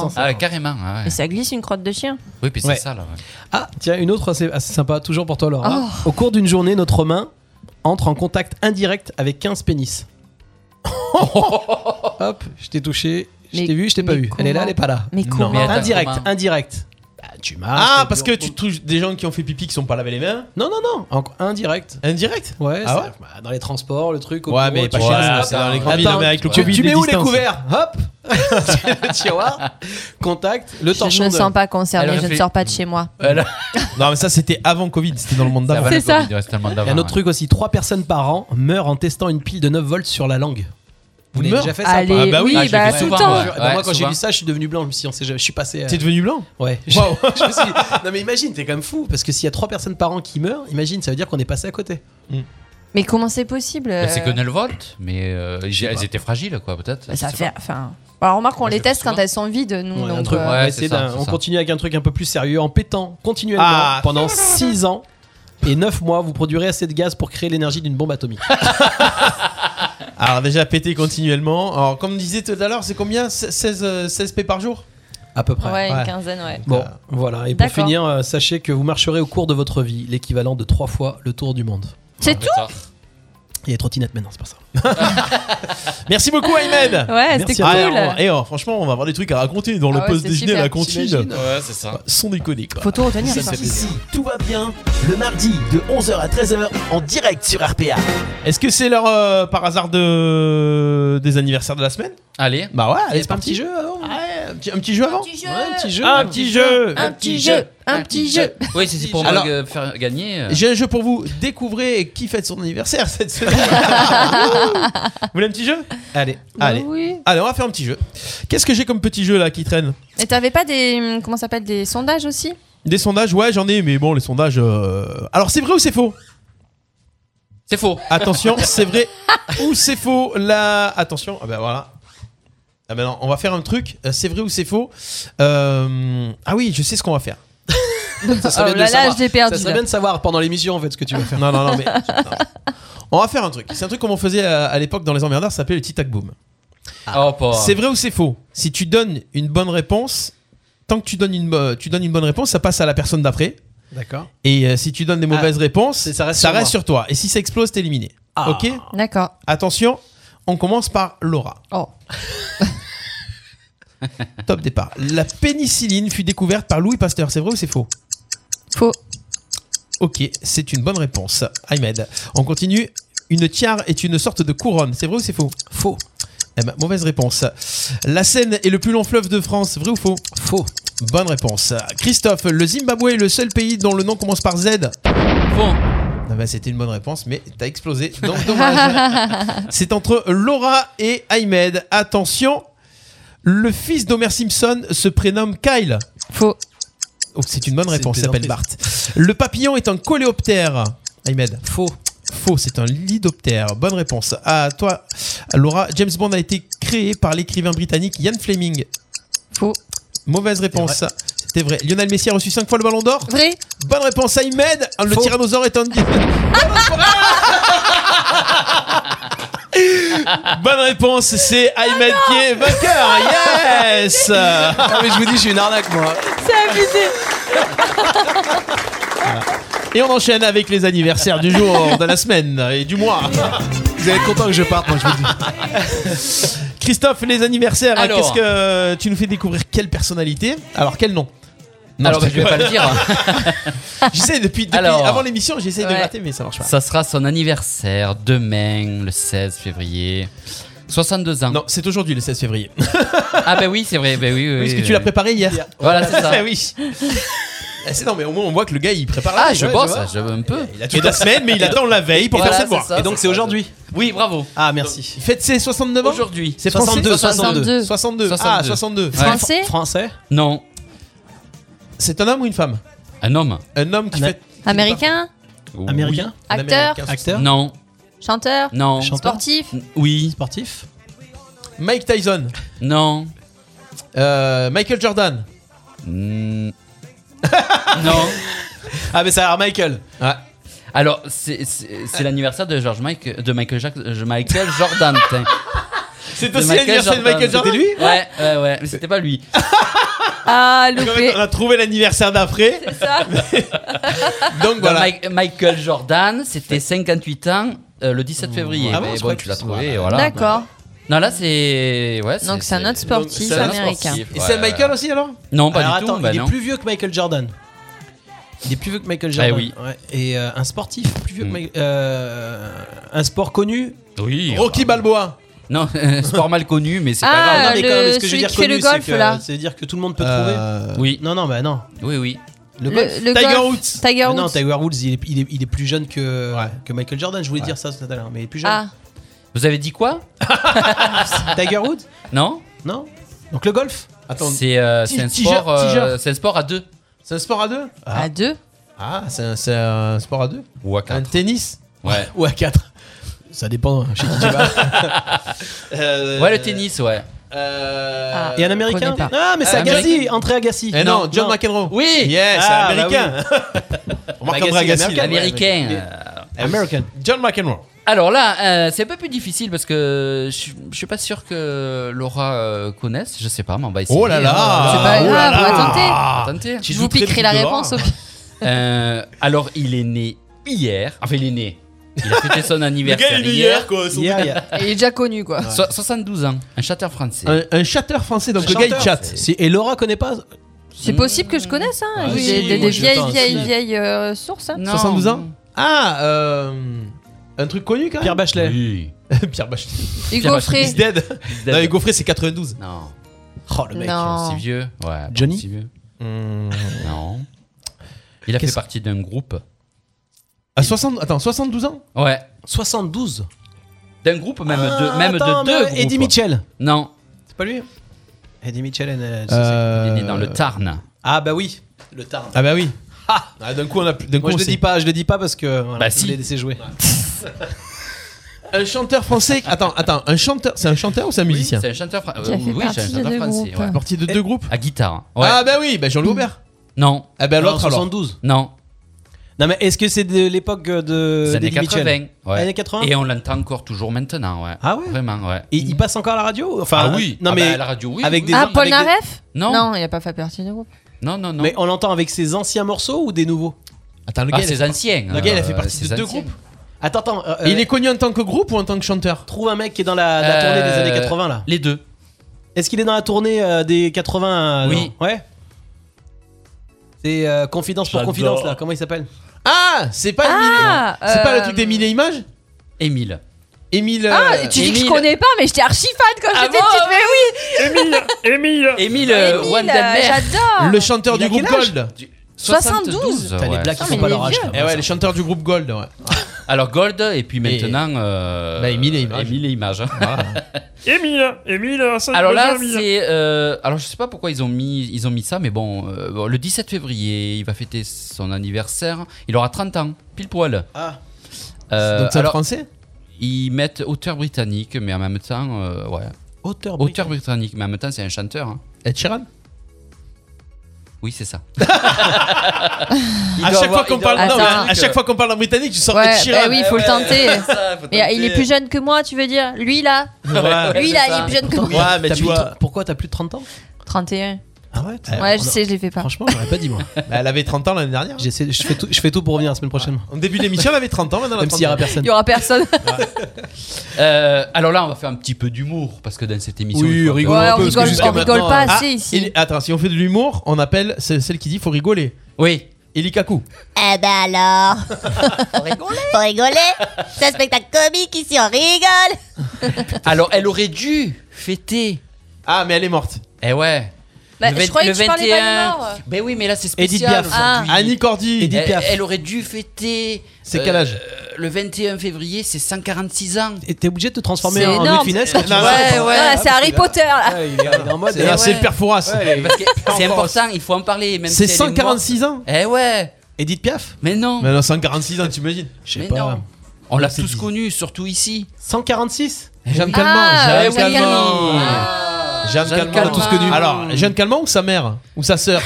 S4: pauvre.
S3: Six cents.
S4: Ah, carrément. ah ouais.
S2: Mais ça glisse une crotte de chien.
S4: Oui, puis c'est
S3: Ouais.
S4: ça, là. ouais.
S3: Ah, tiens, une autre assez, assez sympa, toujours pour toi, Laura.
S2: Oh.
S3: Au cours d'une journée, notre main entre en contact indirect avec 15 pénis. Hop, je t'ai touché, je
S2: Mais-
S3: t'ai vu, je t'ai pas
S2: mais
S3: vu. Elle est là,
S2: comment
S3: elle est pas là.
S2: Mais
S4: Non,
S2: comment
S4: mais attends,
S3: indirect,
S4: comment
S3: indirect. Bah, tu m'as.
S1: Ah, parce que tu touches des gens qui ont fait pipi qui sont pas lavé les mains
S3: Non, non, non, en- indirect.
S1: Indirect
S3: Ouais,
S1: Ah
S3: ça-
S1: ouais
S3: bah, dans les transports, le truc. Au
S1: Ouais,
S3: bureau,
S1: mais
S3: tu
S1: pas
S3: vois,
S1: chez
S4: nous,
S3: attends,
S1: c'est dans les grandes villes,
S3: attends,
S1: mais avec le
S3: tu,
S1: Covid,
S3: tu
S1: les
S3: mets où les
S1: distances.
S3: couverts Hop Le tiroir, contact, le
S2: Je
S3: torchon
S2: ne me
S3: de-
S2: sens pas concernée,
S4: Elle
S2: je ne
S4: réfléchit.
S2: sort pas de chez moi.
S4: Elle-
S1: Non, mais ça c'était avant Covid, c'était dans le monde
S4: va,
S1: d'avant.
S2: C'est
S4: le
S2: ça.
S4: Covid, ouais, c'est tellement
S3: Il y
S4: d'avant,
S3: a un autre
S4: ouais.
S3: truc aussi, 3 personnes par an meurent en testant une pile de 9 volts sur la langue. Vous l'avez
S1: Meurent
S3: déjà fait ça
S2: Allez,
S1: Ah bah oui,
S2: oui,
S4: ah, je
S2: bah
S4: l'ai fait
S2: tout le
S4: souvent,
S2: temps.
S4: ouais.
S3: Je- bah, moi, quand j'ai
S4: souvent.
S3: vu ça, je suis devenu blanc. Je me suis, dit, je suis passé. euh,
S1: T'es devenu blanc
S3: Ouais. Je,
S1: Waouh.
S3: je me suis dit, non mais imagine, t'es quand même fou parce que s'il y a trois personnes par an qui meurent, imagine, ça veut dire qu'on est passé à côté.
S2: Mais comment c'est possible
S4: Bah, C'est
S2: euh,
S4: que le vote, mais euh, j'ai-
S3: pas.
S4: elles étaient fragiles, quoi, peut-être.
S2: bah, Ça
S4: Je sais
S2: fait. Enfin. bah, remarque, on
S4: Moi,
S2: les
S4: je fais
S2: teste quand
S4: souvent.
S2: elles sont vides, nous.
S3: Ouais, un
S2: donc,
S3: truc,
S2: euh,
S3: on va
S4: ouais,
S3: essayer
S4: c'est ça,
S3: d'un-
S4: c'est
S3: on
S4: ça.
S3: continue avec un truc un peu plus sérieux en pétant continuellement
S1: Ah.
S3: pendant 6 ans et 9 mois, vous produirez assez de gaz pour créer l'énergie d'une bombe atomique.
S1: Alors déjà pété continuellement. Alors comme disait tout à l'heure, c'est combien 16, euh, 16 p par jour
S3: À peu près.
S2: Ouais,
S1: Ouais.
S2: une quinzaine, ouais.
S3: Bon, voilà. Et pour
S2: D'accord.
S3: finir, euh, sachez que vous marcherez au cours de votre vie l'équivalent de 3 fois le tour du monde.
S2: C'est
S4: pas.
S2: tout
S4: Ah, Ça.
S3: Il y a trottinette maintenant, c'est pas ça.
S1: Merci beaucoup Ayman
S2: Ouais,
S3: Merci
S2: c'était cool.
S3: à
S1: Ah, on- et alors, franchement, on va avoir des trucs à raconter dans le
S2: Ah ouais,
S1: poste
S2: c'est
S1: déjeuner à
S2: super.
S1: la cantine.
S3: J'imagine.
S4: Ouais, c'est ça.
S1: Sans déconner quoi.
S2: Faut tout retenir.
S1: Ça,
S2: ça.
S1: c'est-
S6: Ici, tout va bien. Le mardi de 11h à 13h en direct sur RPA.
S1: Est-ce que c'est l'heure euh, par hasard de... des anniversaires de la semaine
S4: Allez.
S1: Bah ouais, allez,
S3: C'est
S1: c'est
S3: pas un
S1: parti.
S3: petit jeu avant
S1: Ouais, un petit, un petit jeu avant
S3: Ouais, un petit jeu.
S1: Un petit jeu
S2: Un petit jeu, un petit jeu.
S4: Oui, c'est pour
S1: Alors-
S4: moi euh, faire gagner. euh,
S1: J'ai un jeu pour vous. Découvrez qui fête son anniversaire cette semaine. vous voulez un petit jeu
S3: Allez.
S1: Allez.
S2: Oui.
S1: Allez, on va faire un petit jeu. Qu'est-ce que j'ai comme petit jeu là qui traîne
S2: Et t'avais pas des. Comment ça s'appelle Des sondages aussi
S1: Des sondages, ouais, j'en ai, mais bon, les sondages. euh, Alors, c'est vrai ou c'est faux
S4: C'est faux.
S1: Attention, c'est vrai ou c'est faux là Attention, ah ben voilà. Ah ben non, on va faire un truc. euh, C'est vrai ou c'est faux Euh, Ah oui, je sais ce qu'on va faire.
S3: Ça
S2: Oh
S3: serait bien de
S2: là
S3: le
S2: là,
S3: savoir.
S2: je l'ai perdu,
S3: Ça serait
S2: là.
S3: bien de savoir pendant l'émission en fait ce que tu vas faire.
S1: Non, non, non, mais. non. On va faire un truc. C'est un truc comme on faisait euh, à, à l'époque dans les emmerdeurs, ça s'appelait le tic-tac boom.
S4: Oh, pas.
S1: C'est vrai ou c'est faux Si tu donnes une bonne réponse, tant que tu donnes une, bo- tu donnes une bonne réponse, ça passe à la personne d'après.
S3: D'accord.
S1: Et euh, si tu donnes des
S3: Ah,
S1: mauvaises réponses,
S3: c'est- ça reste sur moi.
S1: sur toi. Et si ça explose, t'es éliminé.
S3: Ah.
S1: Ok
S2: D'accord.
S1: Attention, on commence par Laura.
S2: Oh.
S1: Top départ. La pénicilline fut découverte par Louis Pasteur. C'est vrai ou c'est faux
S2: Faux.
S1: Ok, c'est une bonne réponse. Ahmed. On continue. Une tiare est une sorte de couronne. C'est vrai ou c'est faux
S3: Faux.
S1: Eh ben, mauvaise réponse. La Seine est le plus long fleuve de France. Vrai ou faux
S3: Faux.
S1: Bonne réponse. Christophe, le Zimbabwe est le seul pays dont le nom commence par Z.
S4: Faux.
S1: Ah bah, c'était une bonne réponse, mais t'as explosé. Donc dommage. C'est entre Laura et Ahmed. Attention, le fils d'Homer Simpson se prénomme Kyle.
S2: Faux.
S1: Oh, c'est une bonne
S3: C'est une
S1: réponse, il s'appelle Bart.
S3: plaisanterie.
S1: Le papillon est un coléoptère. Ahmed.
S3: Faux.
S1: Faux, c'est un lidoptère. Bonne réponse. À toi, Laura. James Bond a été créé par l'écrivain britannique Ian Fleming.
S2: Faux.
S1: Mauvaise réponse. C'était vrai. Lionel Messi a reçu 5 fois le ballon d'or.
S2: Vrai
S1: Bonne réponse, Ahmed. Le
S3: Faux.
S1: tyrannosaure est un. Bonne réponse, c'est Ahmed qui est vainqueur. Yes.
S3: Ah mais je vous dis, je suis une arnaque moi.
S2: C'est abusé
S1: Et on enchaîne avec les anniversaires du jour, de la semaine et du mois.
S3: Vous allez être content que je parte, moi je vous le dis.
S1: Christophe, les anniversaires.
S4: Alors.
S1: Qu'est-ce que tu nous fais découvrir quelle personnalité Alors quel nom
S4: Alors, bah, je vais pas le dire.
S1: J'essaie depuis, depuis-
S4: Alors.
S1: avant l'émission, j'essaie de
S2: Ouais.
S1: gratter, mais ça marche pas.
S4: Ça sera son anniversaire demain, le 16 février. 62 ans.
S1: Non, c'est aujourd'hui le 16 février.
S4: Ah, ben oui, c'est vrai. Ben oui, oui,
S1: Parce que
S4: oui.
S1: tu l'as préparé hier.
S4: Voilà, c'est
S1: Ah
S4: ça.
S1: oui. Ah, c'est non, mais au moins on voit que le gars il prépare. la
S4: Ah,
S1: veille,
S4: je
S1: ouais,
S4: bosse,
S1: vois.
S4: je veux un peu.
S1: Il a toute la semaine, mais il attend la veille pour
S4: Voilà,
S1: faire savoir.
S4: c'est ça.
S3: Et donc c'est aujourd'hui.
S4: Oui, bravo.
S3: Ah, merci.
S1: Faites ses 69 ans
S4: Aujourd'hui.
S1: C'est français
S3: 62, 62.
S2: 62.
S1: 62. Ah, 62.
S4: Ouais.
S2: Français
S3: Français
S4: Non,
S1: C'est un homme ou une femme
S4: un homme.
S1: Un homme qui
S3: Un-
S1: fait.
S2: Américain
S3: Américain
S1: Un
S2: Acteur
S1: Américain.
S3: Acteur
S4: Non,
S2: Chanteur
S4: non.
S3: Chanteur.
S2: Sportif
S4: Oui,
S3: Sportif
S1: Mike Tyson.
S4: non.
S1: Euh, Michael Jordan.
S4: Mm. non.
S3: Ah, mais ça a l'air Michael.
S4: Alors, c'est c'est- c'est l'anniversaire de George Mike, de Michael, Jack- de Michael Jordan. tiens.
S1: C'est
S4: De
S1: aussi l'anniversaire de Michael Jordan.
S4: C'était lui Ouais, ouais, ouais. Mais c'était pas lui.
S2: Ah,
S1: Donc, en fait,
S2: loupé
S1: On a trouvé l'anniversaire d'après.
S2: C'est ça
S1: Donc voilà.
S4: Mike- Michael Jordan, c'était 58 ans. euh, le
S1: Oh.
S4: 17 février.
S3: Ah bon,
S4: Mais
S3: je
S4: bon,
S3: crois
S4: tu
S3: que
S4: l'as
S3: tu-
S4: trouvé,
S3: voilà.
S4: voilà.
S2: D'accord.
S4: Non, là, c'est. Ouais,
S2: Donc, c'est un autre sportif
S1: Donc, c'est un
S2: américain.
S4: sportif,
S1: Et
S4: ouais,
S1: c'est
S4: ouais.
S1: Michael aussi alors
S4: Non, pas
S3: Alors,
S4: du
S3: attends,
S4: tout. bah
S3: il
S4: non.
S3: est plus vieux que Michael Jordan. Il est plus vieux que Michael Jordan.
S4: Eh oui.
S3: Ouais. Et euh, un sportif plus vieux que
S4: Mm.
S3: Michael- euh, un sport connu.
S4: Oui.
S1: Rocky Balboa.
S4: Non, sport mal connu, mais c'est
S2: Ah,
S4: pas
S3: non,
S4: grave.
S3: mais
S2: le-
S3: quand même, ce que je
S2: celui
S3: veux dire
S2: qui fait le
S3: connu, c'est
S2: golf,
S3: que,
S2: là.
S3: C'est dire que tout le monde peut
S1: Euh,
S3: trouver.
S4: Oui,
S3: Non, non, bah non.
S4: oui, oui.
S3: Le golf.
S2: Le, le
S1: Tiger
S2: golf.
S1: Woods.
S2: Tiger
S3: Ah non,
S2: Woods.
S3: Tiger Woods, il est, il est- il est plus jeune que,
S1: Ouais.
S3: que Michael Jordan. Je voulais
S1: Ouais.
S3: dire ça tout à l'heure, mais il est plus jeune.
S2: Ah,
S4: Vous avez dit quoi
S3: Tiger Woods
S4: Non
S3: Non Donc le golf
S1: Attends,
S4: C'est euh, c'est un,
S1: Tigeur,
S4: sport, euh,
S1: tigeur.
S4: c'est un sport à deux.
S1: c'est un sport à deux
S3: Ah.
S2: à deux
S1: Ah, c'est un, c'est un sport à deux
S4: Ou à
S1: Un
S4: quatre.
S1: tennis
S4: Ouais.
S3: Ou à 4 Ça dépend hein, chez qui tu vas.
S1: Euh,
S4: Ouais, le tennis, ouais.
S1: euh,
S2: Ah.
S3: Et un américain
S2: Prenez pas.
S3: Ah, mais c'est
S4: Ah,
S3: Agassi
S4: Américain.
S3: Entrée Agassi
S1: Eh non, John McEnroe.
S4: Oui
S1: Yes,
S3: Ah,
S1: c'est américain. Marc-André
S3: Agassi,
S1: Agassi,
S3: il est
S4: Américain.
S1: ouais,
S4: euh,
S3: American.
S1: John McEnroe.
S4: Alors là, euh, c'est un peu plus difficile parce que je, suis- je suis pas sûr que Laura euh, connaisse. Je sais pas, mais on va essayer.
S1: Oh là là
S4: hein.
S2: C'est pas
S1: oh là
S2: grave, on va
S1: là.
S2: tenter.
S4: On va tenter.
S1: Tu
S2: Je
S1: joues
S2: vous
S1: très
S2: piquerai
S1: vite
S2: la
S1: de voir.
S2: réponse au pire.
S4: Euh, alors, il est né hier. Enfin, il est né. Il a fêté son anniversaire
S1: il est
S4: hier.
S1: quoi. son-
S3: Hier, il y a-
S2: Il est déjà connu, quoi.
S4: So- 72 ans, un chanteur français.
S1: Un, un chatteur français, donc le gars il
S3: Chanteur.
S1: chatte.
S3: Si- Et Laura connaît pas
S4: Hmm.
S2: C'est possible que je connaisse, hein.
S3: Ah,
S2: J'ai
S3: si,
S2: des,
S3: moi,
S2: des
S3: je-
S2: vieilles,
S3: attends,
S2: vieilles,
S3: si.
S2: vieilles euh, sources. hein.
S4: Non.
S1: 72 ans Ah, euh, un truc connu quand
S3: Pierre
S1: même
S3: Bachelet.
S4: Oui.
S1: Pierre Bachelet.
S4: Pierre
S2: Hugo
S4: Bachelet.
S2: Frey.
S1: He's dead. Non, Hugo Frey, c'est 92.
S4: Non.
S3: Oh le mec.
S2: Non. Ah,
S4: C'est vieux. Ouais, bon,
S3: Johnny
S4: c'est vieux.
S1: Hmm.
S4: Non. Il a fait
S3: Qu'est-ce-
S4: partie d'un groupe.
S1: À 60, attends, 72 ans
S4: Ouais.
S3: 72.
S4: D'un groupe, même,
S3: Ah,
S4: de, même
S3: attends,
S4: de deux
S3: mais Eddie
S4: groupes.
S3: Mitchell.
S4: Non.
S3: C'est pas lui Eddie Mitchell. and, euh,
S4: Il est
S1: Euh,
S4: né dans le Tarn.
S3: Ah bah oui. Le Tarn.
S1: Ah bah oui. Ah, d'un coup, on a plus. d'un coup,
S3: Moi je
S1: on
S3: le
S1: sait.
S3: dis pas, je le dis pas parce que voilà,
S4: Bah,
S3: je
S4: si.
S3: voulais laisser jouer.
S1: Un chanteur français. Attends, attends, un chanteur. C'est un chanteur ou c'est un
S4: Oui,
S1: musicien
S4: c'est un chanteur, fran-
S2: Qui a
S4: euh,
S2: fait
S4: oui, c'est un
S2: partie
S4: chanteur
S2: de
S4: français.
S2: groupes.
S4: ouais.
S1: Parti de deux groupes
S4: À guitare. hein. Ouais.
S1: Ah bah oui, bah Jean-Louis Aubert.
S4: Non,
S1: Ah bah
S3: Alors,
S1: l'autre alors.
S3: 72.
S4: non.
S3: Non mais est-ce que c'est de l'époque de
S4: C'est années
S3: d'Eddie
S4: 80.
S3: Euh, Mitchell
S4: ouais.
S3: Années 80
S4: Et on l'entend encore toujours maintenant, ouais.
S3: Ah ouais
S4: Vraiment, ouais.
S3: Et il passe encore à la radio Enfin,
S4: ah oui.
S3: Non
S4: Ah bah,
S3: mais
S4: à la radio, oui.
S3: avec
S4: oui.
S3: des-
S2: Ah,
S3: avec
S2: Paul
S3: des-
S2: Naref
S4: Non.
S2: Non, il a pas fait partie du groupe.
S4: non, non, non.
S3: Mais on l'entend avec ses anciens morceaux ou des nouveaux
S1: Attends, le
S4: Ah,
S1: gars, il
S4: c'est
S1: a-
S4: ancien.
S1: le gars, il a fait
S4: euh,
S1: partie de
S4: c'est
S1: deux
S4: ancien.
S1: groupes.
S3: Attends, attends. euh,
S1: Et il
S3: euh,
S1: est connu en tant que groupe ou en tant que chanteur
S3: Trouve un mec qui est dans la, la tournée des
S4: Euh,
S3: années 80 là.
S4: Les deux.
S3: Est-ce qu'il est dans la tournée euh, des 80 euh,
S4: Oui.
S3: non Ouais. C'est euh, Confidence pour
S4: J'adore.
S3: Confidence là, comment il s'appelle
S1: Ah, c'est pas Émile-
S2: Ah,
S1: non. C'est pas le
S2: euh,
S1: truc des mille images
S4: Émile.
S1: Émile
S2: Ah,
S1: euh,
S2: tu dis que je
S4: Émile.
S2: connais pas, mais j'étais archi fan quand
S4: Ah
S2: j'étais
S4: bon
S2: petite. Mais oui,
S4: Émile
S2: Émile,
S4: euh, Wandelmer.
S2: j'adore.
S1: le chanteur
S3: Il a
S1: du groupe
S3: quel âge
S1: Gold.
S4: Du-
S2: 72.
S3: T'as
S4: ouais.
S3: les blagues qui
S2: Non,
S3: font
S2: mais
S3: pas
S2: il est
S3: leur âge.
S2: vieux.
S3: quand
S1: Eh
S3: même,
S1: ouais,
S3: ça.
S1: le chanteur du groupe Gold, ouais.
S4: Alors Gold, et puis maintenant. euh,
S1: Bah, Émile et Images.
S4: Émile et Images, hein.
S5: Émile, Émile, ça
S4: Alors là,
S5: devient Émile.
S4: c'est. euh, alors je sais pas pourquoi ils ont mis, ils ont mis ça, mais bon, euh, bon, le 17 février, il va fêter son anniversaire. Il aura 30 ans, pile poil.
S3: Ah.
S4: Euh,
S1: Donc c'est un
S4: alors,
S1: français
S4: ils mettent auteur britannique, mais en même temps, euh, ouais.
S3: Auteur
S4: Auteur britannique, mais en même temps, c'est un chanteur. hein.
S1: Ed Sheeran
S4: Oui, c'est ça.
S1: À chaque fois qu'on parle
S2: avoir
S1: non, mais
S3: euh,
S2: un
S1: à chaque fois qu'on parle en britannique, tu sors
S2: Ouais,
S1: Ed Sheeran.
S2: bah oui, faut le tenter. Mais il est plus jeune que moi, tu veux dire Lui là
S3: Ouais,
S2: Lui
S4: c'est
S2: là,
S4: ça.
S2: il est plus jeune que moi.
S1: Ouais, mais
S3: T'as
S1: tu
S3: plus de-
S1: vois.
S3: Pourquoi t'as plus de 30 ans
S2: 31.
S3: Ah ouais t'as-
S2: Ouais, je
S3: on a-
S2: sais, je l'ai fait pas.
S3: Franchement, j'aurais pas dit moi.
S1: Bah, Elle avait 30 ans l'année dernière.
S3: J'essaie- Je fais tout- je fais tout pour revenir la semaine prochaine.
S1: Au début de l'émission, elle avait 30 ans, maintenant elle a
S3: Même s'il y aura
S1: 31.
S3: personne.
S2: Il y aura personne.
S4: Euh, alors là, on va faire un petit peu d'humour, parce que dans cette émission.
S3: Oui,
S4: il faut un peu-
S3: rigolons
S2: Ouais,
S3: un
S2: on
S3: peu, parce que
S2: rigole,
S3: jusqu'à
S2: on rigole
S3: maintenant,
S2: pas
S1: Ah,
S2: assez ici.
S1: il- Attends, si on fait de l'humour, on appelle c'est celle qui dit faut rigoler.
S4: Oui.
S1: Elikaku.
S8: Eh ben alors Faut rigoler Faut rigoler C'est un spectacle comique ici, on rigole
S4: Alors, elle aurait dû fêter.
S1: Ah, mais elle est morte.
S4: Eh ouais.
S2: Bah,
S4: vingt-
S2: je croyais que tu parlais pas de mort.
S4: Ben oui, mais là, c'est
S3: Edith
S4: spécial.
S3: Piaf.
S2: Ah.
S4: aujourd'hui.
S3: Annie Cordy. Edith
S4: elle,
S3: Piaf.
S4: elle aurait dû fêter. euh,
S3: C'est quel âge
S4: Le 21 février, c'est 146 ans.
S3: Et T'es obligé de te transformer
S2: C'est
S3: en
S2: énorme.
S3: Louis de Funès quand tu
S4: Ouais,
S3: vois ça.
S4: ouais.
S2: Voilà, c'est Harry Potter. là.
S3: Ouais, il est il est en mode.
S1: C'est
S3: euh,
S1: Eh, c'est le père Fouras.
S4: Parce que c'est important, il faut en parler. même
S3: C'est
S4: si elle est morte.
S3: 146 ans.
S4: Eh ouais,
S3: Edith Piaf
S4: mais non.
S1: Maintenant, 146 ans, t'imagines
S3: Je
S4: Mais
S3: sais pas.
S4: non. On l'a
S3: C'est
S4: tous
S3: dit.
S4: connu, surtout ici.
S3: 146
S1: Eh, Jeanne
S2: Ah,
S1: Calment. Jeanne
S2: oui, Calment.
S1: Calment.
S2: Ah.
S1: Jeanne
S4: Jeanne
S1: Calment,
S4: Calment.
S1: tous connus. Alors, Jeanne Calment ou sa mère Ou sa sœur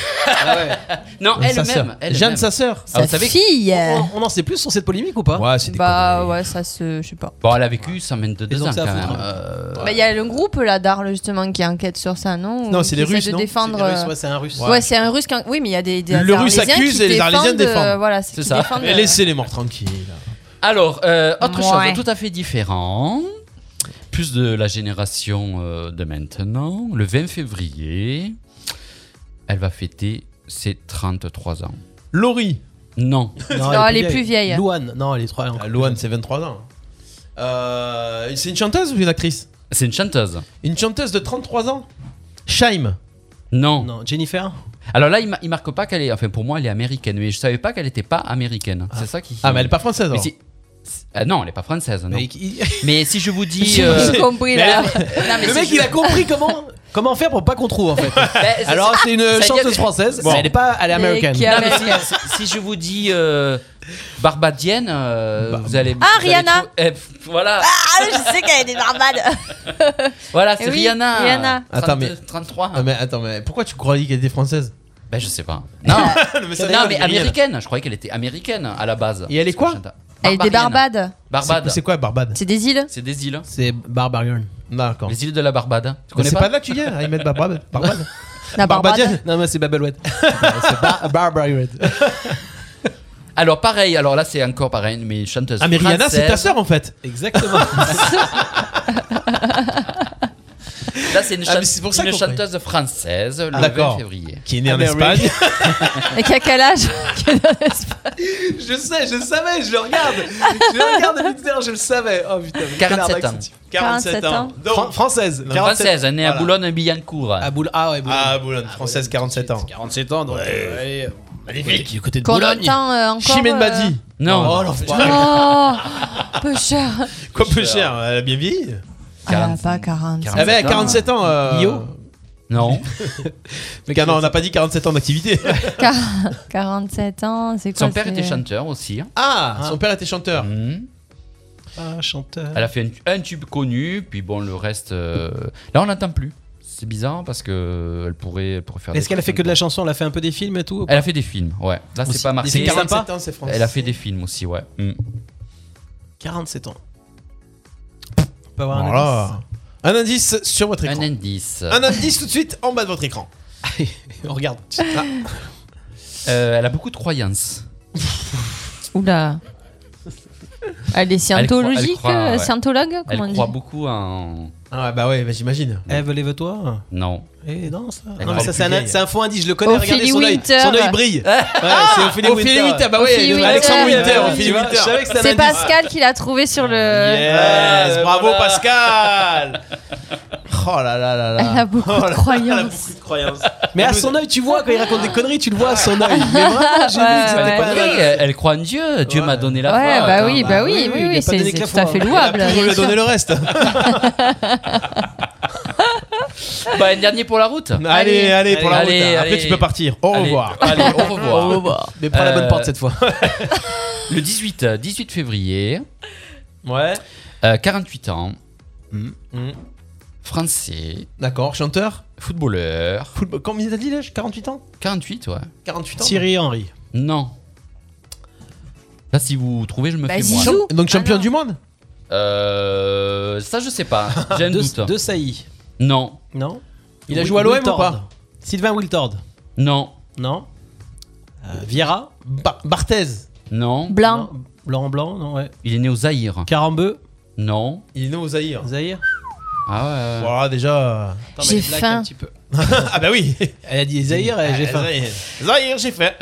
S4: Non,
S1: Sa sœur.
S4: elle-même. elle-même.
S1: Jeanne, sa sœur
S4: Ah, vous
S2: Sa
S4: savez-
S2: fille.
S3: on, on en sait plus sur cette polémique ou pas
S1: Ouais, c'est des
S2: Bah
S1: conneries.
S2: ouais, ça se. Je sais pas.
S4: Bon, elle a vécu 122
S3: Ils ont
S4: ans
S3: que ça
S4: quand
S3: à
S4: même.
S3: foutre.
S4: Euh,
S2: Bah, Il y a le groupe là d'Arles justement qui enquête sur ça, non Ou
S1: Non, c'est
S2: qui
S1: les
S2: essaie
S1: Russes,
S2: de
S1: non
S2: défendre.
S3: C'est des Russes,
S2: euh,
S3: ouais, c'est un russe.
S2: Ouais, c'est un russe. qui en- Oui, mais il y a des. des
S1: Le russe
S2: Arlésiens
S1: accuse
S2: qui
S1: et les Arlésiens
S2: euh,
S1: défendent.
S2: voilà, c'est
S4: C'est
S2: qui
S4: ça.
S2: défendent,
S1: Et
S2: euh,
S1: laissez les morts tranquilles.
S4: Alors, euh, autre
S2: Ouais.
S4: chose tout à fait différent, plus de la génération euh, de maintenant, le 20 février, elle va fêter ses 33 ans.
S1: Laurie.
S4: Non,
S2: Non, elle est plus vieille.
S3: Louane, non, elle est trop. elle est encore-
S1: Loane, Euh, c'est 23 ans. Euh, c'est une chanteuse ou une actrice
S4: c'est une chanteuse.
S1: Une chanteuse de 33 ans Shaim.
S4: Non.
S3: Non, Jennifer
S4: Alors là, il, ma- il marque pas qu'elle est. Enfin, pour moi, elle est américaine, mais je savais pas qu'elle était pas américaine. C'est ça qui.
S1: Ah, mais elle est pas française
S4: Mais
S1: alors.
S4: si- c'est- ah non, elle est pas française. Non.
S3: Mais
S4: Mais,
S3: il-
S4: si je vous dis.
S2: J'ai
S4: euh,
S2: compris là. Non, mais
S3: Le
S2: c'est
S3: mec, il a compris comment comment faire pour pas qu'on trouve en fait.
S4: ben, c'est-
S3: Alors, c'est
S4: veut
S3: une
S4: dire
S3: chanteuse
S4: que-
S3: française,
S4: Bon.
S3: mais elle est pas elle est
S2: Mais
S3: américaine.
S2: qui a-
S4: Non, mais si, si- si je vous dis euh, Barbadienne, euh,
S1: Bah,
S4: vous allez. vous allez
S2: Ah, Rihanna.
S4: trou- eh, pff, Voilà,
S8: Ah, je sais qu'elle est des barbades.
S4: voilà c'est
S2: oui,
S4: Rihanna.
S2: Rihanna.
S1: Attends, mais-
S4: 32, 33.
S1: Ah, mais attends, mais pourquoi tu croyais qu'elle était française
S4: Ben, je sais pas. Non,
S1: Non, mais, ça
S4: non
S1: déconne,
S4: mais
S1: Gabriel.
S4: américaine. Je croyais qu'elle était américaine à la base.
S1: Et elle est quoi
S2: Elle est des Barbades.
S4: Barbade.
S1: C'est- C'est quoi Barbade
S2: C'est des îles.
S4: C'est des îles.
S3: C'est Barbarian.
S1: D'accord.
S4: Les îles de la Barbade. Tu
S1: Mais
S4: connais
S1: C'est
S4: pas,
S1: pas de là que tu viens, Ahmed Barbade. Barbade.
S2: Euh, La Barbade.
S1: Barbadienne.
S3: Non, mais c'est Babelwet. c'est Bar- Barbarian.
S4: Alors, pareil. Alors là, c'est encore pareil, mais une chanteuse.
S1: Ah, mais Rihanna, c'est ta
S4: française.
S1: sœur en fait.
S3: Exactement.
S4: Là, c'est une,
S1: Ah,
S4: chan-
S1: mais c'est pour ça
S4: une
S1: qu'on connaît.
S4: chanteuse française le 20
S1: D'accord.
S4: février.
S1: Qui est née en
S3: Amérique.
S1: Espagne.
S2: Et qui a quel âge
S3: je sais, je savais, je le regarde. Je le regarde depuis tout à l'heure, je le savais. Oh putain, mais
S4: 47
S3: connard
S4: ans.
S3: d'accent.
S2: 47 ans.
S1: Donc,
S3: Fran- française.
S1: Non,
S3: 47.
S4: Française, née à
S1: Voilà.
S4: Boulogne-Billancourt.
S3: Ah, boule. Ah ouais, boule.
S1: Ah, Boulogne, française, 47 ans.
S3: 47 ans, donc. euh, allez,
S1: Magnifique. Du côté de
S2: Qu'on
S1: Boulogne.
S2: entend euh, encore.
S1: Chimène
S2: euh,
S1: Badi.
S4: Non.
S1: Oh, l'enfoiré.
S2: Oh, peu cher.
S1: Quoi peu cher, elle a bien vieilli.
S2: Ah,
S4: 40.
S2: pas 40.
S1: Elle avait
S4: 47 ans.
S1: 47 ans. Euh...
S3: Yo.
S4: Non.
S1: Mais non, on n'a pas dit 47 ans d'activité.
S2: Quar- 47 ans, c'est quoi
S4: Son père
S2: c'est-
S4: était chanteur aussi. hein.
S1: Ah, son père était
S2: Mm.
S1: chanteur.
S4: Mhm.
S3: Ah, chanteur.
S4: Elle a fait un, un tube connu, puis bon, le reste. euh, Là, on n'entend plus. C'est bizarre parce que elle pourrait, elle pourrait faire.
S3: Est-ce
S4: des
S3: qu'elle a
S4: trucs
S3: fait que de la
S4: comme
S3: chanson Elle a fait un peu des films et tout
S4: ça. Elle a fait des films, ouais. Là,
S3: Aussi,
S4: c'est pas
S3: des films
S4: marqué.
S3: carrément.
S1: 47 ans, c'est français.
S4: Elle a fait des films aussi, ouais. Mm.
S3: 47 ans. On peut avoir un
S1: Voilà. Un indice sur votre
S4: Un
S1: écran.
S4: indice.
S3: Ah
S1: Un indice tout de suite en bas de votre écran. Ah,
S3: indice On regarde.
S2: Ah.
S4: Euh, elle a beaucoup de croyances.
S2: Oula. Elle est scientologique,
S4: Elle croit- elle croit,
S2: euh,
S4: ouais.
S2: scientologue,
S4: Elle
S2: comment on dit
S4: croit beaucoup en.
S1: Ah bah ouais, bah j'imagine.
S3: Ève, lève-toi.
S4: Non.
S3: Eh non, ça.
S4: Elle
S3: Non, mais
S4: parle
S3: ça c'est
S1: plus
S3: un,
S1: vieille.
S3: c'est un faux indice, je le connais. regardez
S2: Ophélie
S3: son œil.
S2: Winter.
S3: Son œil brille. Ouais, c'est Ophélie
S1: Ophélie
S3: Winter.
S1: Winter, bah ouais,
S2: Ophélie
S1: le-
S2: Winter.
S1: Alexandre Winter,
S2: Ouais,
S1: Ophélie
S3: Tu vois,
S1: Winter.
S3: Je savais que c'était
S2: C'est
S3: un indice.
S2: Pascal qui l'a trouvé sur le.
S1: Yes,
S3: Ouais,
S1: bravo
S3: voilà.
S1: Pascal. Oh là là là
S2: Elle a
S1: là.
S2: beaucoup
S1: Oh là là,
S2: de
S1: Elle a
S2: croyances.
S1: beaucoup de croyances.
S3: Mais à son œil, tu vois, quand il raconte des conneries, tu le vois à son œil. Mais vraiment, j'ai
S2: Ouais,
S3: vu que c'était
S2: ouais.
S3: pas un
S4: Oui,
S3: indice.
S4: elle, elle croit en Dieu. Dieu
S1: Ouais.
S4: m'a donné la foi.
S2: Ouais, bah
S4: Attends,
S2: oui, bah oui,
S3: oui,
S2: oui,
S3: il a
S2: oui,
S3: pas
S2: c'est
S3: donné que
S2: c'est
S3: la
S2: tout à
S3: foi,
S2: fait
S3: hein.
S2: louable.
S1: On lui
S2: bien
S1: a donné
S2: sûr.
S1: le reste.
S4: Bah, un dernier pour la route.
S1: Allez, allez, pour la route.
S4: Allez,
S1: Après,
S4: allez.
S1: tu peux partir. Au
S4: Allez,
S1: revoir.
S4: Allez, au revoir.
S3: Mais prends la bonne
S4: Euh,
S3: porte cette fois.
S4: Le 18, 18 février,
S1: Ouais.
S4: euh, 48 ans,
S3: Hum,
S1: Mm.
S4: français,
S1: D'accord, chanteur.
S4: footballeur.
S1: Football. Combien t'as dit l'âge 48 ans
S4: 48, ouais.
S1: 48 ans.
S3: Thierry Henry.
S4: Non. Là, si vous trouvez, je me
S2: Bah,
S4: fais
S2: Zizou.
S4: moi.
S1: Champ- Donc champion
S2: Ah non.
S1: du monde
S4: Euh, ça, je sais pas. J'ai un doute.
S3: De, de Sailly.
S4: Non,
S3: Non
S1: Il a joué à l'OM ou
S3: Wiltord.
S1: pas
S3: Sylvain Wiltord.
S4: non,
S3: Non Euh, Vieira
S1: Ba- Barthez.
S4: non.
S2: Blanc.
S3: Non. Laurent Blanc, non, ouais.
S4: Il est né au Zaïre.
S3: Carambeu
S4: Non.
S1: Il est né au Zaïre.
S3: Zahir
S4: Ah ouais.
S1: Voilà, déjà. euh.
S3: Attends,
S2: J'ai
S3: mais blague
S2: faim.
S3: un petit peu.
S1: Ah bah oui.
S3: Elle a dit Zahir et j'ai
S1: Ah,
S3: faim.
S1: Zaïre. Zaïre, j'ai fait.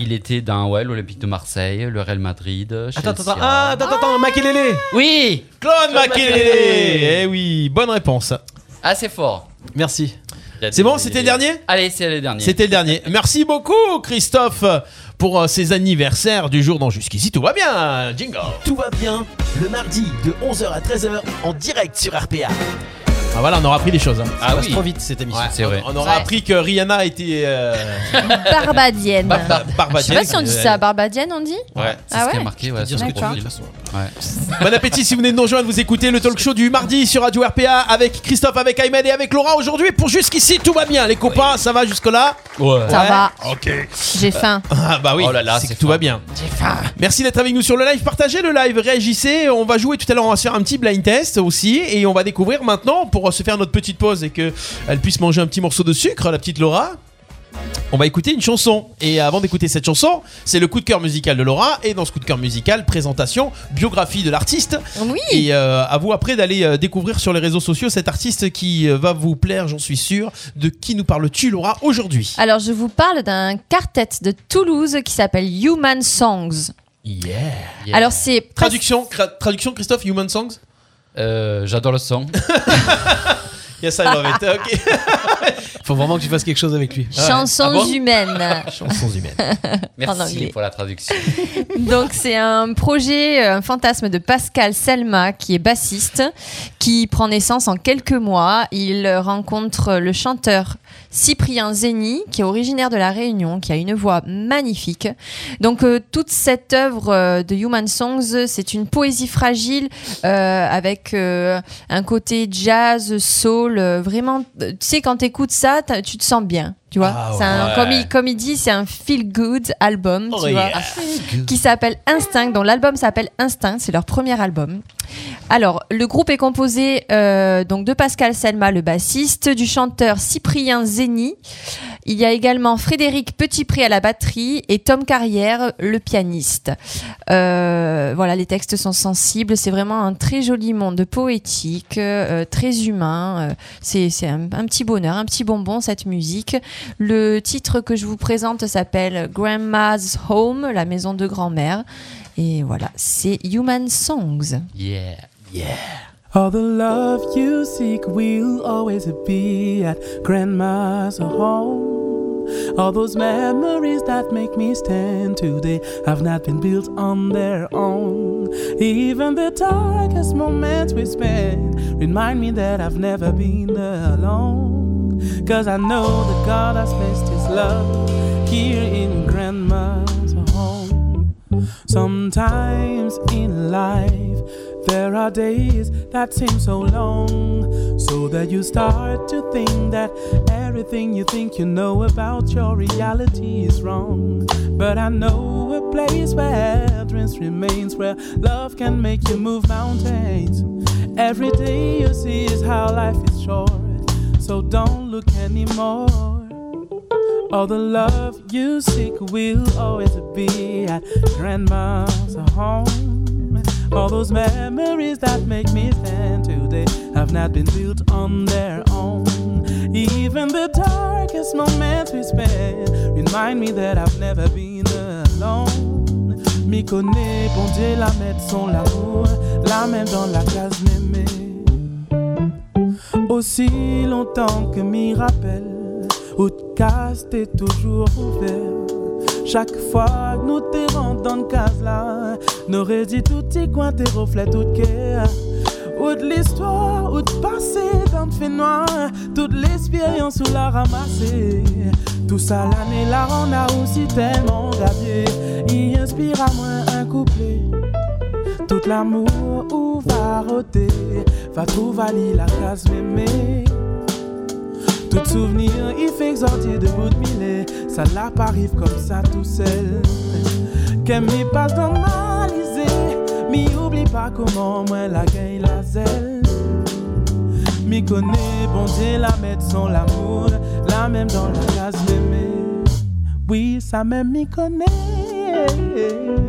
S4: Il était dans ouais, l'Olympique de Marseille, le Real Madrid.
S3: Attends,
S4: Chelsea.
S3: attends, attends. Ah, attends, attends, Makelele
S4: Oui
S1: Claude Makelele. Eh oui, bonne réponse.
S4: Assez fort.
S3: Merci.
S1: C'est bon, c'était le dernier
S4: Allez, c'est le dernier.
S1: C'était le dernier. Merci beaucoup, Christophe, pour euh, ces anniversaires du jour dans Jusqu'ici, tout va bien. Jingle.
S6: Tout va bien le mardi de 11h à 13h en direct sur RPA.
S1: Ah voilà, on aura appris des choses. hein.
S4: Ah oui.
S3: trop vite cette émission.
S4: Ouais, c'est vrai.
S1: On aura
S2: Ouais.
S1: appris que Rihanna était euh,
S2: Barbadienne.
S1: bar-
S2: Je sais
S1: barbadienne. euh,
S2: pas si on dit ça, Barbadienne, on dit
S4: Ouais, c'est
S2: Ah
S4: ce qui
S2: ouais
S4: a marqué. Ouais,
S3: Dire ce que tu
S2: D'accord.
S3: veux, de toute façon.
S1: Bon appétit si vous venez de nous rejoindre, vous écoutez le talk show du mardi sur Radio RPA avec Christophe, avec Ayman et avec Laura aujourd'hui. Pour jusqu'ici, tout va bien, les copains, ça va jusque-là
S4: Ouais.
S2: Ça
S1: Ouais.
S2: va,
S1: Ok.
S2: j'ai faim.
S1: Ah bah oui,
S4: Oh là là,
S1: c'est que
S4: c'est
S1: tout
S4: fort.
S1: va bien. Merci d'être avec nous sur le live, partagez le live, réagissez. On va jouer tout à l'heure, on va se faire un petit blind test aussi et on va découvrir maintenant pour se faire notre petite pause et que elle puisse manger un petit morceau de sucre, la petite Laura. On va écouter une chanson et avant d'écouter cette chanson, c'est le coup de cœur musical de Laura et dans ce coup de cœur musical, présentation, biographie de l'artiste
S2: Oui,
S1: et euh, à vous après d'aller euh, découvrir sur les réseaux sociaux cet artiste qui euh, va vous plaire, j'en suis sûr. De qui nous parles-tu, Laura, aujourd'hui
S2: Alors, je vous parle d'un quartet de Toulouse qui s'appelle Human Songs.
S4: Yeah.
S2: Alors, c'est presque-
S1: Traduction, cra- traduction, Christophe, Human Songs
S4: Euh, J'adore le son.
S1: Yes, I love it. Ok.
S3: Faut vraiment que tu fasses quelque chose avec lui.
S2: chansons
S4: Ah bon
S2: humaines.
S1: Chansons humaines.
S2: En
S4: Merci
S2: anglais.
S4: pour la traduction.
S2: Donc, c'est un projet, euh, un fantasme de Pascal Selma, qui est bassiste, qui prend naissance en quelques mois. Il rencontre le chanteur Cyprien Zeni, qui est originaire de La Réunion, qui a une voix magnifique. Donc, euh, toute cette œuvre euh, de Human Songs, c'est une poésie fragile euh, avec euh, un côté jazz, soul, euh, vraiment. euh, Tu sais, quand t'écoutes ça, t'as- tu te sens bien. Tu vois,
S1: Ah
S2: c'est un,
S4: ouais.
S2: comme, il, comme il dit, c'est un feel good album, tu
S1: Oh
S2: vois,
S1: yeah.
S2: qui s'appelle Instinct, dont l'album s'appelle Instinct, c'est leur premier album. Alors, le groupe est composé euh, donc de Pascal Selma, le bassiste, du chanteur Cyprien Zeni. Il y a également Frédéric Petitpré à la batterie et Tom Carrière, le pianiste. Euh, voilà, les textes sont sensibles. C'est vraiment un très joli monde poétique, euh, très humain. Euh, c'est c'est un, un petit bonheur, un petit bonbon cette musique. Le titre que je vous présente s'appelle Grandma's Home, la maison de grand-mère. Et voilà, c'est Human Songs.
S4: Yeah.
S10: All the love you seek will always be at grandma's home. All those memories that make me stand today have not been built on their own. Even the darkest moments we spend remind me that I've never been alone. Cause I know that God has placed His love here in grandma's home. Sometimes in life, there are days that seem so long, so that you start to think that everything you think you know about your reality is wrong. But I know a place where dreams remains, where love can make you move mountains. Every day you see is how life is short, so don't look anymore. All the love you seek will always be at grandma's home. All those memories that make me stand today have not been built on their own. Even the darkest moments we spend remind me that I've never been alone. M'y connais, bon Dieu, la mettre son l'amour, la même dans la case mémé. Aussi longtemps que m'y rappelle, Outcast est toujours ouvert. Chaque fois que nous te rentrons dans le case là, nos redis tout y coin, tes reflets tout cœur. Ou de l'histoire, ou de passé dans le fait noir, toute l'expérience ou la ramasser. Tout ça l'année là, on a aussi tellement gabier. Y inspire à moi un couplet. Tout l'amour ou va roter, va trouver la case mémé. Tout souvenir, il fait sortir de bout de millet. Ça là arrive comme ça tout seul. Qu'elle m'y passe dans ma lisée, m'y oublie pas comment moi la gagne la zèle. M'y connaît, bon Dieu, la mettre son l'amour, la même dans la case mémé. Oui, ça même m'y connaît. Mm.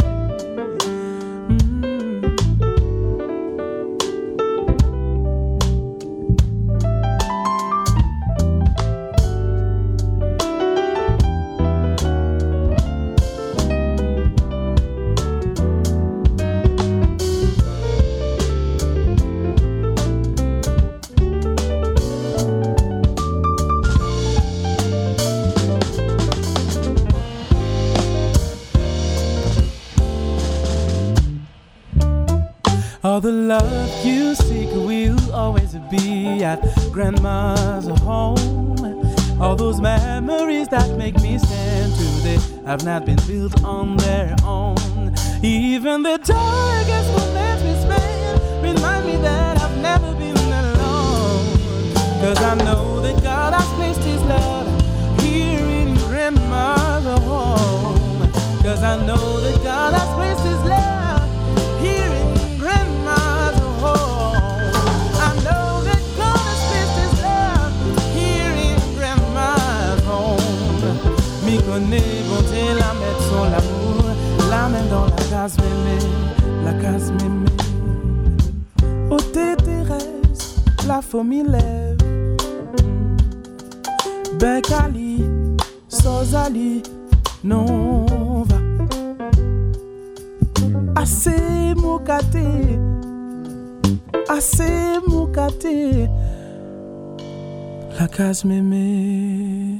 S10: All the love you seek will always be at grandma's home. All those memories that make me stand today have not been built on their own. Even the darkest moments we spent remind me that I've never been alone. Cause I know that God has placed His love here in grandma's home. Cause I know that God has placed His love here in grandma's home. I know that God has placed His love here in grandma's home. M'y connais, bonté, la mettre sur l'amour. La même dans la case mémé, la case mémé. Ôtez tes rêves, la fourmi lève. Ben Cali, sans Ali, non va. Assez moukaté, assez moukaté. La case mémé.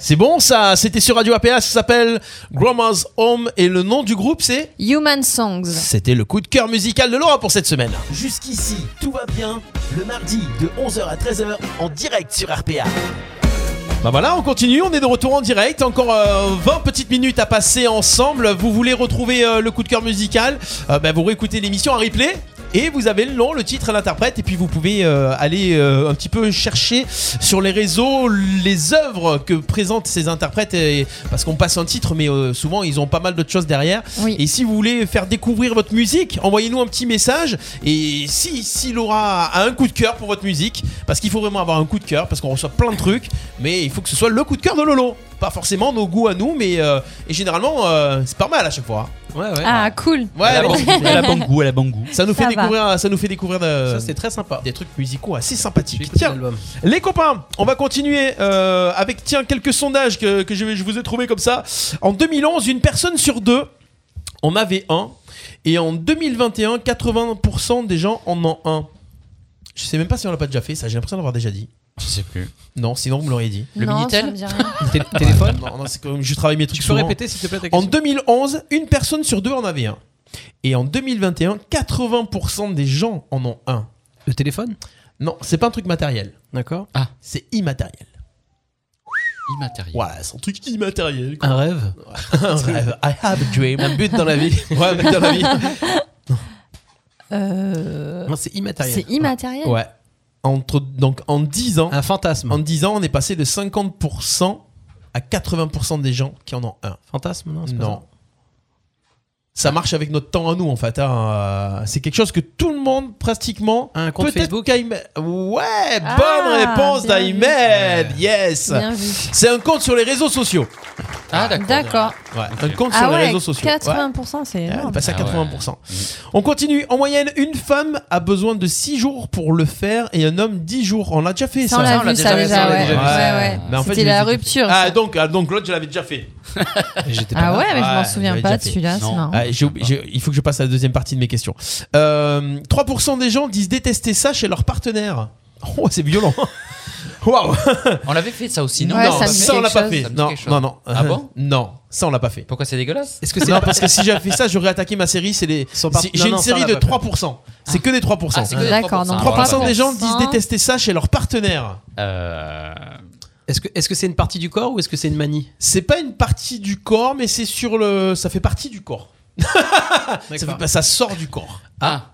S1: C'est bon ça, c'était sur Radio APA, ça s'appelle Grandma's Home et le nom du groupe c'est
S2: Human Songs.
S1: C'était le coup de cœur musical de Laura pour cette semaine.
S6: Jusqu'ici, tout va bien. Le mardi de 11h à 13h en direct sur RPA.
S1: Bah voilà, on continue, on est de retour en direct, encore euh, 20 petites minutes à passer ensemble. Vous voulez retrouver euh, le coup de cœur musical, euh, bah, vous réécoutez l'émission en replay. Et vous avez le nom, le titre, l'interprète, et puis vous pouvez euh, aller euh, un petit peu chercher sur les réseaux les œuvres que présentent ces interprètes, et- parce qu'on passe un titre, mais euh, souvent ils ont pas mal d'autres choses derrière.
S2: Oui.
S1: Et si vous voulez faire découvrir votre musique, envoyez-nous un petit message. Et si, si Laura a un coup de cœur pour votre musique, parce qu'il faut vraiment avoir un coup de cœur, parce qu'on reçoit plein de trucs, mais il faut que ce soit le coup de cœur de Lolo. Pas forcément nos goûts à nous, mais euh, et généralement euh, c'est pas mal à chaque fois. hein.
S3: Ouais, ouais.
S2: Ah, cool.
S1: Ouais,
S3: Elle a bon goût,
S4: elle a bon goût, elle a bon goût.
S1: Ça nous
S2: Ça
S1: fait
S2: va.
S1: découvrir, ça nous fait découvrir de-
S3: Ça, c'est très sympa.
S1: des trucs musicaux assez sympathiques.
S3: Écoute
S1: Tiens,
S3: l'album.
S1: les copains, on va continuer euh, avec tiens quelques sondages que, que je, vais- je vous ai trouvés comme ça. En 2011, une personne sur deux en avait un, et en 2021, 80% des gens en ont un. Je sais même pas si on l'a pas déjà fait, ça. J'ai l'impression d'avoir déjà dit.
S4: Je sais plus.
S1: Non, sinon vous me l'auriez dit.
S4: Le
S2: non,
S4: Minitel
S2: ça me dit rien.
S3: Tél- téléphone
S1: Non, non, c'est comme je travaille mes trucs.
S3: Tu peux
S1: souvent.
S3: répéter s'il te plaît ta
S1: En
S3: question
S1: 2011, une personne sur deux en avait un, et en 2021, 80% des gens en ont un.
S3: Le téléphone
S1: Non, c'est pas un truc matériel,
S3: D'accord.
S1: c'est immatériel.
S4: Immatériel.
S1: Ouais, c'est un truc immatériel. quoi.
S3: Un rêve
S1: un rêve. Ah, I
S3: Ah,
S1: have a dream. Un but dans la vie. Ouais, un but dans la vie.
S2: Euh,
S3: Non, C'est immatériel.
S2: c'est immatériel.
S1: Ouais. Entre, donc en 10 ans,
S3: Un fantasme.
S1: en 10 ans, on est passé de 50% à 80% des gens qui en ont un.
S3: Fantasme,
S1: Hein,
S3: non c'est pas
S1: Non. Ça marche avec notre temps à nous en fait. hein. Euh, C'est quelque chose que tout le monde pratiquement.
S3: Un compte
S1: peut-être
S3: Facebook
S1: qu'Ahmed- Ouais,
S2: Ah,
S1: bonne réponse
S2: bien vu.
S1: d'Ahmed. Yes.
S2: Bien vu.
S1: C'est un compte sur les réseaux sociaux.
S4: Ah, d'accord.
S2: D'accord.
S1: Ouais, un compte sur
S2: Ah
S1: les
S2: ouais,
S1: réseaux sociaux. Ouais.
S2: 80%, c'est
S1: Ah, on
S2: énorme.
S1: est passé à
S4: Ah ouais.
S1: 80%. On continue. En moyenne, une femme a besoin de 6 jours pour le faire et un homme 10 jours. On l'a déjà fait
S2: Ça,
S1: ça.
S2: on l'a
S4: on l'a
S2: vu, ça,
S4: déjà-
S2: déjà,
S4: ça, on l'a
S2: ouais.
S4: déjà vu.
S2: Ouais, ouais.
S1: Ah, Mais en fait,
S2: C'était
S1: je
S2: la
S1: les ai-
S2: rupture. ça.
S1: Ah donc, ah, donc l'autre je l'avais déjà fait.
S3: J'étais pas
S2: Ah
S3: là.
S2: ouais, mais je m'en
S1: Ouais,
S2: souviens
S1: j'avais
S2: pas
S1: déjà
S2: de
S1: fait.
S2: celui-là, c'est
S4: Non.
S2: marrant.
S1: Ah, j'ai oublié- j'ai- il faut que je passe à la deuxième partie de mes questions. Euh, 3% des gens disent détester ça chez leur partenaire. Oh c'est violent. Waouh.
S4: On l'avait fait ça aussi, non
S2: Ouais,
S1: non
S2: ça me dit
S1: on l'a
S2: quelque
S1: pas
S2: chose.
S1: fait.
S4: Ça me dit
S1: Non
S4: quelque chose.
S1: non non.
S4: Ah bon
S1: Non ça on l'a pas fait.
S4: Pourquoi c'est dégueulasse
S3: Est-ce que c'est
S1: Non parce que si j'avais fait ça j'aurais attaqué ma série. C'est les.
S3: Son part-
S1: c'est-
S3: non,
S1: J'ai une
S3: non, ça, on
S1: série
S3: l'a
S1: de
S3: pas fait.
S1: 3%. C'est que des 3%.
S4: c'est que des
S2: D'accord,
S4: 3%.
S2: donc
S4: Ah, voilà,
S1: 3% des
S4: d'accord.
S1: gens disent
S2: 3%.
S1: détester ça chez leur partenaire.
S4: Euh,
S3: Est-ce que est-ce que c'est une partie du corps ou est-ce que c'est une manie
S1: C'est pas une partie du corps, mais c'est sur le. Ça fait partie du corps. Ça, fait pas- ça sort du corps.
S4: Ah,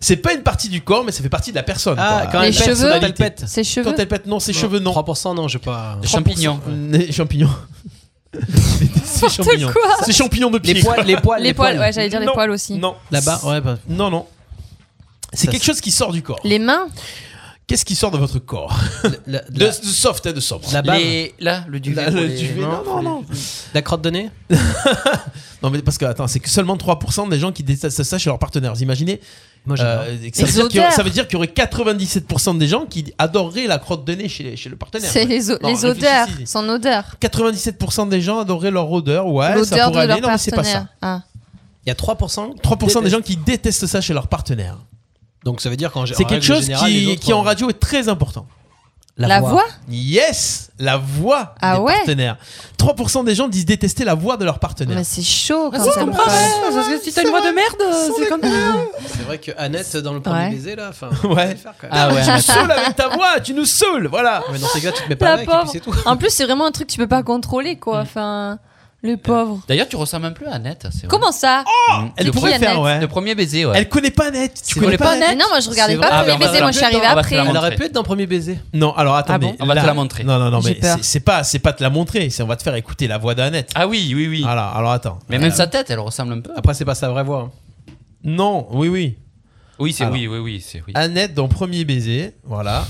S1: C'est pas une partie du corps, mais ça fait partie de la personne.
S3: Ah,
S1: quoi.
S3: quand
S2: Les
S3: elle pète,
S2: cheveux
S3: quand elle pète.
S2: Ses cheveux.
S1: Quand elle pète, non, ses cheveux, non.
S3: 3% non, j'ai pas.
S4: Des champignons.
S1: Les champignons. C'est champignons.
S2: quoi.
S1: C'est champignons de pied.
S3: Les poils, les poils,
S2: Les poils, ouais, j'allais dire les
S1: Non.
S2: poils aussi.
S1: Non.
S3: Là-bas, ouais, bah,
S1: Non, non. C'est
S3: Ça,
S1: quelque chose qui sort du corps.
S2: Les mains
S1: Qu'est-ce qui sort de votre corps
S3: la,
S1: de,
S3: la-
S1: de soft, hein, de sobre.
S4: Ah
S3: la bave,
S4: les... là, le duvet.
S1: Là,
S4: pour
S1: le
S4: les-
S1: duvet, non, non, non.
S3: la crotte de nez.
S1: Non, mais parce que, attends, c'est que seulement 3% des gens qui détestent ça chez leurs partenaires. Vous imaginez
S3: Moi, j'adore.
S1: Euh, ça, veut
S2: Les
S1: dire qu'il y aurait-
S2: odeurs.
S1: ça veut dire qu'il y aurait 97% des gens qui adoreraient la crotte de nez chez, chez le partenaire.
S2: C'est les, o-
S1: Non,
S2: les odeurs,
S1: réfléchissez.
S2: son odeur.
S1: 97% des gens adoraient leur odeur. Ouais, ça
S2: L'odeur de
S1: pourrait
S2: leur
S1: aller. Non, mais c'est pas ça.
S2: partenaire. Ah.
S3: Il y a
S1: 3%
S3: 3%.
S1: des
S3: détestent.
S1: gens qui détestent ça chez leur partenaire.
S3: Donc ça veut dire quand
S1: C'est quelque chose qui, qui en radio est très important.
S2: La, voix
S1: Yes la voix
S2: Ah
S1: des
S2: ouais
S1: partenaires. 3% des gens disent détester la voix de leur partenaire.
S2: Mais c'est chaud
S11: Ah,
S2: quand
S11: ça,
S2: ça
S11: je
S2: me
S11: comprends,
S2: passe.
S11: ouais, parce que si t'as une voix de merde, c'est comme
S3: C'est vrai que Annette dans le premier
S11: Ouais.
S3: baiser là, enfin.
S1: Ouais.
S3: Ah ouais,
S1: tu nous
S3: Annette.
S1: saoules avec ta voix, tu nous saoules, voilà.
S3: Mais dans ces cas, tu te mets
S2: La pauvre. En plus, c'est vraiment un truc que tu peux pas contrôler, quoi. Enfin, le pauvre.
S4: D'ailleurs, tu ressembles un peu à Annette. c'est vrai.
S2: Comment ça
S4: Mmh.
S1: Elle
S4: Le
S1: pourrait
S4: premier-
S1: faire, ouais.
S4: Le premier baiser, ouais.
S1: Elle connaît pas Annette. Tu
S4: connais pas
S2: Ah Mais Non, moi je regardais
S4: Ah,
S2: pas Premier Baiser, moi je suis arrivée après.
S1: Elle
S3: aurait pu être dans Premier Baiser.
S1: Non,
S2: Ah
S1: alors attendez.
S4: bon On va te
S1: là-
S4: la montrer.
S1: Non, non, non,
S4: J'ai
S1: mais
S4: peur.
S1: c'est- c'est pas, c'est pas te la montrer. C'est on va te faire écouter la voix d'Annette.
S4: Ah oui, oui, oui.
S1: Voilà, alors attends.
S4: Mais même sa tête, elle ressemble un peu.
S1: Après, c'est pas sa vraie voix. hein. Non, oui, oui.
S4: Oui, c'est
S1: Alors.
S4: oui, oui, oui, c'est oui.
S1: Annette dans Premier Baiser, voilà.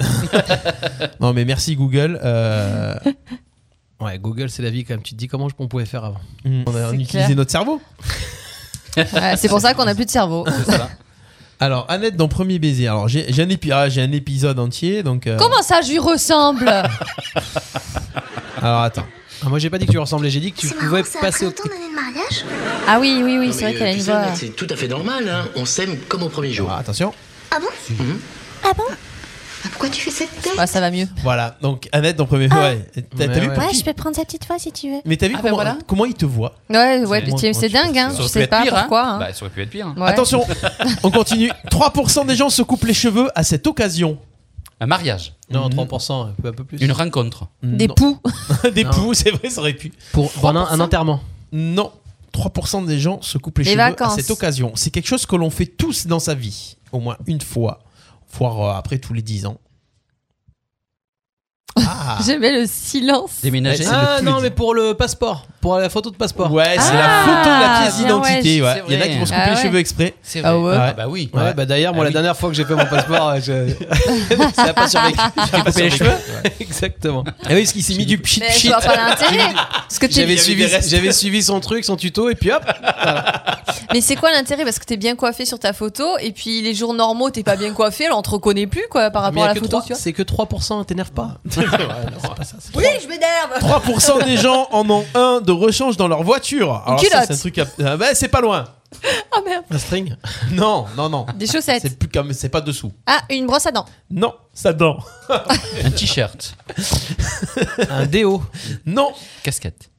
S1: J'ai peur. non, mais merci Google. euh,
S3: Ouais, Google, c'est la vie quand même. Tu te dis comment on pouvait faire avant.
S1: On a utilisé notre cerveau.
S2: Ouais, c'est pour ça qu'on a plus de cerveau.
S1: Alors, Annette dans Premier Baiser. Alors, j'ai j'ai un, épi- ah, j'ai un épisode entier, donc. euh,
S2: Comment ça, je lui ressemble Ah
S1: Alors, attends.
S3: moi, j'ai pas dit que tu ressemblais, j'ai dit que tu pouvais passer au.
S2: mariage Ah oui, oui, oui, c'est vrai qu'elle a une voix.
S12: C'est tout à fait normal, hein. on s'aime comme au premier jour.
S1: attention.
S12: Ah bon
S1: Mhm.
S2: Ah bon
S12: Pourquoi tu fais cette tête
S2: Ah, ça va mieux.
S1: Voilà, donc Annette dans Premier Baiser. Ouais. T'as t'as vu
S2: Ah. Ouais, je peux prendre sa petite voix si tu veux.
S1: Mais t'as vu comment, comment il te voit
S2: Ouais, ouais,
S1: Moi,
S2: c'est-
S1: moi,
S2: c'est dingue, hein.
S1: Ça
S2: Je
S1: aurait pu
S2: sais
S1: être
S2: pas
S1: pire, hein.
S2: pourquoi. hein.
S4: Bah, ça aurait pu être pire. hein.
S2: Ouais.
S1: Attention, on continue. 3% des gens se coupent les cheveux à cette occasion.
S4: Un mariage.
S3: Non, 3%, un peu, un peu plus.
S4: Une rencontre.
S2: Des
S1: Non.
S2: poux.
S1: Des
S3: Non.
S1: poux, c'est vrai, ça aurait pu.
S3: Pour pendant un enterrement.
S1: Non. 3% des gens se coupent les,
S2: Les
S1: cheveux
S2: vacances.
S1: à cette occasion. C'est quelque chose que l'on fait tous dans sa vie, au moins une fois, voire euh, après tous les 10 ans. Ah.
S2: J'aimais le silence.
S1: Déménager. C'est
S3: Ah
S1: le
S3: non,
S1: plus-
S3: mais pour le passeport. Pour la photo de passeport.
S1: Ouais, c'est la photo de la pièce d'identité. ouais. Il y en a qui vont se couper
S2: Ah
S1: les
S2: ouais.
S1: cheveux exprès.
S4: C'est
S2: vrai. Ah ouais.
S4: bah oui.
S3: Ouais, bah d'ailleurs,
S1: Ah
S3: moi, la dernière fois que j'ai fait mon passeport, euh, je... ça a pas survécu. J'ai
S4: coupé les cheveux
S3: Exactement.
S1: Et Ah oui, parce qu'il s'est mis du pchit
S2: Mais je vois pas l'intérêt. Parce que t'es-
S3: J'avais suivi, j'avais suivi son truc, son tuto, et puis hop.
S2: Mais c'est quoi l'intérêt Parce que t'es bien coiffé sur ta photo, et puis les jours normaux, t'es pas bien coiffé, alors on te reconnaît plus, quoi, par
S3: Mais y
S2: rapport à
S3: a
S2: la
S3: que
S2: photo,
S3: trois-
S2: tu vois.
S3: c'est que 3%, t'énerve pas.
S2: Oui, je m'énerve
S1: 3% des gens en ont un de rechange dans leur voiture. Alors ça,
S2: culotte.
S1: c'est un truc. à- Ah, bah, c'est pas loin.
S2: Oh merde
S1: Un string Non, non, non.
S2: Des chaussettes.
S1: C'est plus comme, c'est pas dessous.
S2: Ah, une brosse à dents.
S1: Non, ça dent.
S4: Un t-shirt.
S3: Un déo.
S1: Non.
S4: Casquette.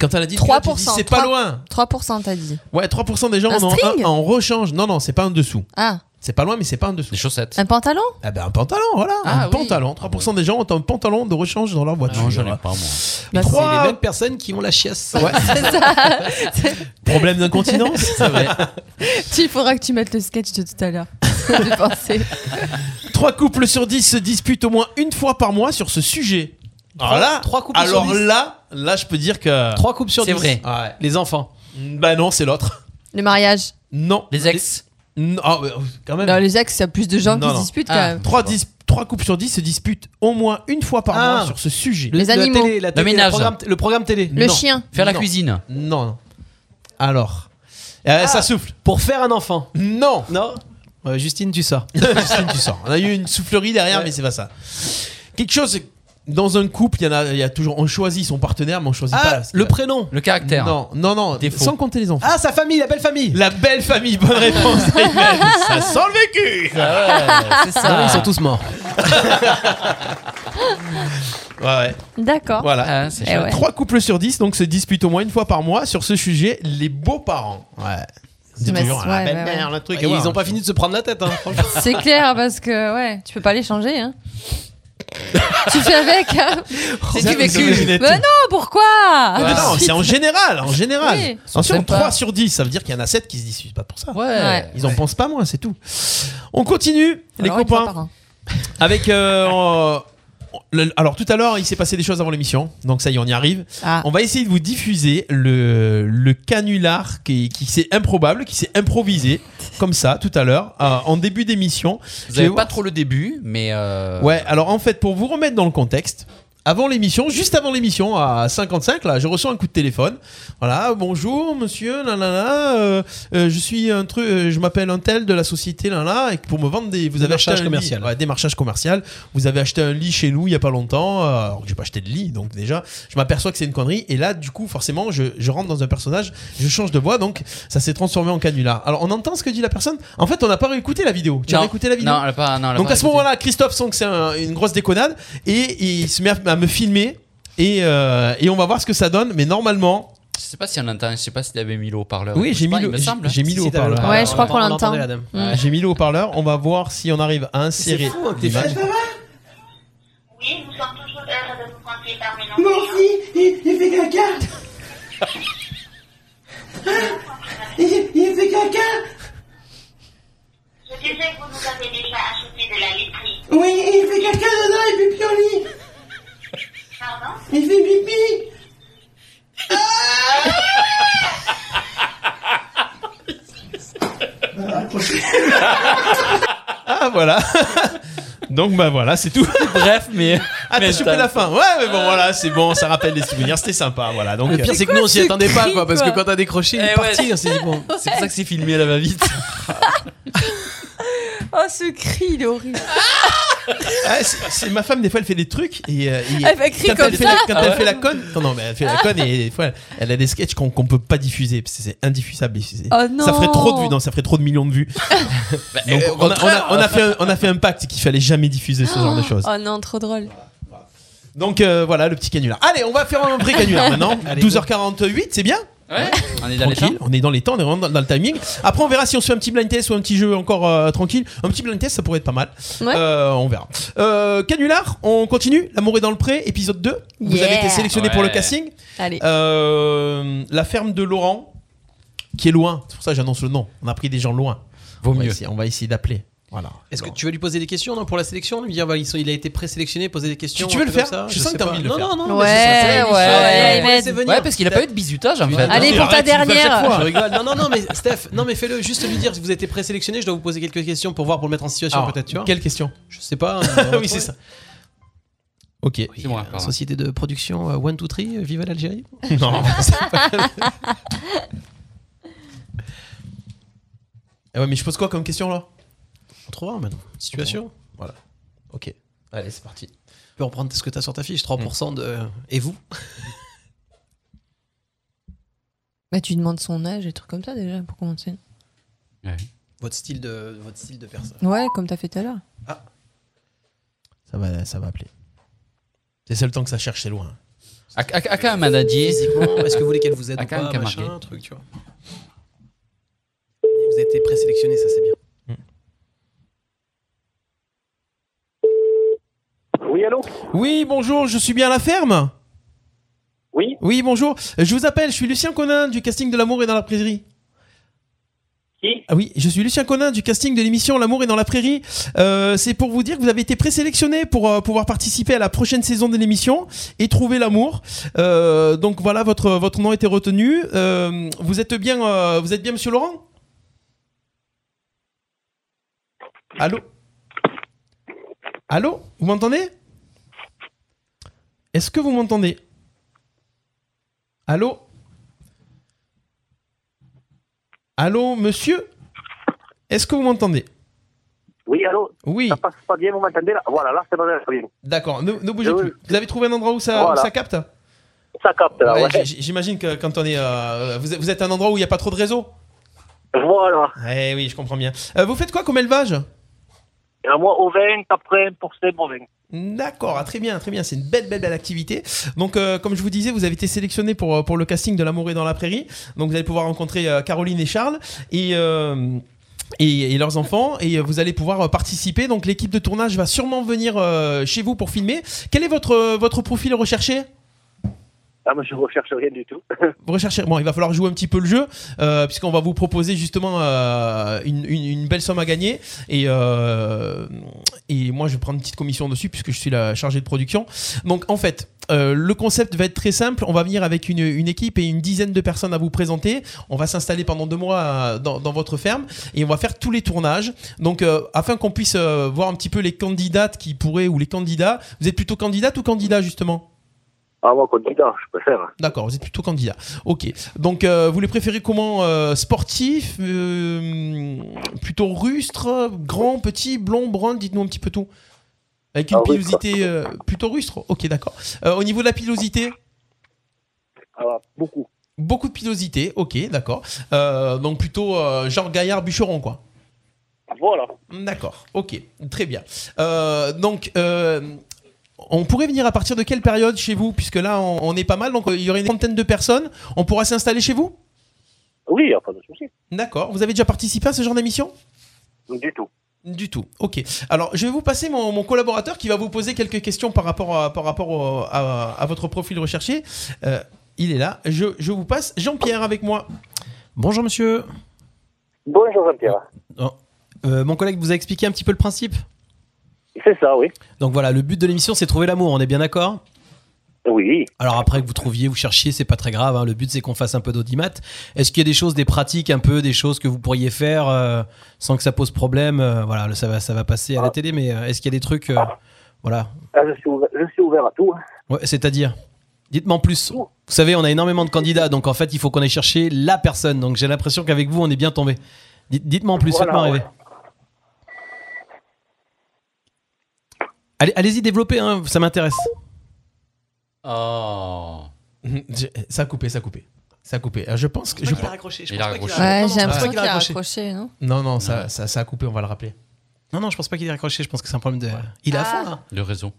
S1: Quand elle a dit
S2: 3%.
S1: culotte, j'ai dit, c'est pas
S2: Trois- Ah.
S1: loin.
S2: 3% t'as dit.
S1: Ouais, 3% des gens
S2: Un
S1: en ont
S2: string
S1: un en rechange. Non, non, c'est pas un dessous.
S2: Ah,
S1: C'est pas loin, mais c'est pas un dessous. Des
S4: chaussettes.
S2: un pantalon
S1: Ah ben un pantalon, voilà.
S2: Ah,
S1: un
S2: oui.
S1: pantalon. 3% des gens ont un pantalon de rechange dans leur
S3: Ah.
S1: voiture.
S4: Non, j'en ai pas, moi.
S2: Bah,
S3: C'est
S1: Trois-
S3: les mêmes personnes qui ont la chiasse.
S1: Ouais. Problème d'incontinence
S4: C'est vrai.
S2: Tu- Il faudra que tu mettes le sketch de tout à l'heure. J'ai pensé.
S1: 3 couples sur 10 se disputent au moins une fois par mois sur ce sujet. Alors
S3: Trois-
S1: là,
S3: trois couples sur
S1: alors
S3: dix.
S1: là, là, je peux dire que.
S3: Trois coupes sur
S4: C'est
S3: 10.
S4: vrai.
S1: Ah Ouais.
S3: Les enfants.
S1: Bah non, c'est l'autre.
S2: Le mariage.
S1: Non.
S4: Les ex.
S1: Non, ah, bah, quand même.
S2: Non, les ex, il y a plus de gens
S1: Non,
S2: qui
S1: non.
S2: se disputent, quand
S4: Ah.
S2: même.
S1: 3, couples sur 10 se disputent au moins une fois par
S3: Ah.
S1: mois sur ce sujet.
S2: Les
S3: La
S2: animaux.
S3: télé, la télé, le
S4: ménage.
S3: programme- le programme télé.
S2: Le
S1: Non.
S2: chien.
S4: Faire la
S1: Non.
S4: cuisine.
S1: Non, non. Alors. Euh, Ça souffle.
S3: Pour faire un enfant.
S1: Non.
S3: Non Euh, Justine, tu sors.
S1: Justine, tu sors. On a eu une soufflerie derrière,
S3: Ouais.
S1: mais c'est pas ça. Quelque chose. Dans un couple, il y en a, il y a toujours. On choisit son partenaire, mais on choisit pas.
S3: Ah,
S1: ce qu'il
S3: le
S1: a.
S3: prénom.
S4: Le caractère.
S1: Non, non, non.
S4: Défaut.
S1: Sans compter les enfants.
S3: Ah, sa famille, la belle famille.
S1: La belle famille, bonne réponse. Ayman. ça sent le vécu.
S4: Ah ouais, c'est ça.
S3: Non, ils sont tous morts.
S1: Ouais, ouais.
S2: D'accord.
S1: Voilà.
S4: Ah, c'est
S2: Eh
S4: chouette.
S2: ouais.
S1: Trois couples sur 10 donc se disputent au moins une fois par mois sur ce sujet, les beaux-parents. Ouais. C'est
S2: Mais-
S1: toujours la
S2: ouais, ouais,
S1: belle-mère, le truc.
S3: Et
S1: ouais,
S3: ils ont pas
S1: je-
S3: fini de se prendre la tête, hein, franchement.
S2: C'est clair parce que ouais, tu peux pas les changer. Hein. tu fais avec.
S1: ça,
S2: Hein. C'est du
S1: vous imaginez
S2: vécu.
S1: tout.
S2: Mais non, pourquoi
S1: Ah, non, c'est en général, en général.
S2: Oui.
S1: Attention,
S4: Sympa.
S1: 3 sur 10, ça veut dire qu'il y en a 7 qui se disputent pas pour ça.
S4: hein. Ouais.
S1: Ils en pensent pas moins, c'est tout. On continue, les
S2: Alors, une fois par
S1: copains.
S2: an.
S1: Avec. euh, euh, le- alors, tout à l'heure, il s'est passé des choses avant l'émission. Donc, ça y est, on y arrive.
S2: Ah.
S1: On va essayer de vous diffuser le, le canular qui, qui s'est improbable, qui s'est improvisé, comme ça, tout à l'heure, euh, en début d'émission.
S4: Vous
S1: Je vais
S4: avez
S1: voir-
S4: pas trop le début, mais. euh,
S1: Ouais, alors en fait, pour vous remettre dans le contexte, avant l'émission, juste avant l'émission, à 55, là, je reçois un coup de téléphone. Voilà, bonjour monsieur, là, là, là, euh, euh, je suis un truc, euh, je m'appelle un tel de la société, là, là, et pour me vendre des. Vous avez acheté un
S3: Démarchage commercial.
S1: Lit, Ouais, démarchage commercial. Vous avez acheté un lit chez nous il y a pas longtemps, euh, alors que j'ai pas acheté de lit, donc déjà, je m'aperçois que c'est une connerie. Et là, du coup, forcément, je, je rentre dans un personnage, je change de voix, donc ça s'est transformé en canular. Alors, on entend ce que dit la personne. En fait, on n'a pas réécouté la vidéo. Tu as
S4: Non.
S1: réécouté la vidéo
S4: Non, elle a pas- non, elle a
S1: Donc
S4: pas
S1: à ce moment-là, Christophe sent que c'est un- une grosse déconnade et il se met à, à me filmer et, euh, et on va voir ce que ça donne. Mais normalement,
S4: Je sais pas si on entend, je sais pas s'il avait mis le haut-parleur.
S1: oui,
S4: Je sais
S1: j'ai
S4: pas,
S1: mis,
S4: il
S1: le-
S4: me
S1: j'ai-
S4: semble.
S1: j'ai mis le haut-parleur.
S2: Ouais, je crois qu'on l'entend. Mm.
S1: J'ai mis le haut-parleur. On va voir si on arrive à insérer
S13: fou, hein, que t'es
S1: l'image.
S13: fait. Moi aussi, il, il fait caca Hein il, il fait caca Je disais que vous nous avez déjà acheté de la literie. Oui, il fait caca dedans et pipi au lit Pardon Il fait pipi
S1: Ah voilà. Donc bah voilà, c'est tout. Bref, mais ah t'as
S13: mais
S1: chopé
S13: t'as-
S1: la fin. Ouais, mais bon voilà, c'est bon, ça rappelle les souvenirs, c'était sympa, voilà. Donc
S3: Le pire, c'est que nous, on s'y attendait pas, quoi, parce que quand t'as décroché, il
S1: Eh
S3: est parti, on s'est dit, bon,
S4: c'est pour ça que c'est filmé à la va-vite.
S2: Oh, ce cri, il est horrible.
S1: Ah, c'est c'est- ma femme des fois elle fait des trucs et, euh, et-
S2: Elle fait crier
S1: quand
S2: comme
S1: elle fait
S2: ça.
S1: la, quand
S2: Ah
S1: elle
S2: ouais.
S1: fait la conne non non mais elle fait la conne et des fois elle, elle a des sketchs qu'on qu'on peut pas diffuser parce que c'est indiffusable et c'est-
S2: Oh non.
S1: ça ferait trop de vues non ça ferait trop de millions de vues donc
S4: euh,
S1: on, a,
S4: au
S1: on,
S4: contraire.
S1: a, on a fait un, on a fait un pacte qu'il fallait jamais diffuser ce genre de choses
S2: Oh non, trop drôle.
S1: donc euh, voilà le petit canular allez on va faire un vrai canular maintenant
S4: Allez,
S1: 12h48 c'est bien
S4: Ouais, on est dans les
S1: Tranquille, on est dans les temps, on est vraiment dans, dans le timing. Après, on verra si on se fait un petit blind test ou un petit jeu encore euh, tranquille. Un petit blind test, ça pourrait être pas mal.
S2: Ouais.
S1: Euh, on verra. Euh, canular, on continue. L'amour est dans le pré, épisode 2. Vous
S2: Yeah.
S1: avez été sélectionné pour le
S2: Ouais.
S1: casting.
S2: Allez.
S1: Euh, la ferme de Laurent, qui est loin. C'est pour ça que j'annonce le nom. On a pris des gens loin. Vaut on Va
S3: mieux.
S1: essayer, on va essayer d'appeler. Voilà.
S3: Est-ce que tu veux lui poser des questions non, pour la sélection Lui dire, bah, ils sont- il a été présélectionné, poser des questions.
S1: Tu- tu veux
S3: un
S1: le
S3: truc
S1: faire
S3: comme ça,
S1: Je sens que t'as
S3: sais
S1: envie de
S3: pas.
S1: le
S3: Non,
S1: faire.
S3: non, non,
S1: Ouais,
S3: mais c'est-
S1: ouais,
S3: c'est-
S1: ouais,
S3: c'est-
S1: Ahmed.
S3: c'est venir.
S1: Ouais, parce qu'il a pas eu de
S4: bisutage en
S3: Mais
S4: fait.
S3: attends,
S2: Allez,
S3: mais
S2: pour ta
S3: arrête, tu me fais à chaque
S2: dernière.
S3: fois, je rigole. Non, non, non, mais Steph, non, mais fais-le. Juste lui dire si vous avez été présélectionné, je dois vous poser quelques questions pour voir, pour le mettre en situation
S1: Alors,
S3: peut-être. Tu vois
S1: Quelle question
S3: Je sais pas. hein,
S1: Oui, c'est ça. Ok.
S3: C'est moi. Société de production euh, One Two Three, euh, vive l'Algérie.
S1: Non, c'est pas Ah ouais, mais je pose quoi comme question là
S3: On trouvera maintenant. Situation.
S1: Voilà. Ok. Allez, c'est parti. Mm.
S3: Tu peux reprendre ce que t'as sur ta fiche 3% de. Et vous
S2: Bah, tu demandes son âge et trucs comme ça déjà pour commencer.
S3: Votre style de, votre style de personne.
S2: Ouais, comme t'as fait tout à l'heure.
S1: Ça va, ça va appeler. C'est le seul temps que ça cherche, c'est loin.
S4: Aka Amanadi.
S3: Physiquement, est-ce que vous voulez qu'elle
S1: Ah,
S3: vous aide ou
S4: Aka
S3: pas,
S4: Aka
S3: machin,
S4: marqué.
S3: un truc, tu vois. Et vous avez été présélectionné, ça c'est bien.
S1: Oui, allô Oui, bonjour, je suis bien à la ferme Oui. Oui, bonjour. Je vous appelle, je suis Lucien Conin du casting de l'amour et dans la prairie. Qui ah oui, je suis Lucien Conin du casting de l'émission L'amour est dans la prairie. Euh, c'est pour vous dire que vous avez été présélectionné pour euh, pouvoir participer à la prochaine saison de l'émission et trouver l'amour. Euh, donc voilà, votre, votre nom a été retenu. Euh, vous êtes bien, euh, vous êtes bien, Monsieur Laurent Allô Allô Vous m'entendez Est-ce que vous m'entendez Allô Allô, monsieur Est-ce que vous m'entendez
S14: Oui, allô
S1: Oui.
S14: Ça passe pas bien, vous m'entendez là Voilà, là, c'est pas bien.
S1: D'accord, ne, ne bougez
S14: Je-
S1: plus. Vous avez trouvé un endroit où ça, où
S14: Voilà.
S1: ça capte
S14: Ça capte là,
S1: Ouais,
S14: ouais.
S1: j- J'imagine que quand on est... euh, vous êtes- vous êtes à un endroit où il n'y a pas trop de réseau
S14: Voilà.
S1: Eh oui, je comprends bien. Euh, vous faites quoi comme élevage
S14: Et à moi, au 20, après, pour ces au 20.
S1: D'accord, ah, très bien, très bien. C'est une belle, belle, belle activité. Donc, euh, comme je vous disais, vous avez été sélectionné pour, euh, pour le casting de L'amour est dans la prairie. Donc, vous allez pouvoir rencontrer euh, Caroline et Charles et, euh, et, et leurs enfants. Et euh, vous allez pouvoir euh, participer. Donc, l'équipe de tournage va sûrement venir euh, chez vous pour filmer. Quel est votre, euh, votre profil recherché
S14: Ah, moi, je recherche rien du tout.
S1: vous recherchez. Bon, il va falloir jouer un petit peu le jeu, euh, puisqu'on va vous proposer justement euh, une, une- une belle somme à gagner. Et, euh, et moi, je vais prendre une petite commission dessus, puisque je suis la chargée de production. Donc, en fait, Euh, le concept va être très simple. On va venir avec une, une équipe et une dizaine de personnes à vous présenter. On va s'installer pendant deux mois euh, dans, dans votre ferme et on va faire tous les tournages. Donc, euh, afin qu'on puisse euh, voir un petit peu les candidates qui pourraient ou les candidats. Vous êtes plutôt candidate ou candidat justement
S14: Ah, moi, candidat, je préfère.
S1: D'accord, vous êtes plutôt candidat. Ok. Donc, euh, vous les préférez comment euh, Sportif euh, Plutôt rustre Grand, petit, blond, brun Dites-nous un petit peu tout. Avec une
S14: Ah, rustre.
S1: pilosité euh, plutôt rustre Ok, d'accord. Euh, au niveau de la pilosité
S14: Ah, beaucoup.
S1: Beaucoup de pilosité, ok, d'accord. Euh, donc plutôt euh, genre gaillard bûcheron, quoi.
S14: Voilà.
S1: D'accord, ok, très bien. Euh, donc, euh, on pourrait venir à partir de quelle période chez vous Puisque là, on, on est pas mal, donc euh, il y aurait une trentaine de personnes. On pourra s'installer chez vous
S14: Oui, y a pas de souci.
S1: D'accord. Vous avez déjà participé à ce genre d'émission
S14: Du tout.
S1: Du tout. Ok. Alors, je vais vous passer mon, mon collaborateur qui va vous poser quelques questions par rapport à, par rapport au- à, à votre profil recherché. Euh, il est là. Je, je vous passe Jean-Pierre avec moi.
S3: Bonjour monsieur.
S14: Bonjour Jean-Pierre.
S3: Euh, mon collègue vous a expliqué un petit peu le principe
S14: C'est ça, oui.
S3: Donc voilà, le but de l'émission, c'est trouver l'amour, on est bien d'accord
S14: Oui.
S3: Alors après que vous trouviez, vous cherchiez, c'est pas très grave. hein. Le but, c'est qu'on fasse un peu d'audimat. Est-ce qu'il y a des choses, des pratiques, un peu des choses que vous pourriez faire euh, sans que ça pose problème Euh, Voilà, ça va, ça va passer à la télé, mais euh, est-ce qu'il y a des trucs, euh, voilà,
S14: Ah, je, suis ouvert, je suis ouvert à tout. hein.
S3: Ouais, c'est-à-dire Dites-moi en plus. Vous savez, on a énormément de candidats, donc en fait, il faut qu'on aille chercher la personne. Donc j'ai l'impression qu'avec vous, on est bien tombé. Dites- Dites-moi en plus,
S14: Voilà,
S3: faites-moi rêver. Allez- Allez-y, développez, hein, ça m'intéresse.
S4: Oh.
S1: Mhm. Je- Ça a coupé, ça a coupé. Ça a coupé. Alors, je pense que. Je pense-
S4: Il a raccroché.
S1: Ah,
S3: non,
S2: Ouais, j'ai l'impression
S3: c'est pas
S2: qu'il
S3: qu'il a
S2: a
S3: raccroché.
S2: raccroché, non
S1: Non, non, ça, ça, ça a coupé, on va le rappeler.
S3: Non, non, je pense pas qu'il est raccroché, je pense que c'est un problème de. Il est à fond, là.
S4: Le réseau.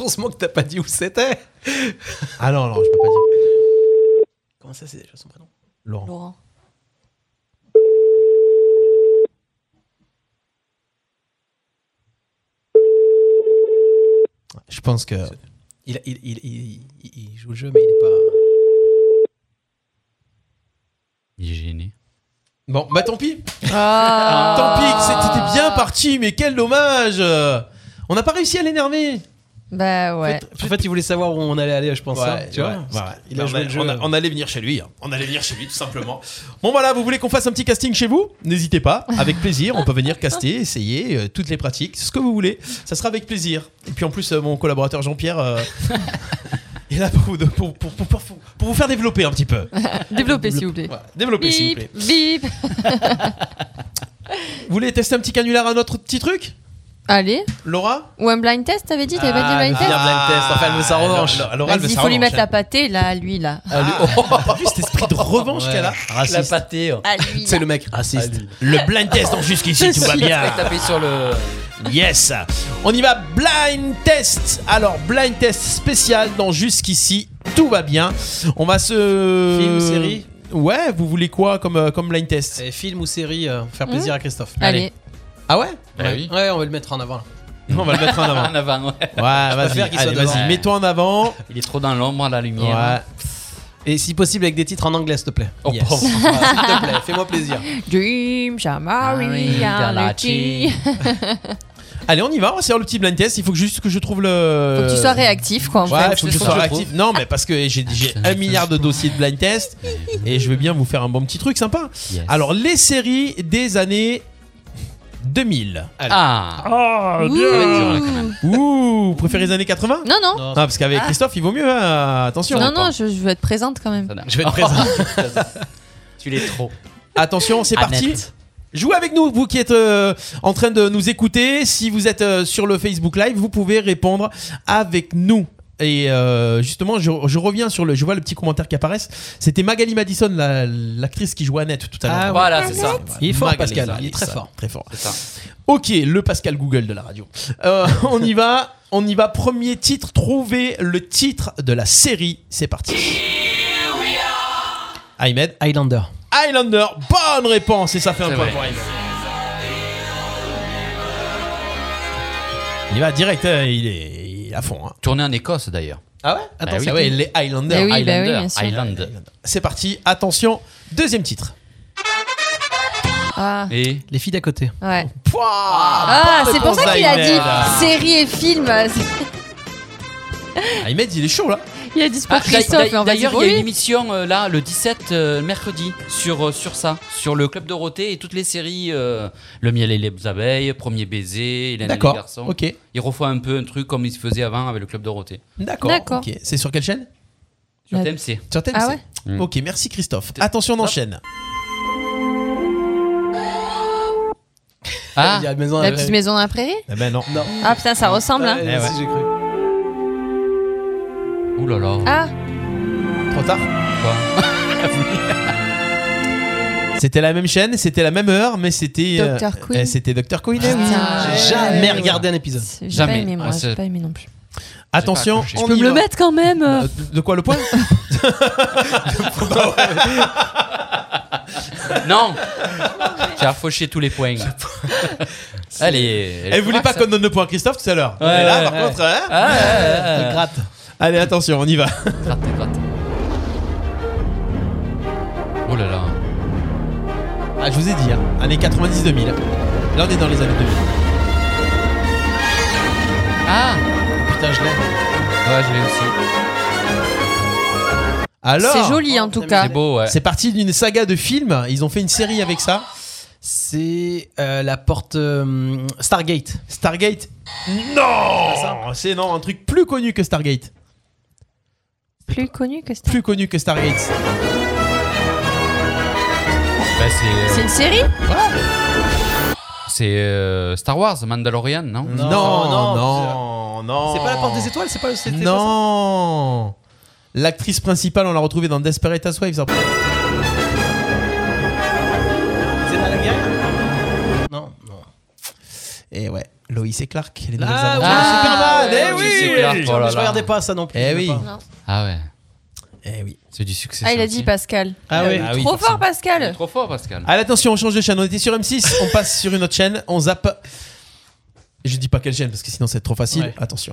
S3: Heureusement que t'as pas dit où c'était.
S1: Ah non, non, je peux pas dire.
S3: Comment ça, c'est déjà son prénom
S1: Laurent. Je pense que.
S3: Il, il, il, il, il- il joue le jeu, mais il est pas.
S4: Il est gêné.
S1: Bon, bah tant pis.
S2: Ah.
S1: tant pis, que c'était bien parti, mais quel dommage. euh, On n'a pas réussi à l'énerver.
S2: Bah ouais.
S3: En fait, il voulait savoir où on allait aller, je pense. hein,
S1: Ouais,
S3: tu
S1: ouais,
S3: vois
S1: ouais.
S3: Parce qu'il a
S1: On
S3: joué
S1: a-
S3: le jeu.
S1: on a- on allait venir chez lui. hein. On allait venir chez lui, tout simplement. Bon voilà, vous voulez qu'on fasse un petit casting chez vous N'hésitez pas, avec plaisir, on peut venir caster, essayer euh, toutes les pratiques, ce que vous voulez, ça sera avec plaisir. Et puis en plus, euh, mon collaborateur Jean-Pierre euh, est là pour vous, pour, pour- pour- pour- pour vous faire développer un petit peu.
S2: Développez, s'il vous plaît.
S1: Voilà, développez, s'il vous plaît.
S2: Bip, bip.
S1: Vous voulez tester un petit canular, un autre petit truc
S2: Allez.
S1: Laura
S2: Ou un blind test, t'avais dit T'avais
S1: Ah,
S2: pas dit blind test
S3: test, enfin, elle veut sa revanche.
S1: Laura, Laura, elle veut
S2: Vas-y, il
S1: sa
S2: faut lui
S1: revanche,
S2: mettre
S1: hein.
S2: la pâtée, là, à lui, là.
S1: Ah, lui- oh, T'as vu cet esprit de revanche qu'elle a
S4: La pâtée.
S2: À Ah, lui.
S3: C'est le mec raciste.
S1: Le blind test, donc jusqu'ici tout va bien.
S4: Taper sur le.
S1: Yes On y va, blind test Alors, blind test spécial dans Jusqu'ici, tout va bien. On va se...
S3: Film, série
S1: Ouais, vous voulez quoi comme, euh, comme blind test
S3: Et film ou série, euh, faire plaisir à Christophe.
S2: Hmm. Allez.
S1: Ah ouais
S4: Bah
S3: ouais.
S4: oui.
S3: Ouais, on va le mettre en avant. là.
S1: On va le mettre en avant.
S4: En avant, ouais.
S1: Ouais, vas-y,
S3: préfère qu'il soit
S1: allez,
S3: devant.
S1: vas-y, mets-toi en avant.
S4: Il est trop dans l'ombre, à la
S1: Ouais.
S4: lumière.
S3: Et si possible, avec des titres en anglais, s'il te plaît.
S4: Oh,
S3: Yes.
S4: pauvre.
S3: S'il te plaît, fais-moi plaisir.
S2: Dream, Shamari, Arnachi.
S1: Allez, on y va, on va se faire le petit blind test. Il faut que juste que je trouve le...
S2: Faut que tu sois réactif, quoi. en
S1: Ouais,
S2: fait.
S1: faut que je sois réactif. Non, mais parce que j'ai j'ai
S4: Ah,
S1: un milliard de dossiers de blind test et je veux bien vous faire un bon petit truc sympa.
S4: Yes.
S1: Alors, les séries des années 2000.
S4: Ah.
S5: Ah, bien.
S1: Ouh, vous préférez les années 80
S2: Non, non.
S1: Ah, parce qu'avec Christophe, il vaut mieux, hein, attention.
S2: Non, non, je, je veux être présente quand même.
S3: Je vais être présent.
S4: Tu l'es trop.
S1: Attention, c'est parti.
S4: Annette.
S1: Jouez avec nous, vous qui êtes euh, en train de nous écouter. Si vous êtes euh, sur le Facebook Live, vous pouvez répondre avec nous. Et euh, justement, je, je reviens sur le. Je vois le petit commentaire qui apparaît. C'était Magali Madison, la- l'actrice qui jouait Annette tout à l'heure.
S3: Ah,
S4: Voilà, c'est ça.
S3: Il est fort,
S1: Magali,
S3: Pascal.
S1: ça,
S3: Il est très
S1: ça,
S3: fort.
S1: Très fort.
S4: C'est ça.
S1: Ok, le Pascal Google de la radio. Euh, on y va, on y va. Premier titre, trouver le titre de la série. C'est parti. Ahmed.
S3: Highlander.
S1: Highlander, bonne réponse et ça fait un
S4: C'est
S1: point
S4: vrai.
S1: pour Ahmed. Il va direct, hein, il est il est à fond. hein.
S4: Tourné en Écosse d'ailleurs.
S1: Ah ouais Attends,
S4: Bah oui.
S1: c'est- ouais, les Highlander.
S2: Eh oui, bah
S4: Highlander.
S2: bien sûr.
S4: Highlander.
S1: C'est parti, attention, deuxième titre.
S2: Ah,
S4: Et
S3: Les filles d'à côté.
S2: ouais.
S1: Pouah,
S2: Ah,
S1: bonne
S2: c'est pour ça
S1: réponse
S2: qu'il a
S1: d'Ahmed.
S2: dit série et film. C'est-
S1: Ahmed, il est chaud là.
S2: Il y a 10
S4: Ah,
S2: pour Christophe.
S4: d'ailleurs,
S2: on va
S4: D'ailleurs,
S2: dire
S4: il y a une
S2: oui.
S4: émission euh, là le 17 euh, mercredi sur, euh, sur ça, sur le Club Dorothée et toutes les séries euh, Le miel et les abeilles, Premier baiser, Hélène et
S1: D'accord,
S4: les garçons.
S1: ok.
S4: Il refait un peu un truc comme il se faisait avant avec le Club Dorothée.
S1: D'accord.
S2: D'accord.
S1: ok. C'est sur quelle chaîne
S4: Sur TMC.
S1: Sur TMC.
S2: Ah ouais
S4: Mm.
S1: Ok, merci Christophe. Attention, on enchaîne.
S4: Ah,
S3: la maison
S2: La petite maison d'un prairie
S1: Eh ben non.
S2: Ah putain, ça ressemble. hein.
S1: Eh ouais.
S4: Ouh là là.
S2: Ah,
S1: Trop tard.
S4: Quoi
S1: C'était la même chaîne, c'était la même heure, mais c'était. euh,
S2: Dr. Queen.
S1: eh, C'était Dr. Queen. eh oui.
S2: Putain.
S1: J'ai jamais regardé un épisode.
S2: j'ai pas aimé moi, j'ai pas aimé non plus.
S1: Attention,
S2: Je
S1: on
S2: peux
S1: y
S2: me le
S1: va.
S2: mettre quand même. euh.
S1: Euh, De quoi le point
S2: Ah.
S4: Non J'ai affoché tous les points. Allez.
S1: Elle voulait pas qu'on donne le point à Christophe tout à l'heure.
S4: Ouais,
S1: Mais là,
S4: ouais,
S1: par
S4: ouais.
S1: contre, hein
S4: Ah, ouais, ouais, ouais.
S1: Il gratte. Allez, attention, on y va.
S4: Gratte, gratte. Oh là là.
S1: Ah, je vous ai dit, hein, années 90-2000. Là, on est dans les années 2000.
S4: Ah
S1: Putain, je l'aime.
S4: Ouais, je l'ai aussi.
S1: Alors
S2: C'est joli, en tout cas. C'est
S4: beau, ouais.
S1: C'est parti d'une saga de films. Ils ont fait une série avec ça.
S3: C'est euh, la porte euh, Stargate.
S1: Stargate
S14: Oh,
S1: Non C'est non, un truc plus connu que Stargate.
S2: Plus connu que Star.
S1: Plus connu que Stargate.
S4: Bah, c'est.
S2: C'est une série
S4: C'est euh, Star Wars, Mandalorian, non
S1: Non, non, non,
S3: C'est pas la porte des
S1: Oh.
S3: étoiles, c'est pas le c'était pas ça
S1: Non L'actrice principale, on l'a retrouvée dans Desperate Housewives. après.
S3: C'est pas la guerre Non, non.
S1: Et Eh ouais, Loïs et Clark, les nouvelles
S3: Ah, ouais,
S1: aventures de Superman,
S3: ouais,
S1: eh
S3: ouais,
S1: oui
S3: c'est clair.
S4: Oh là
S3: Je
S4: là.
S3: regardais pas ça non plus.
S1: Eh
S3: je
S1: oui.
S3: sais pas.
S2: Non.
S4: Ah ouais.
S1: Eh oui.
S4: C'est du succès.
S2: Ah, il
S4: ça
S2: a
S4: aussi.
S2: dit Pascal.
S1: Ah oui, ah oui,
S2: Trop fort,
S1: forcément.
S2: Pascal.
S4: Trop fort, Pascal.
S1: Allez, attention, on change de chaîne. On était sur M6, on passe sur une autre chaîne, on zappe. Je dis pas quelle chaîne parce que sinon c'est trop facile.
S3: Ouais.
S1: Attention.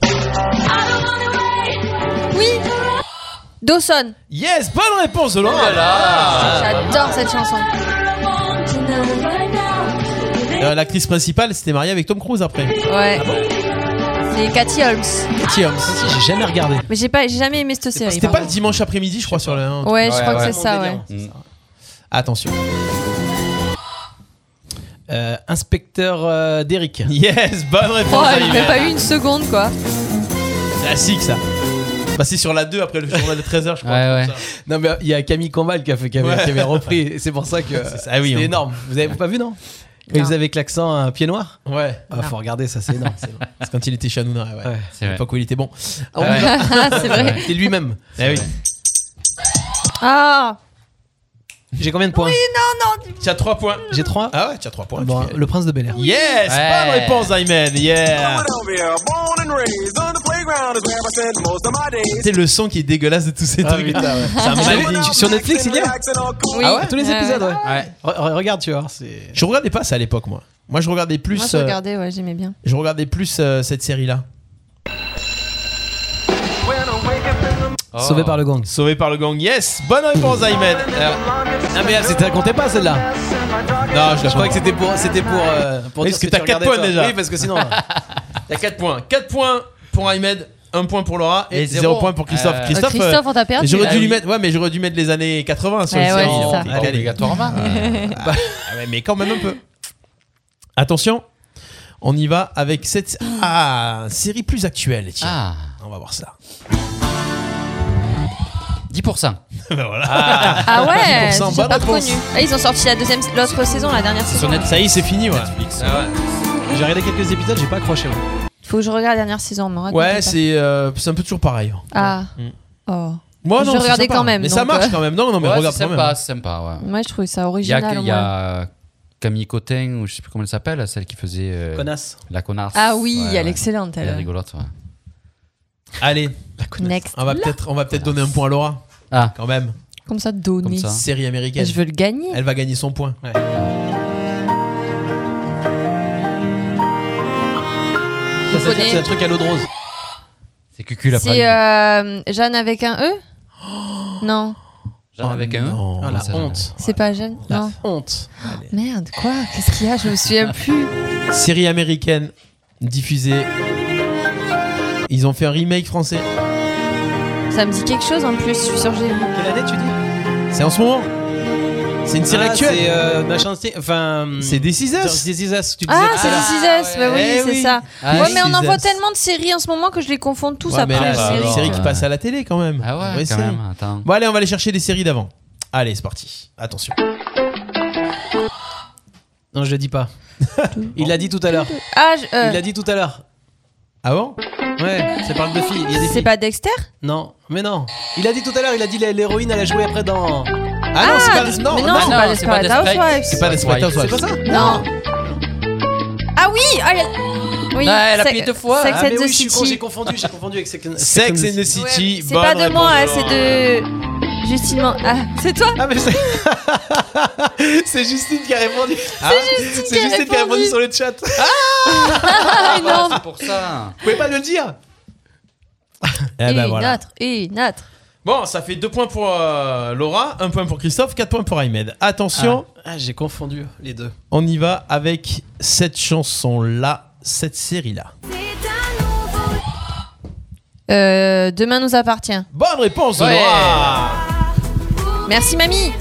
S2: Oui Dawson.
S1: Yes, bonne réponse de
S3: Oh
S1: Laurent.
S2: J'adore cette chanson.
S1: Euh, L'actrice principale s'était mariée avec Tom Cruise après.
S2: Ouais. C'est Cathy Holmes.
S1: Cathy Holmes.
S3: J'ai jamais regardé.
S2: Mais j'ai pas, j'ai jamais aimé cette série.
S1: C'était pas le
S2: pardon.
S1: dimanche après-midi, je crois, sur le.
S2: Ouais, je
S4: Ouais,
S2: crois
S4: ouais.
S2: que c'est ça,
S1: Ah,
S2: ouais.
S4: Mm.
S1: Attention.
S3: Euh, inspecteur euh, Derrick.
S1: Yes, bonne
S2: Oh,
S1: réponse.
S2: elle
S1: Olivier.
S2: n'aurait pas eu une seconde, quoi.
S1: Classique ça. Bah, c'est sur la 2 après le journal de 13h, je crois.
S4: Ouais, ouais.
S1: comme ça.
S3: Non mais il y a Camille Combal qui, a fait, qui, avait,
S1: Ouais.
S3: qui avait repris. C'est pour ça que
S1: ça. Ah oui,
S3: c'est
S1: on-
S3: énorme. Vous avez pas vu non Et
S2: Non.
S3: vous avec l'accent un pied noir
S1: Ouais.
S3: ah, Faut regarder ça, c'est énorme. c'est énorme.
S1: C'est quand il était Chanouna, ouais.
S3: Ouais.
S4: C'est
S1: À
S4: vrai.
S1: l'époque où il était bon.
S3: Ah, on y va.
S2: c'est vrai.
S3: C'est lui-même.
S1: Eh oui.
S2: Ah
S3: J'ai combien de points
S1: Tu as 3 points.
S3: J'ai 3
S1: Ah ouais, tu as 3 points.
S3: Bon,
S1: tu fais-
S3: le prince de Bel Air.
S1: Yes,
S4: Ouais.
S1: bonne réponse, Ayman. Yeah. C'est le son qui est dégueulasse de tous ces trucs. C'est un mal
S3: Ah, Tu- Sur Netflix, il y a
S2: oui.
S3: Ah ouais, tous les
S2: Ouais,
S3: épisodes,
S2: ouais.
S3: ouais.
S4: Ouais.
S3: Re- re- Regarde, tu vois, c'est.
S1: Je regardais pas ça à l'époque, moi. Moi, je regardais plus.
S2: Moi, je
S1: euh,
S2: regardais, ouais, j'aimais bien.
S1: je regardais plus euh, cette série-là.
S4: Oh.
S3: Sauvé par le gang.
S1: Sauvé par le gang. Yes, bonne réponse, Ayman.
S3: Ah mais elle, c'était comptait pas celle-là.
S1: Non, je la
S3: Je croyais que c'était pour, c'était pour, euh, pour
S1: Oui, parce
S3: dire
S1: que
S3: tu
S1: t'as quatre
S3: regardais,
S1: points
S3: toi.
S1: déjà.
S3: Oui, parce que sinon.
S1: Il y a 4 points. 4 points pour Aymed, 1 point pour Laura et,
S4: Et
S1: 0
S4: zéro.
S1: point pour Christophe.
S4: Euh,
S2: Euh, Christophe, on t'a
S1: euh,
S2: perdu.
S1: j'aurais
S2: là.
S1: dû lui mettre, ouais, mais j'aurais dû mettre les années 80 sur
S2: Eh
S1: les
S2: ouais,
S1: séries.
S2: c'est ça.
S1: T'es
S4: Pas
S1: calé.
S4: obligatoirement.
S1: hein, Ah ouais, mais quand même un peu. Attention, on y va avec cette ah, série plus actuelle. Tiens,
S4: Ah,
S1: on va voir ça.
S4: 10%.
S1: Ben voilà.
S2: Ah ouais,
S1: 10%
S2: c'est toujours
S1: bonne
S2: pas
S1: réponse.
S2: connu. Ah, ils ont sorti la deuxième, l'autre saison, la dernière saison.
S4: Net-
S1: Ça y est, c'est fini. Ah Ouais,
S4: Netflix.
S3: J'ai regardé quelques épisodes, j'ai pas accroché. moi.
S2: Faut que je regarde la dernière saison, me raconte pas.
S1: ouais c'est euh, c'est un peu toujours pareil.
S2: Ah.
S1: Mm.
S2: Oh.
S1: Moi,
S2: Je
S1: non, c'est
S2: regardais
S1: sympa.
S2: quand même,
S1: Mais ça
S2: donc,
S1: marche
S2: euh.
S1: quand même. Non, non, mais
S4: Ouais,
S1: regarde
S4: c'est
S1: quand même. hein.
S4: sympa, c'est sympa, ouais.
S2: Moi, je trouvais ça
S4: Il y a,
S2: original. au
S4: il y
S2: moins.
S4: a Camille Cotin, ou je sais plus comment elle s'appelle, celle qui faisait euh,
S3: Connasse.
S4: la connasse.
S2: Ah oui,
S4: Ouais,
S2: elle est
S4: ouais.
S2: excellente.
S4: Elle est
S2: Elle.
S4: rigolote, ouais.
S1: Allez,
S2: Next.
S1: on va peut-être, on va peut-être donner un point à Laura
S4: Ah,
S1: quand même.
S2: Comme ça, donné.
S4: Comme ça.
S1: Hein. Série américaine.
S2: Je veux le gagner.
S1: Elle va gagner son point.
S3: Ça, ça veut dire que C'est un truc à l'eau de rose.
S4: c'est cucul après.
S2: C'est euh, Jeanne avec un E Non,
S4: Genre avec un. E
S1: non.
S3: Ah, la
S4: ça,
S3: honte.
S2: c'est pas Jeanne.
S3: La
S2: Non.
S3: honte.
S2: Merde, quoi Qu'est-ce qu'il y a Je me souviens plus.
S1: Série américaine diffusée. Ils ont fait un remake français.
S2: Ça me dit quelque chose en plus, je suis sûre que j'ai vu.
S3: Quelle année tu dis
S1: C'est en ce moment C'est une série
S3: Ah,
S1: actuelle
S3: C'est euh, machin, c'est- enfin.
S1: C'est This Is Us.
S3: This Is Us, tu disais.
S2: Ah,
S3: tout à
S2: c'est
S3: l'heure.
S2: This Is Us, bah oui,
S3: Eh
S2: c'est
S3: oui.
S2: ça.
S3: Ah,
S2: ouais,
S3: This
S2: mais on en
S3: Is
S2: voit
S3: Us.
S2: tellement de séries en ce moment que je les confonds tous
S1: Ouais, mais
S2: après.
S1: là,
S2: les
S1: c'est une
S2: séries.
S1: série qui passe à la télé quand même.
S4: Ah ouais,
S1: Faut
S4: quand
S1: essayer.
S4: même, attends.
S1: Bon, allez, on va aller chercher les séries d'avant. Allez, c'est parti. Attention.
S3: Non, je le dis pas. Il l'a dit tout à l'heure.
S2: Ah, je- euh,
S3: Il l'a dit tout à l'heure.
S1: Ah bon
S3: Ouais, ça parle de filles. Il y a des
S2: c'est
S3: filles.
S2: pas Dexter
S3: Non, mais non. Il a dit tout à l'heure, il a dit l'héroïne, elle a joué après dans.
S1: Ah non, c'est pas-
S3: Des-
S1: non,
S2: mais non, c'est pas Desperate Housewives.
S1: C'est pas Desperate Housewives.
S3: C'est pas ça
S2: Non. Ah oui, ah, il y a- oui, Sex- Sex
S3: Ah,
S2: and
S3: mais
S2: the
S3: oui, je suis con,
S2: City.
S3: J'ai confondu, j'ai confondu avec Sex and
S1: Sex and the City.
S2: C'est
S1: bonne
S2: pas de moi,
S1: réponse.
S2: hein, c'est de Justine. Man- Ah, c'est toi
S3: Ah mais c'est
S1: C'est Justine qui a répondu. Ah,
S2: Justine
S1: C'est
S2: qui a
S1: Justine qui a répondu
S2: répondu.
S1: sur le chat.
S2: Ah, non.
S4: C'est pour ça.
S1: Vous pouvez pas le dire Eh
S2: Une
S1: ben voilà.
S2: autre, une autre.
S1: Bon, ça fait 2 points pour euh, Laura, 1 point pour Christophe, 4 points pour Ahmed. Attention,
S3: Ah, j'ai confondu les deux.
S1: on y va avec cette chanson-là, cette série-là.
S2: Euh, demain nous appartient.
S1: Bonne réponse,
S2: Ouais.
S1: Laura
S2: Merci mamie.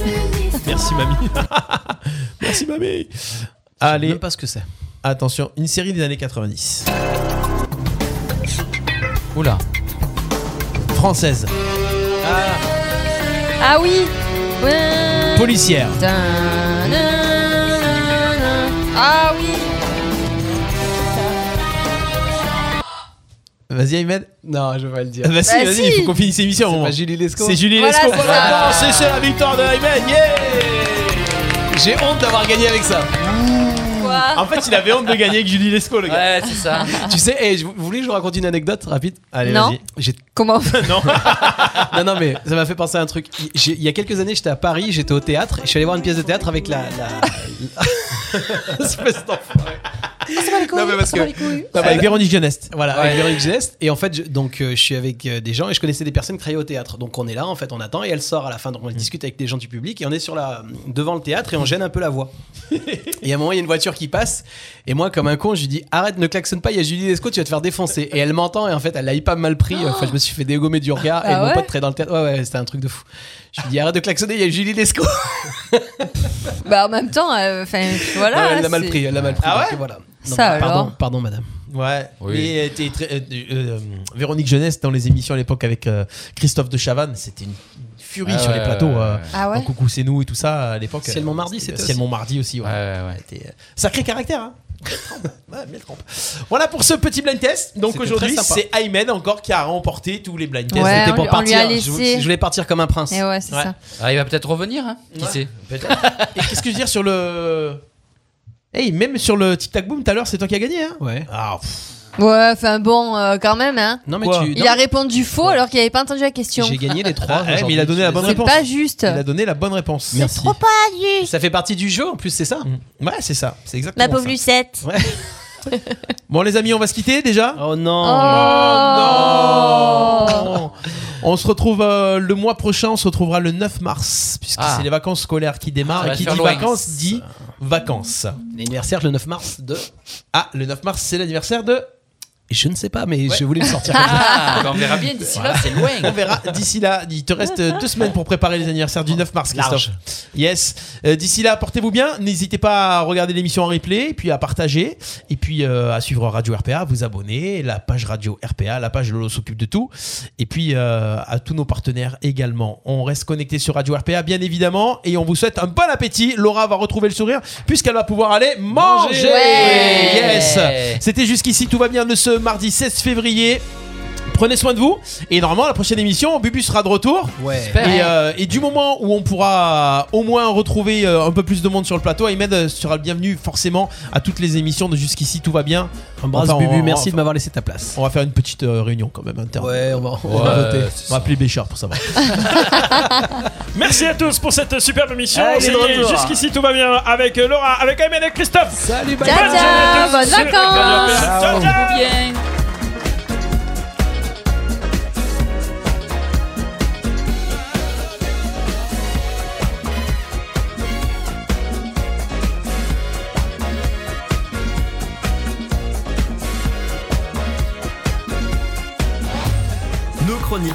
S1: Merci, mamie. Merci, mamie. Allez.
S3: pas ce que c'est.
S1: Attention, une série des années 90.
S4: Oula.
S1: Française,
S2: Ah oui. Ouais.
S1: policière.
S2: Dun, dun, dun, dun. Ah oui.
S1: Vas-y, Ahmed.
S3: Non, je vais pas le dire.
S1: Vas-y,
S2: Bah,
S1: vas-y,
S2: si.
S1: il faut qu'on finisse l'émission. au
S3: C'est
S1: moment.
S3: pas Julie Lescaut.
S1: C'est Julie
S2: Voilà,
S1: Lescaut.
S2: c'est
S1: Bonne
S2: ça.
S1: réponse. Et c'est la victoire de Ahmed. Yeah
S3: J'ai honte d'avoir gagné avec ça. Ah.
S2: Quoi
S1: En fait, il avait honte de gagner avec Julie Lescaut, le gars.
S4: Ouais, c'est ça.
S3: tu sais, eh, je- vous voulez que je vous raconte une anecdote rapide
S1: Allez,
S2: Non.
S1: vas-y.
S3: J'ai-
S2: Comment
S3: Non, non, mais ça m'a fait penser à un truc. J'ai- Il y a quelques années, j'étais à Paris, j'étais au théâtre, et je suis allé voir une pièce de théâtre avec la. la- Espèce d'enfoiré. Non, mais parce que-
S1: Ah, bah, Avec Véronique Genest.
S3: Voilà,
S1: Ouais.
S3: avec Véronique Gest. Et en fait, je, donc, euh, je suis avec euh, des gens et je connaissais des personnes travaillaient au théâtre. Donc, on est là, en fait, on attend et elle sort à la fin. Donc, on
S1: Mm.
S3: discute avec des gens du public et on est sur la, devant le théâtre et on gêne un peu la voix. et à un moment, il y a une voiture qui passe. Et moi, comme un con, je lui dis Arrête, ne klaxonne pas, il y a Julie Lescaut, tu vas te faire défoncer. Et elle m'entend et en fait, elle l'a hyper mal pris. Enfin, je me suis fait dégommer du regard et
S2: Ah
S3: mon
S2: ouais
S3: pote très dans le théâtre. Ouais, ouais, c'était un truc de fou. Je lui dis Arrête de klaxonner, il y a Julie Lescaut.
S2: Bah en même temps, euh, enfin
S3: Non,
S2: voilà.
S3: elle l'a mal
S2: c'est-
S3: pris, elle l'a mal pris.
S1: Ah
S3: donc
S1: ouais
S3: voilà. Donc,
S2: Ça alors.
S3: pardon, pardon, madame.
S1: Ouais.
S4: Oui.
S1: Mais, euh, t'es très- euh, euh, Véronique Genest, dans les émissions à l'époque avec euh, Christophe de Chavannes, c'était une, une furie
S4: Ah
S1: sur les
S4: ouais,
S1: plateaux.
S4: ouais,
S1: euh,
S4: ouais.
S2: Ah ouais
S1: dans Coucou, c'est nous et tout ça à l'époque.
S3: Ciel mon mardi, c'était
S1: Ciel
S3: aussi.
S1: mon mardi aussi, ouais.
S4: Ouais, ouais, ouais.
S1: T'es, euh, Sacré caractère, hein Ouais, mille trempes. Voilà pour ce petit blind test. Donc
S3: C'était
S1: aujourd'hui,
S3: très sympa.
S1: c'est Aymen encore qui a remporté tous les blind tests.
S2: Ouais,
S3: C'était
S2: on
S3: pour
S2: lui- on lui a
S3: partir.
S2: laissé.
S3: Je, vou- je voulais partir comme un prince.
S2: Et Eh ouais, c'est
S1: Ouais.
S2: ça.
S4: Ah, il va peut-être revenir, hein Qui
S1: Ouais.
S4: sait
S1: Et qu'est-ce que je veux dire sur le. Hey, même sur le Tic Tac Boom tout à l'heure, c'est toi qui as gagné, hein
S3: Ouais.
S1: Ah, pff,
S2: Ouais, enfin bon, euh, quand même hein.
S3: Non, mais
S1: Quoi
S3: tu.
S2: Il a répondu faux alors qu'il avait pas entendu la question.
S3: J'ai gagné les trois.
S1: Ah, ouais,
S3: aujourd'hui.
S1: mais il a donné la bonne
S2: C'est
S1: réponse.
S2: pas juste.
S1: il a donné la bonne réponse.
S3: Merci.
S8: Trop pas juste.
S3: Ça fait partie du jeu en plus, c'est ça
S1: Mm. Ouais, c'est ça. C'est exactement
S8: Ma pauvre
S1: ça.
S8: Lucette.
S1: Bon, les amis, on va se quitter déjà
S3: Oh
S2: Oh,
S3: non Oh.
S1: non On se retrouve euh, le mois prochain, on se retrouvera le 9 mars, puisque
S4: Ah.
S1: c'est les vacances scolaires qui
S4: Ça
S1: démarrent.
S4: va
S1: et qui
S4: faire
S1: dit
S4: loin.
S1: vacances dit vacances.
S3: L'anniversaire le 9 mars de.
S1: Ah, le 9 mars, c'est l'anniversaire de.
S3: Je ne sais pas, mais je voulais me sortir.
S4: Ah, bah, on verra bien d'ici là, c'est
S1: On
S4: loin.
S1: verra d'ici là. Il te reste euh, deux semaines pour préparer les anniversaires du 9 mars, Christophe.
S3: Large.
S1: Yes. Euh, d'ici là, portez-vous bien. N'hésitez pas à regarder l'émission en replay, et puis à partager, et puis euh, à suivre Radio RPA, à vous abonner, la page Radio RPA, la page Lolo s'occupe de tout, et puis euh, à tous nos partenaires également. On reste connecté sur Radio RPA, bien évidemment, et on vous souhaite un bon appétit. Laura va retrouver le sourire puisqu'elle va pouvoir aller manger.
S2: Ouais.
S1: Yes. C'était jusqu'ici, tout va bien de ce mardi 16 février. Prenez soin de vous et normalement la prochaine émission, Bubu sera de retour.
S3: Ouais.
S1: Et, euh, et du moment où on pourra au moins retrouver euh, un peu plus de monde sur le plateau, Ahmed euh, sera le bienvenu forcément à toutes les émissions de jusqu'ici, tout va bien.
S3: Embrasse
S1: Enfin,
S3: Bubu,
S1: on-
S3: merci de
S1: enfin,
S3: m'avoir laissé ta place.
S1: On va faire une petite euh, réunion quand même interne.
S3: Ouais, on va, on
S4: Ouais,
S3: va voter.
S1: On va
S4: c'est ça.
S1: appeler Béchard pour savoir.
S5: Merci à tous pour cette superbe émission.
S3: Allez,
S5: Ça y
S3: de
S5: est,
S3: retour.
S5: Jusqu'ici, tout va bien avec Laura, avec Ayman et Christophe.
S3: Salut, bye
S2: Ciao,
S3: bye.
S5: Bonne journée à tous
S2: bonnes
S5: sur Radio
S2: vacances.
S5: RPA. Ciao, ciao.
S2: Bien.
S6: Nos chroniques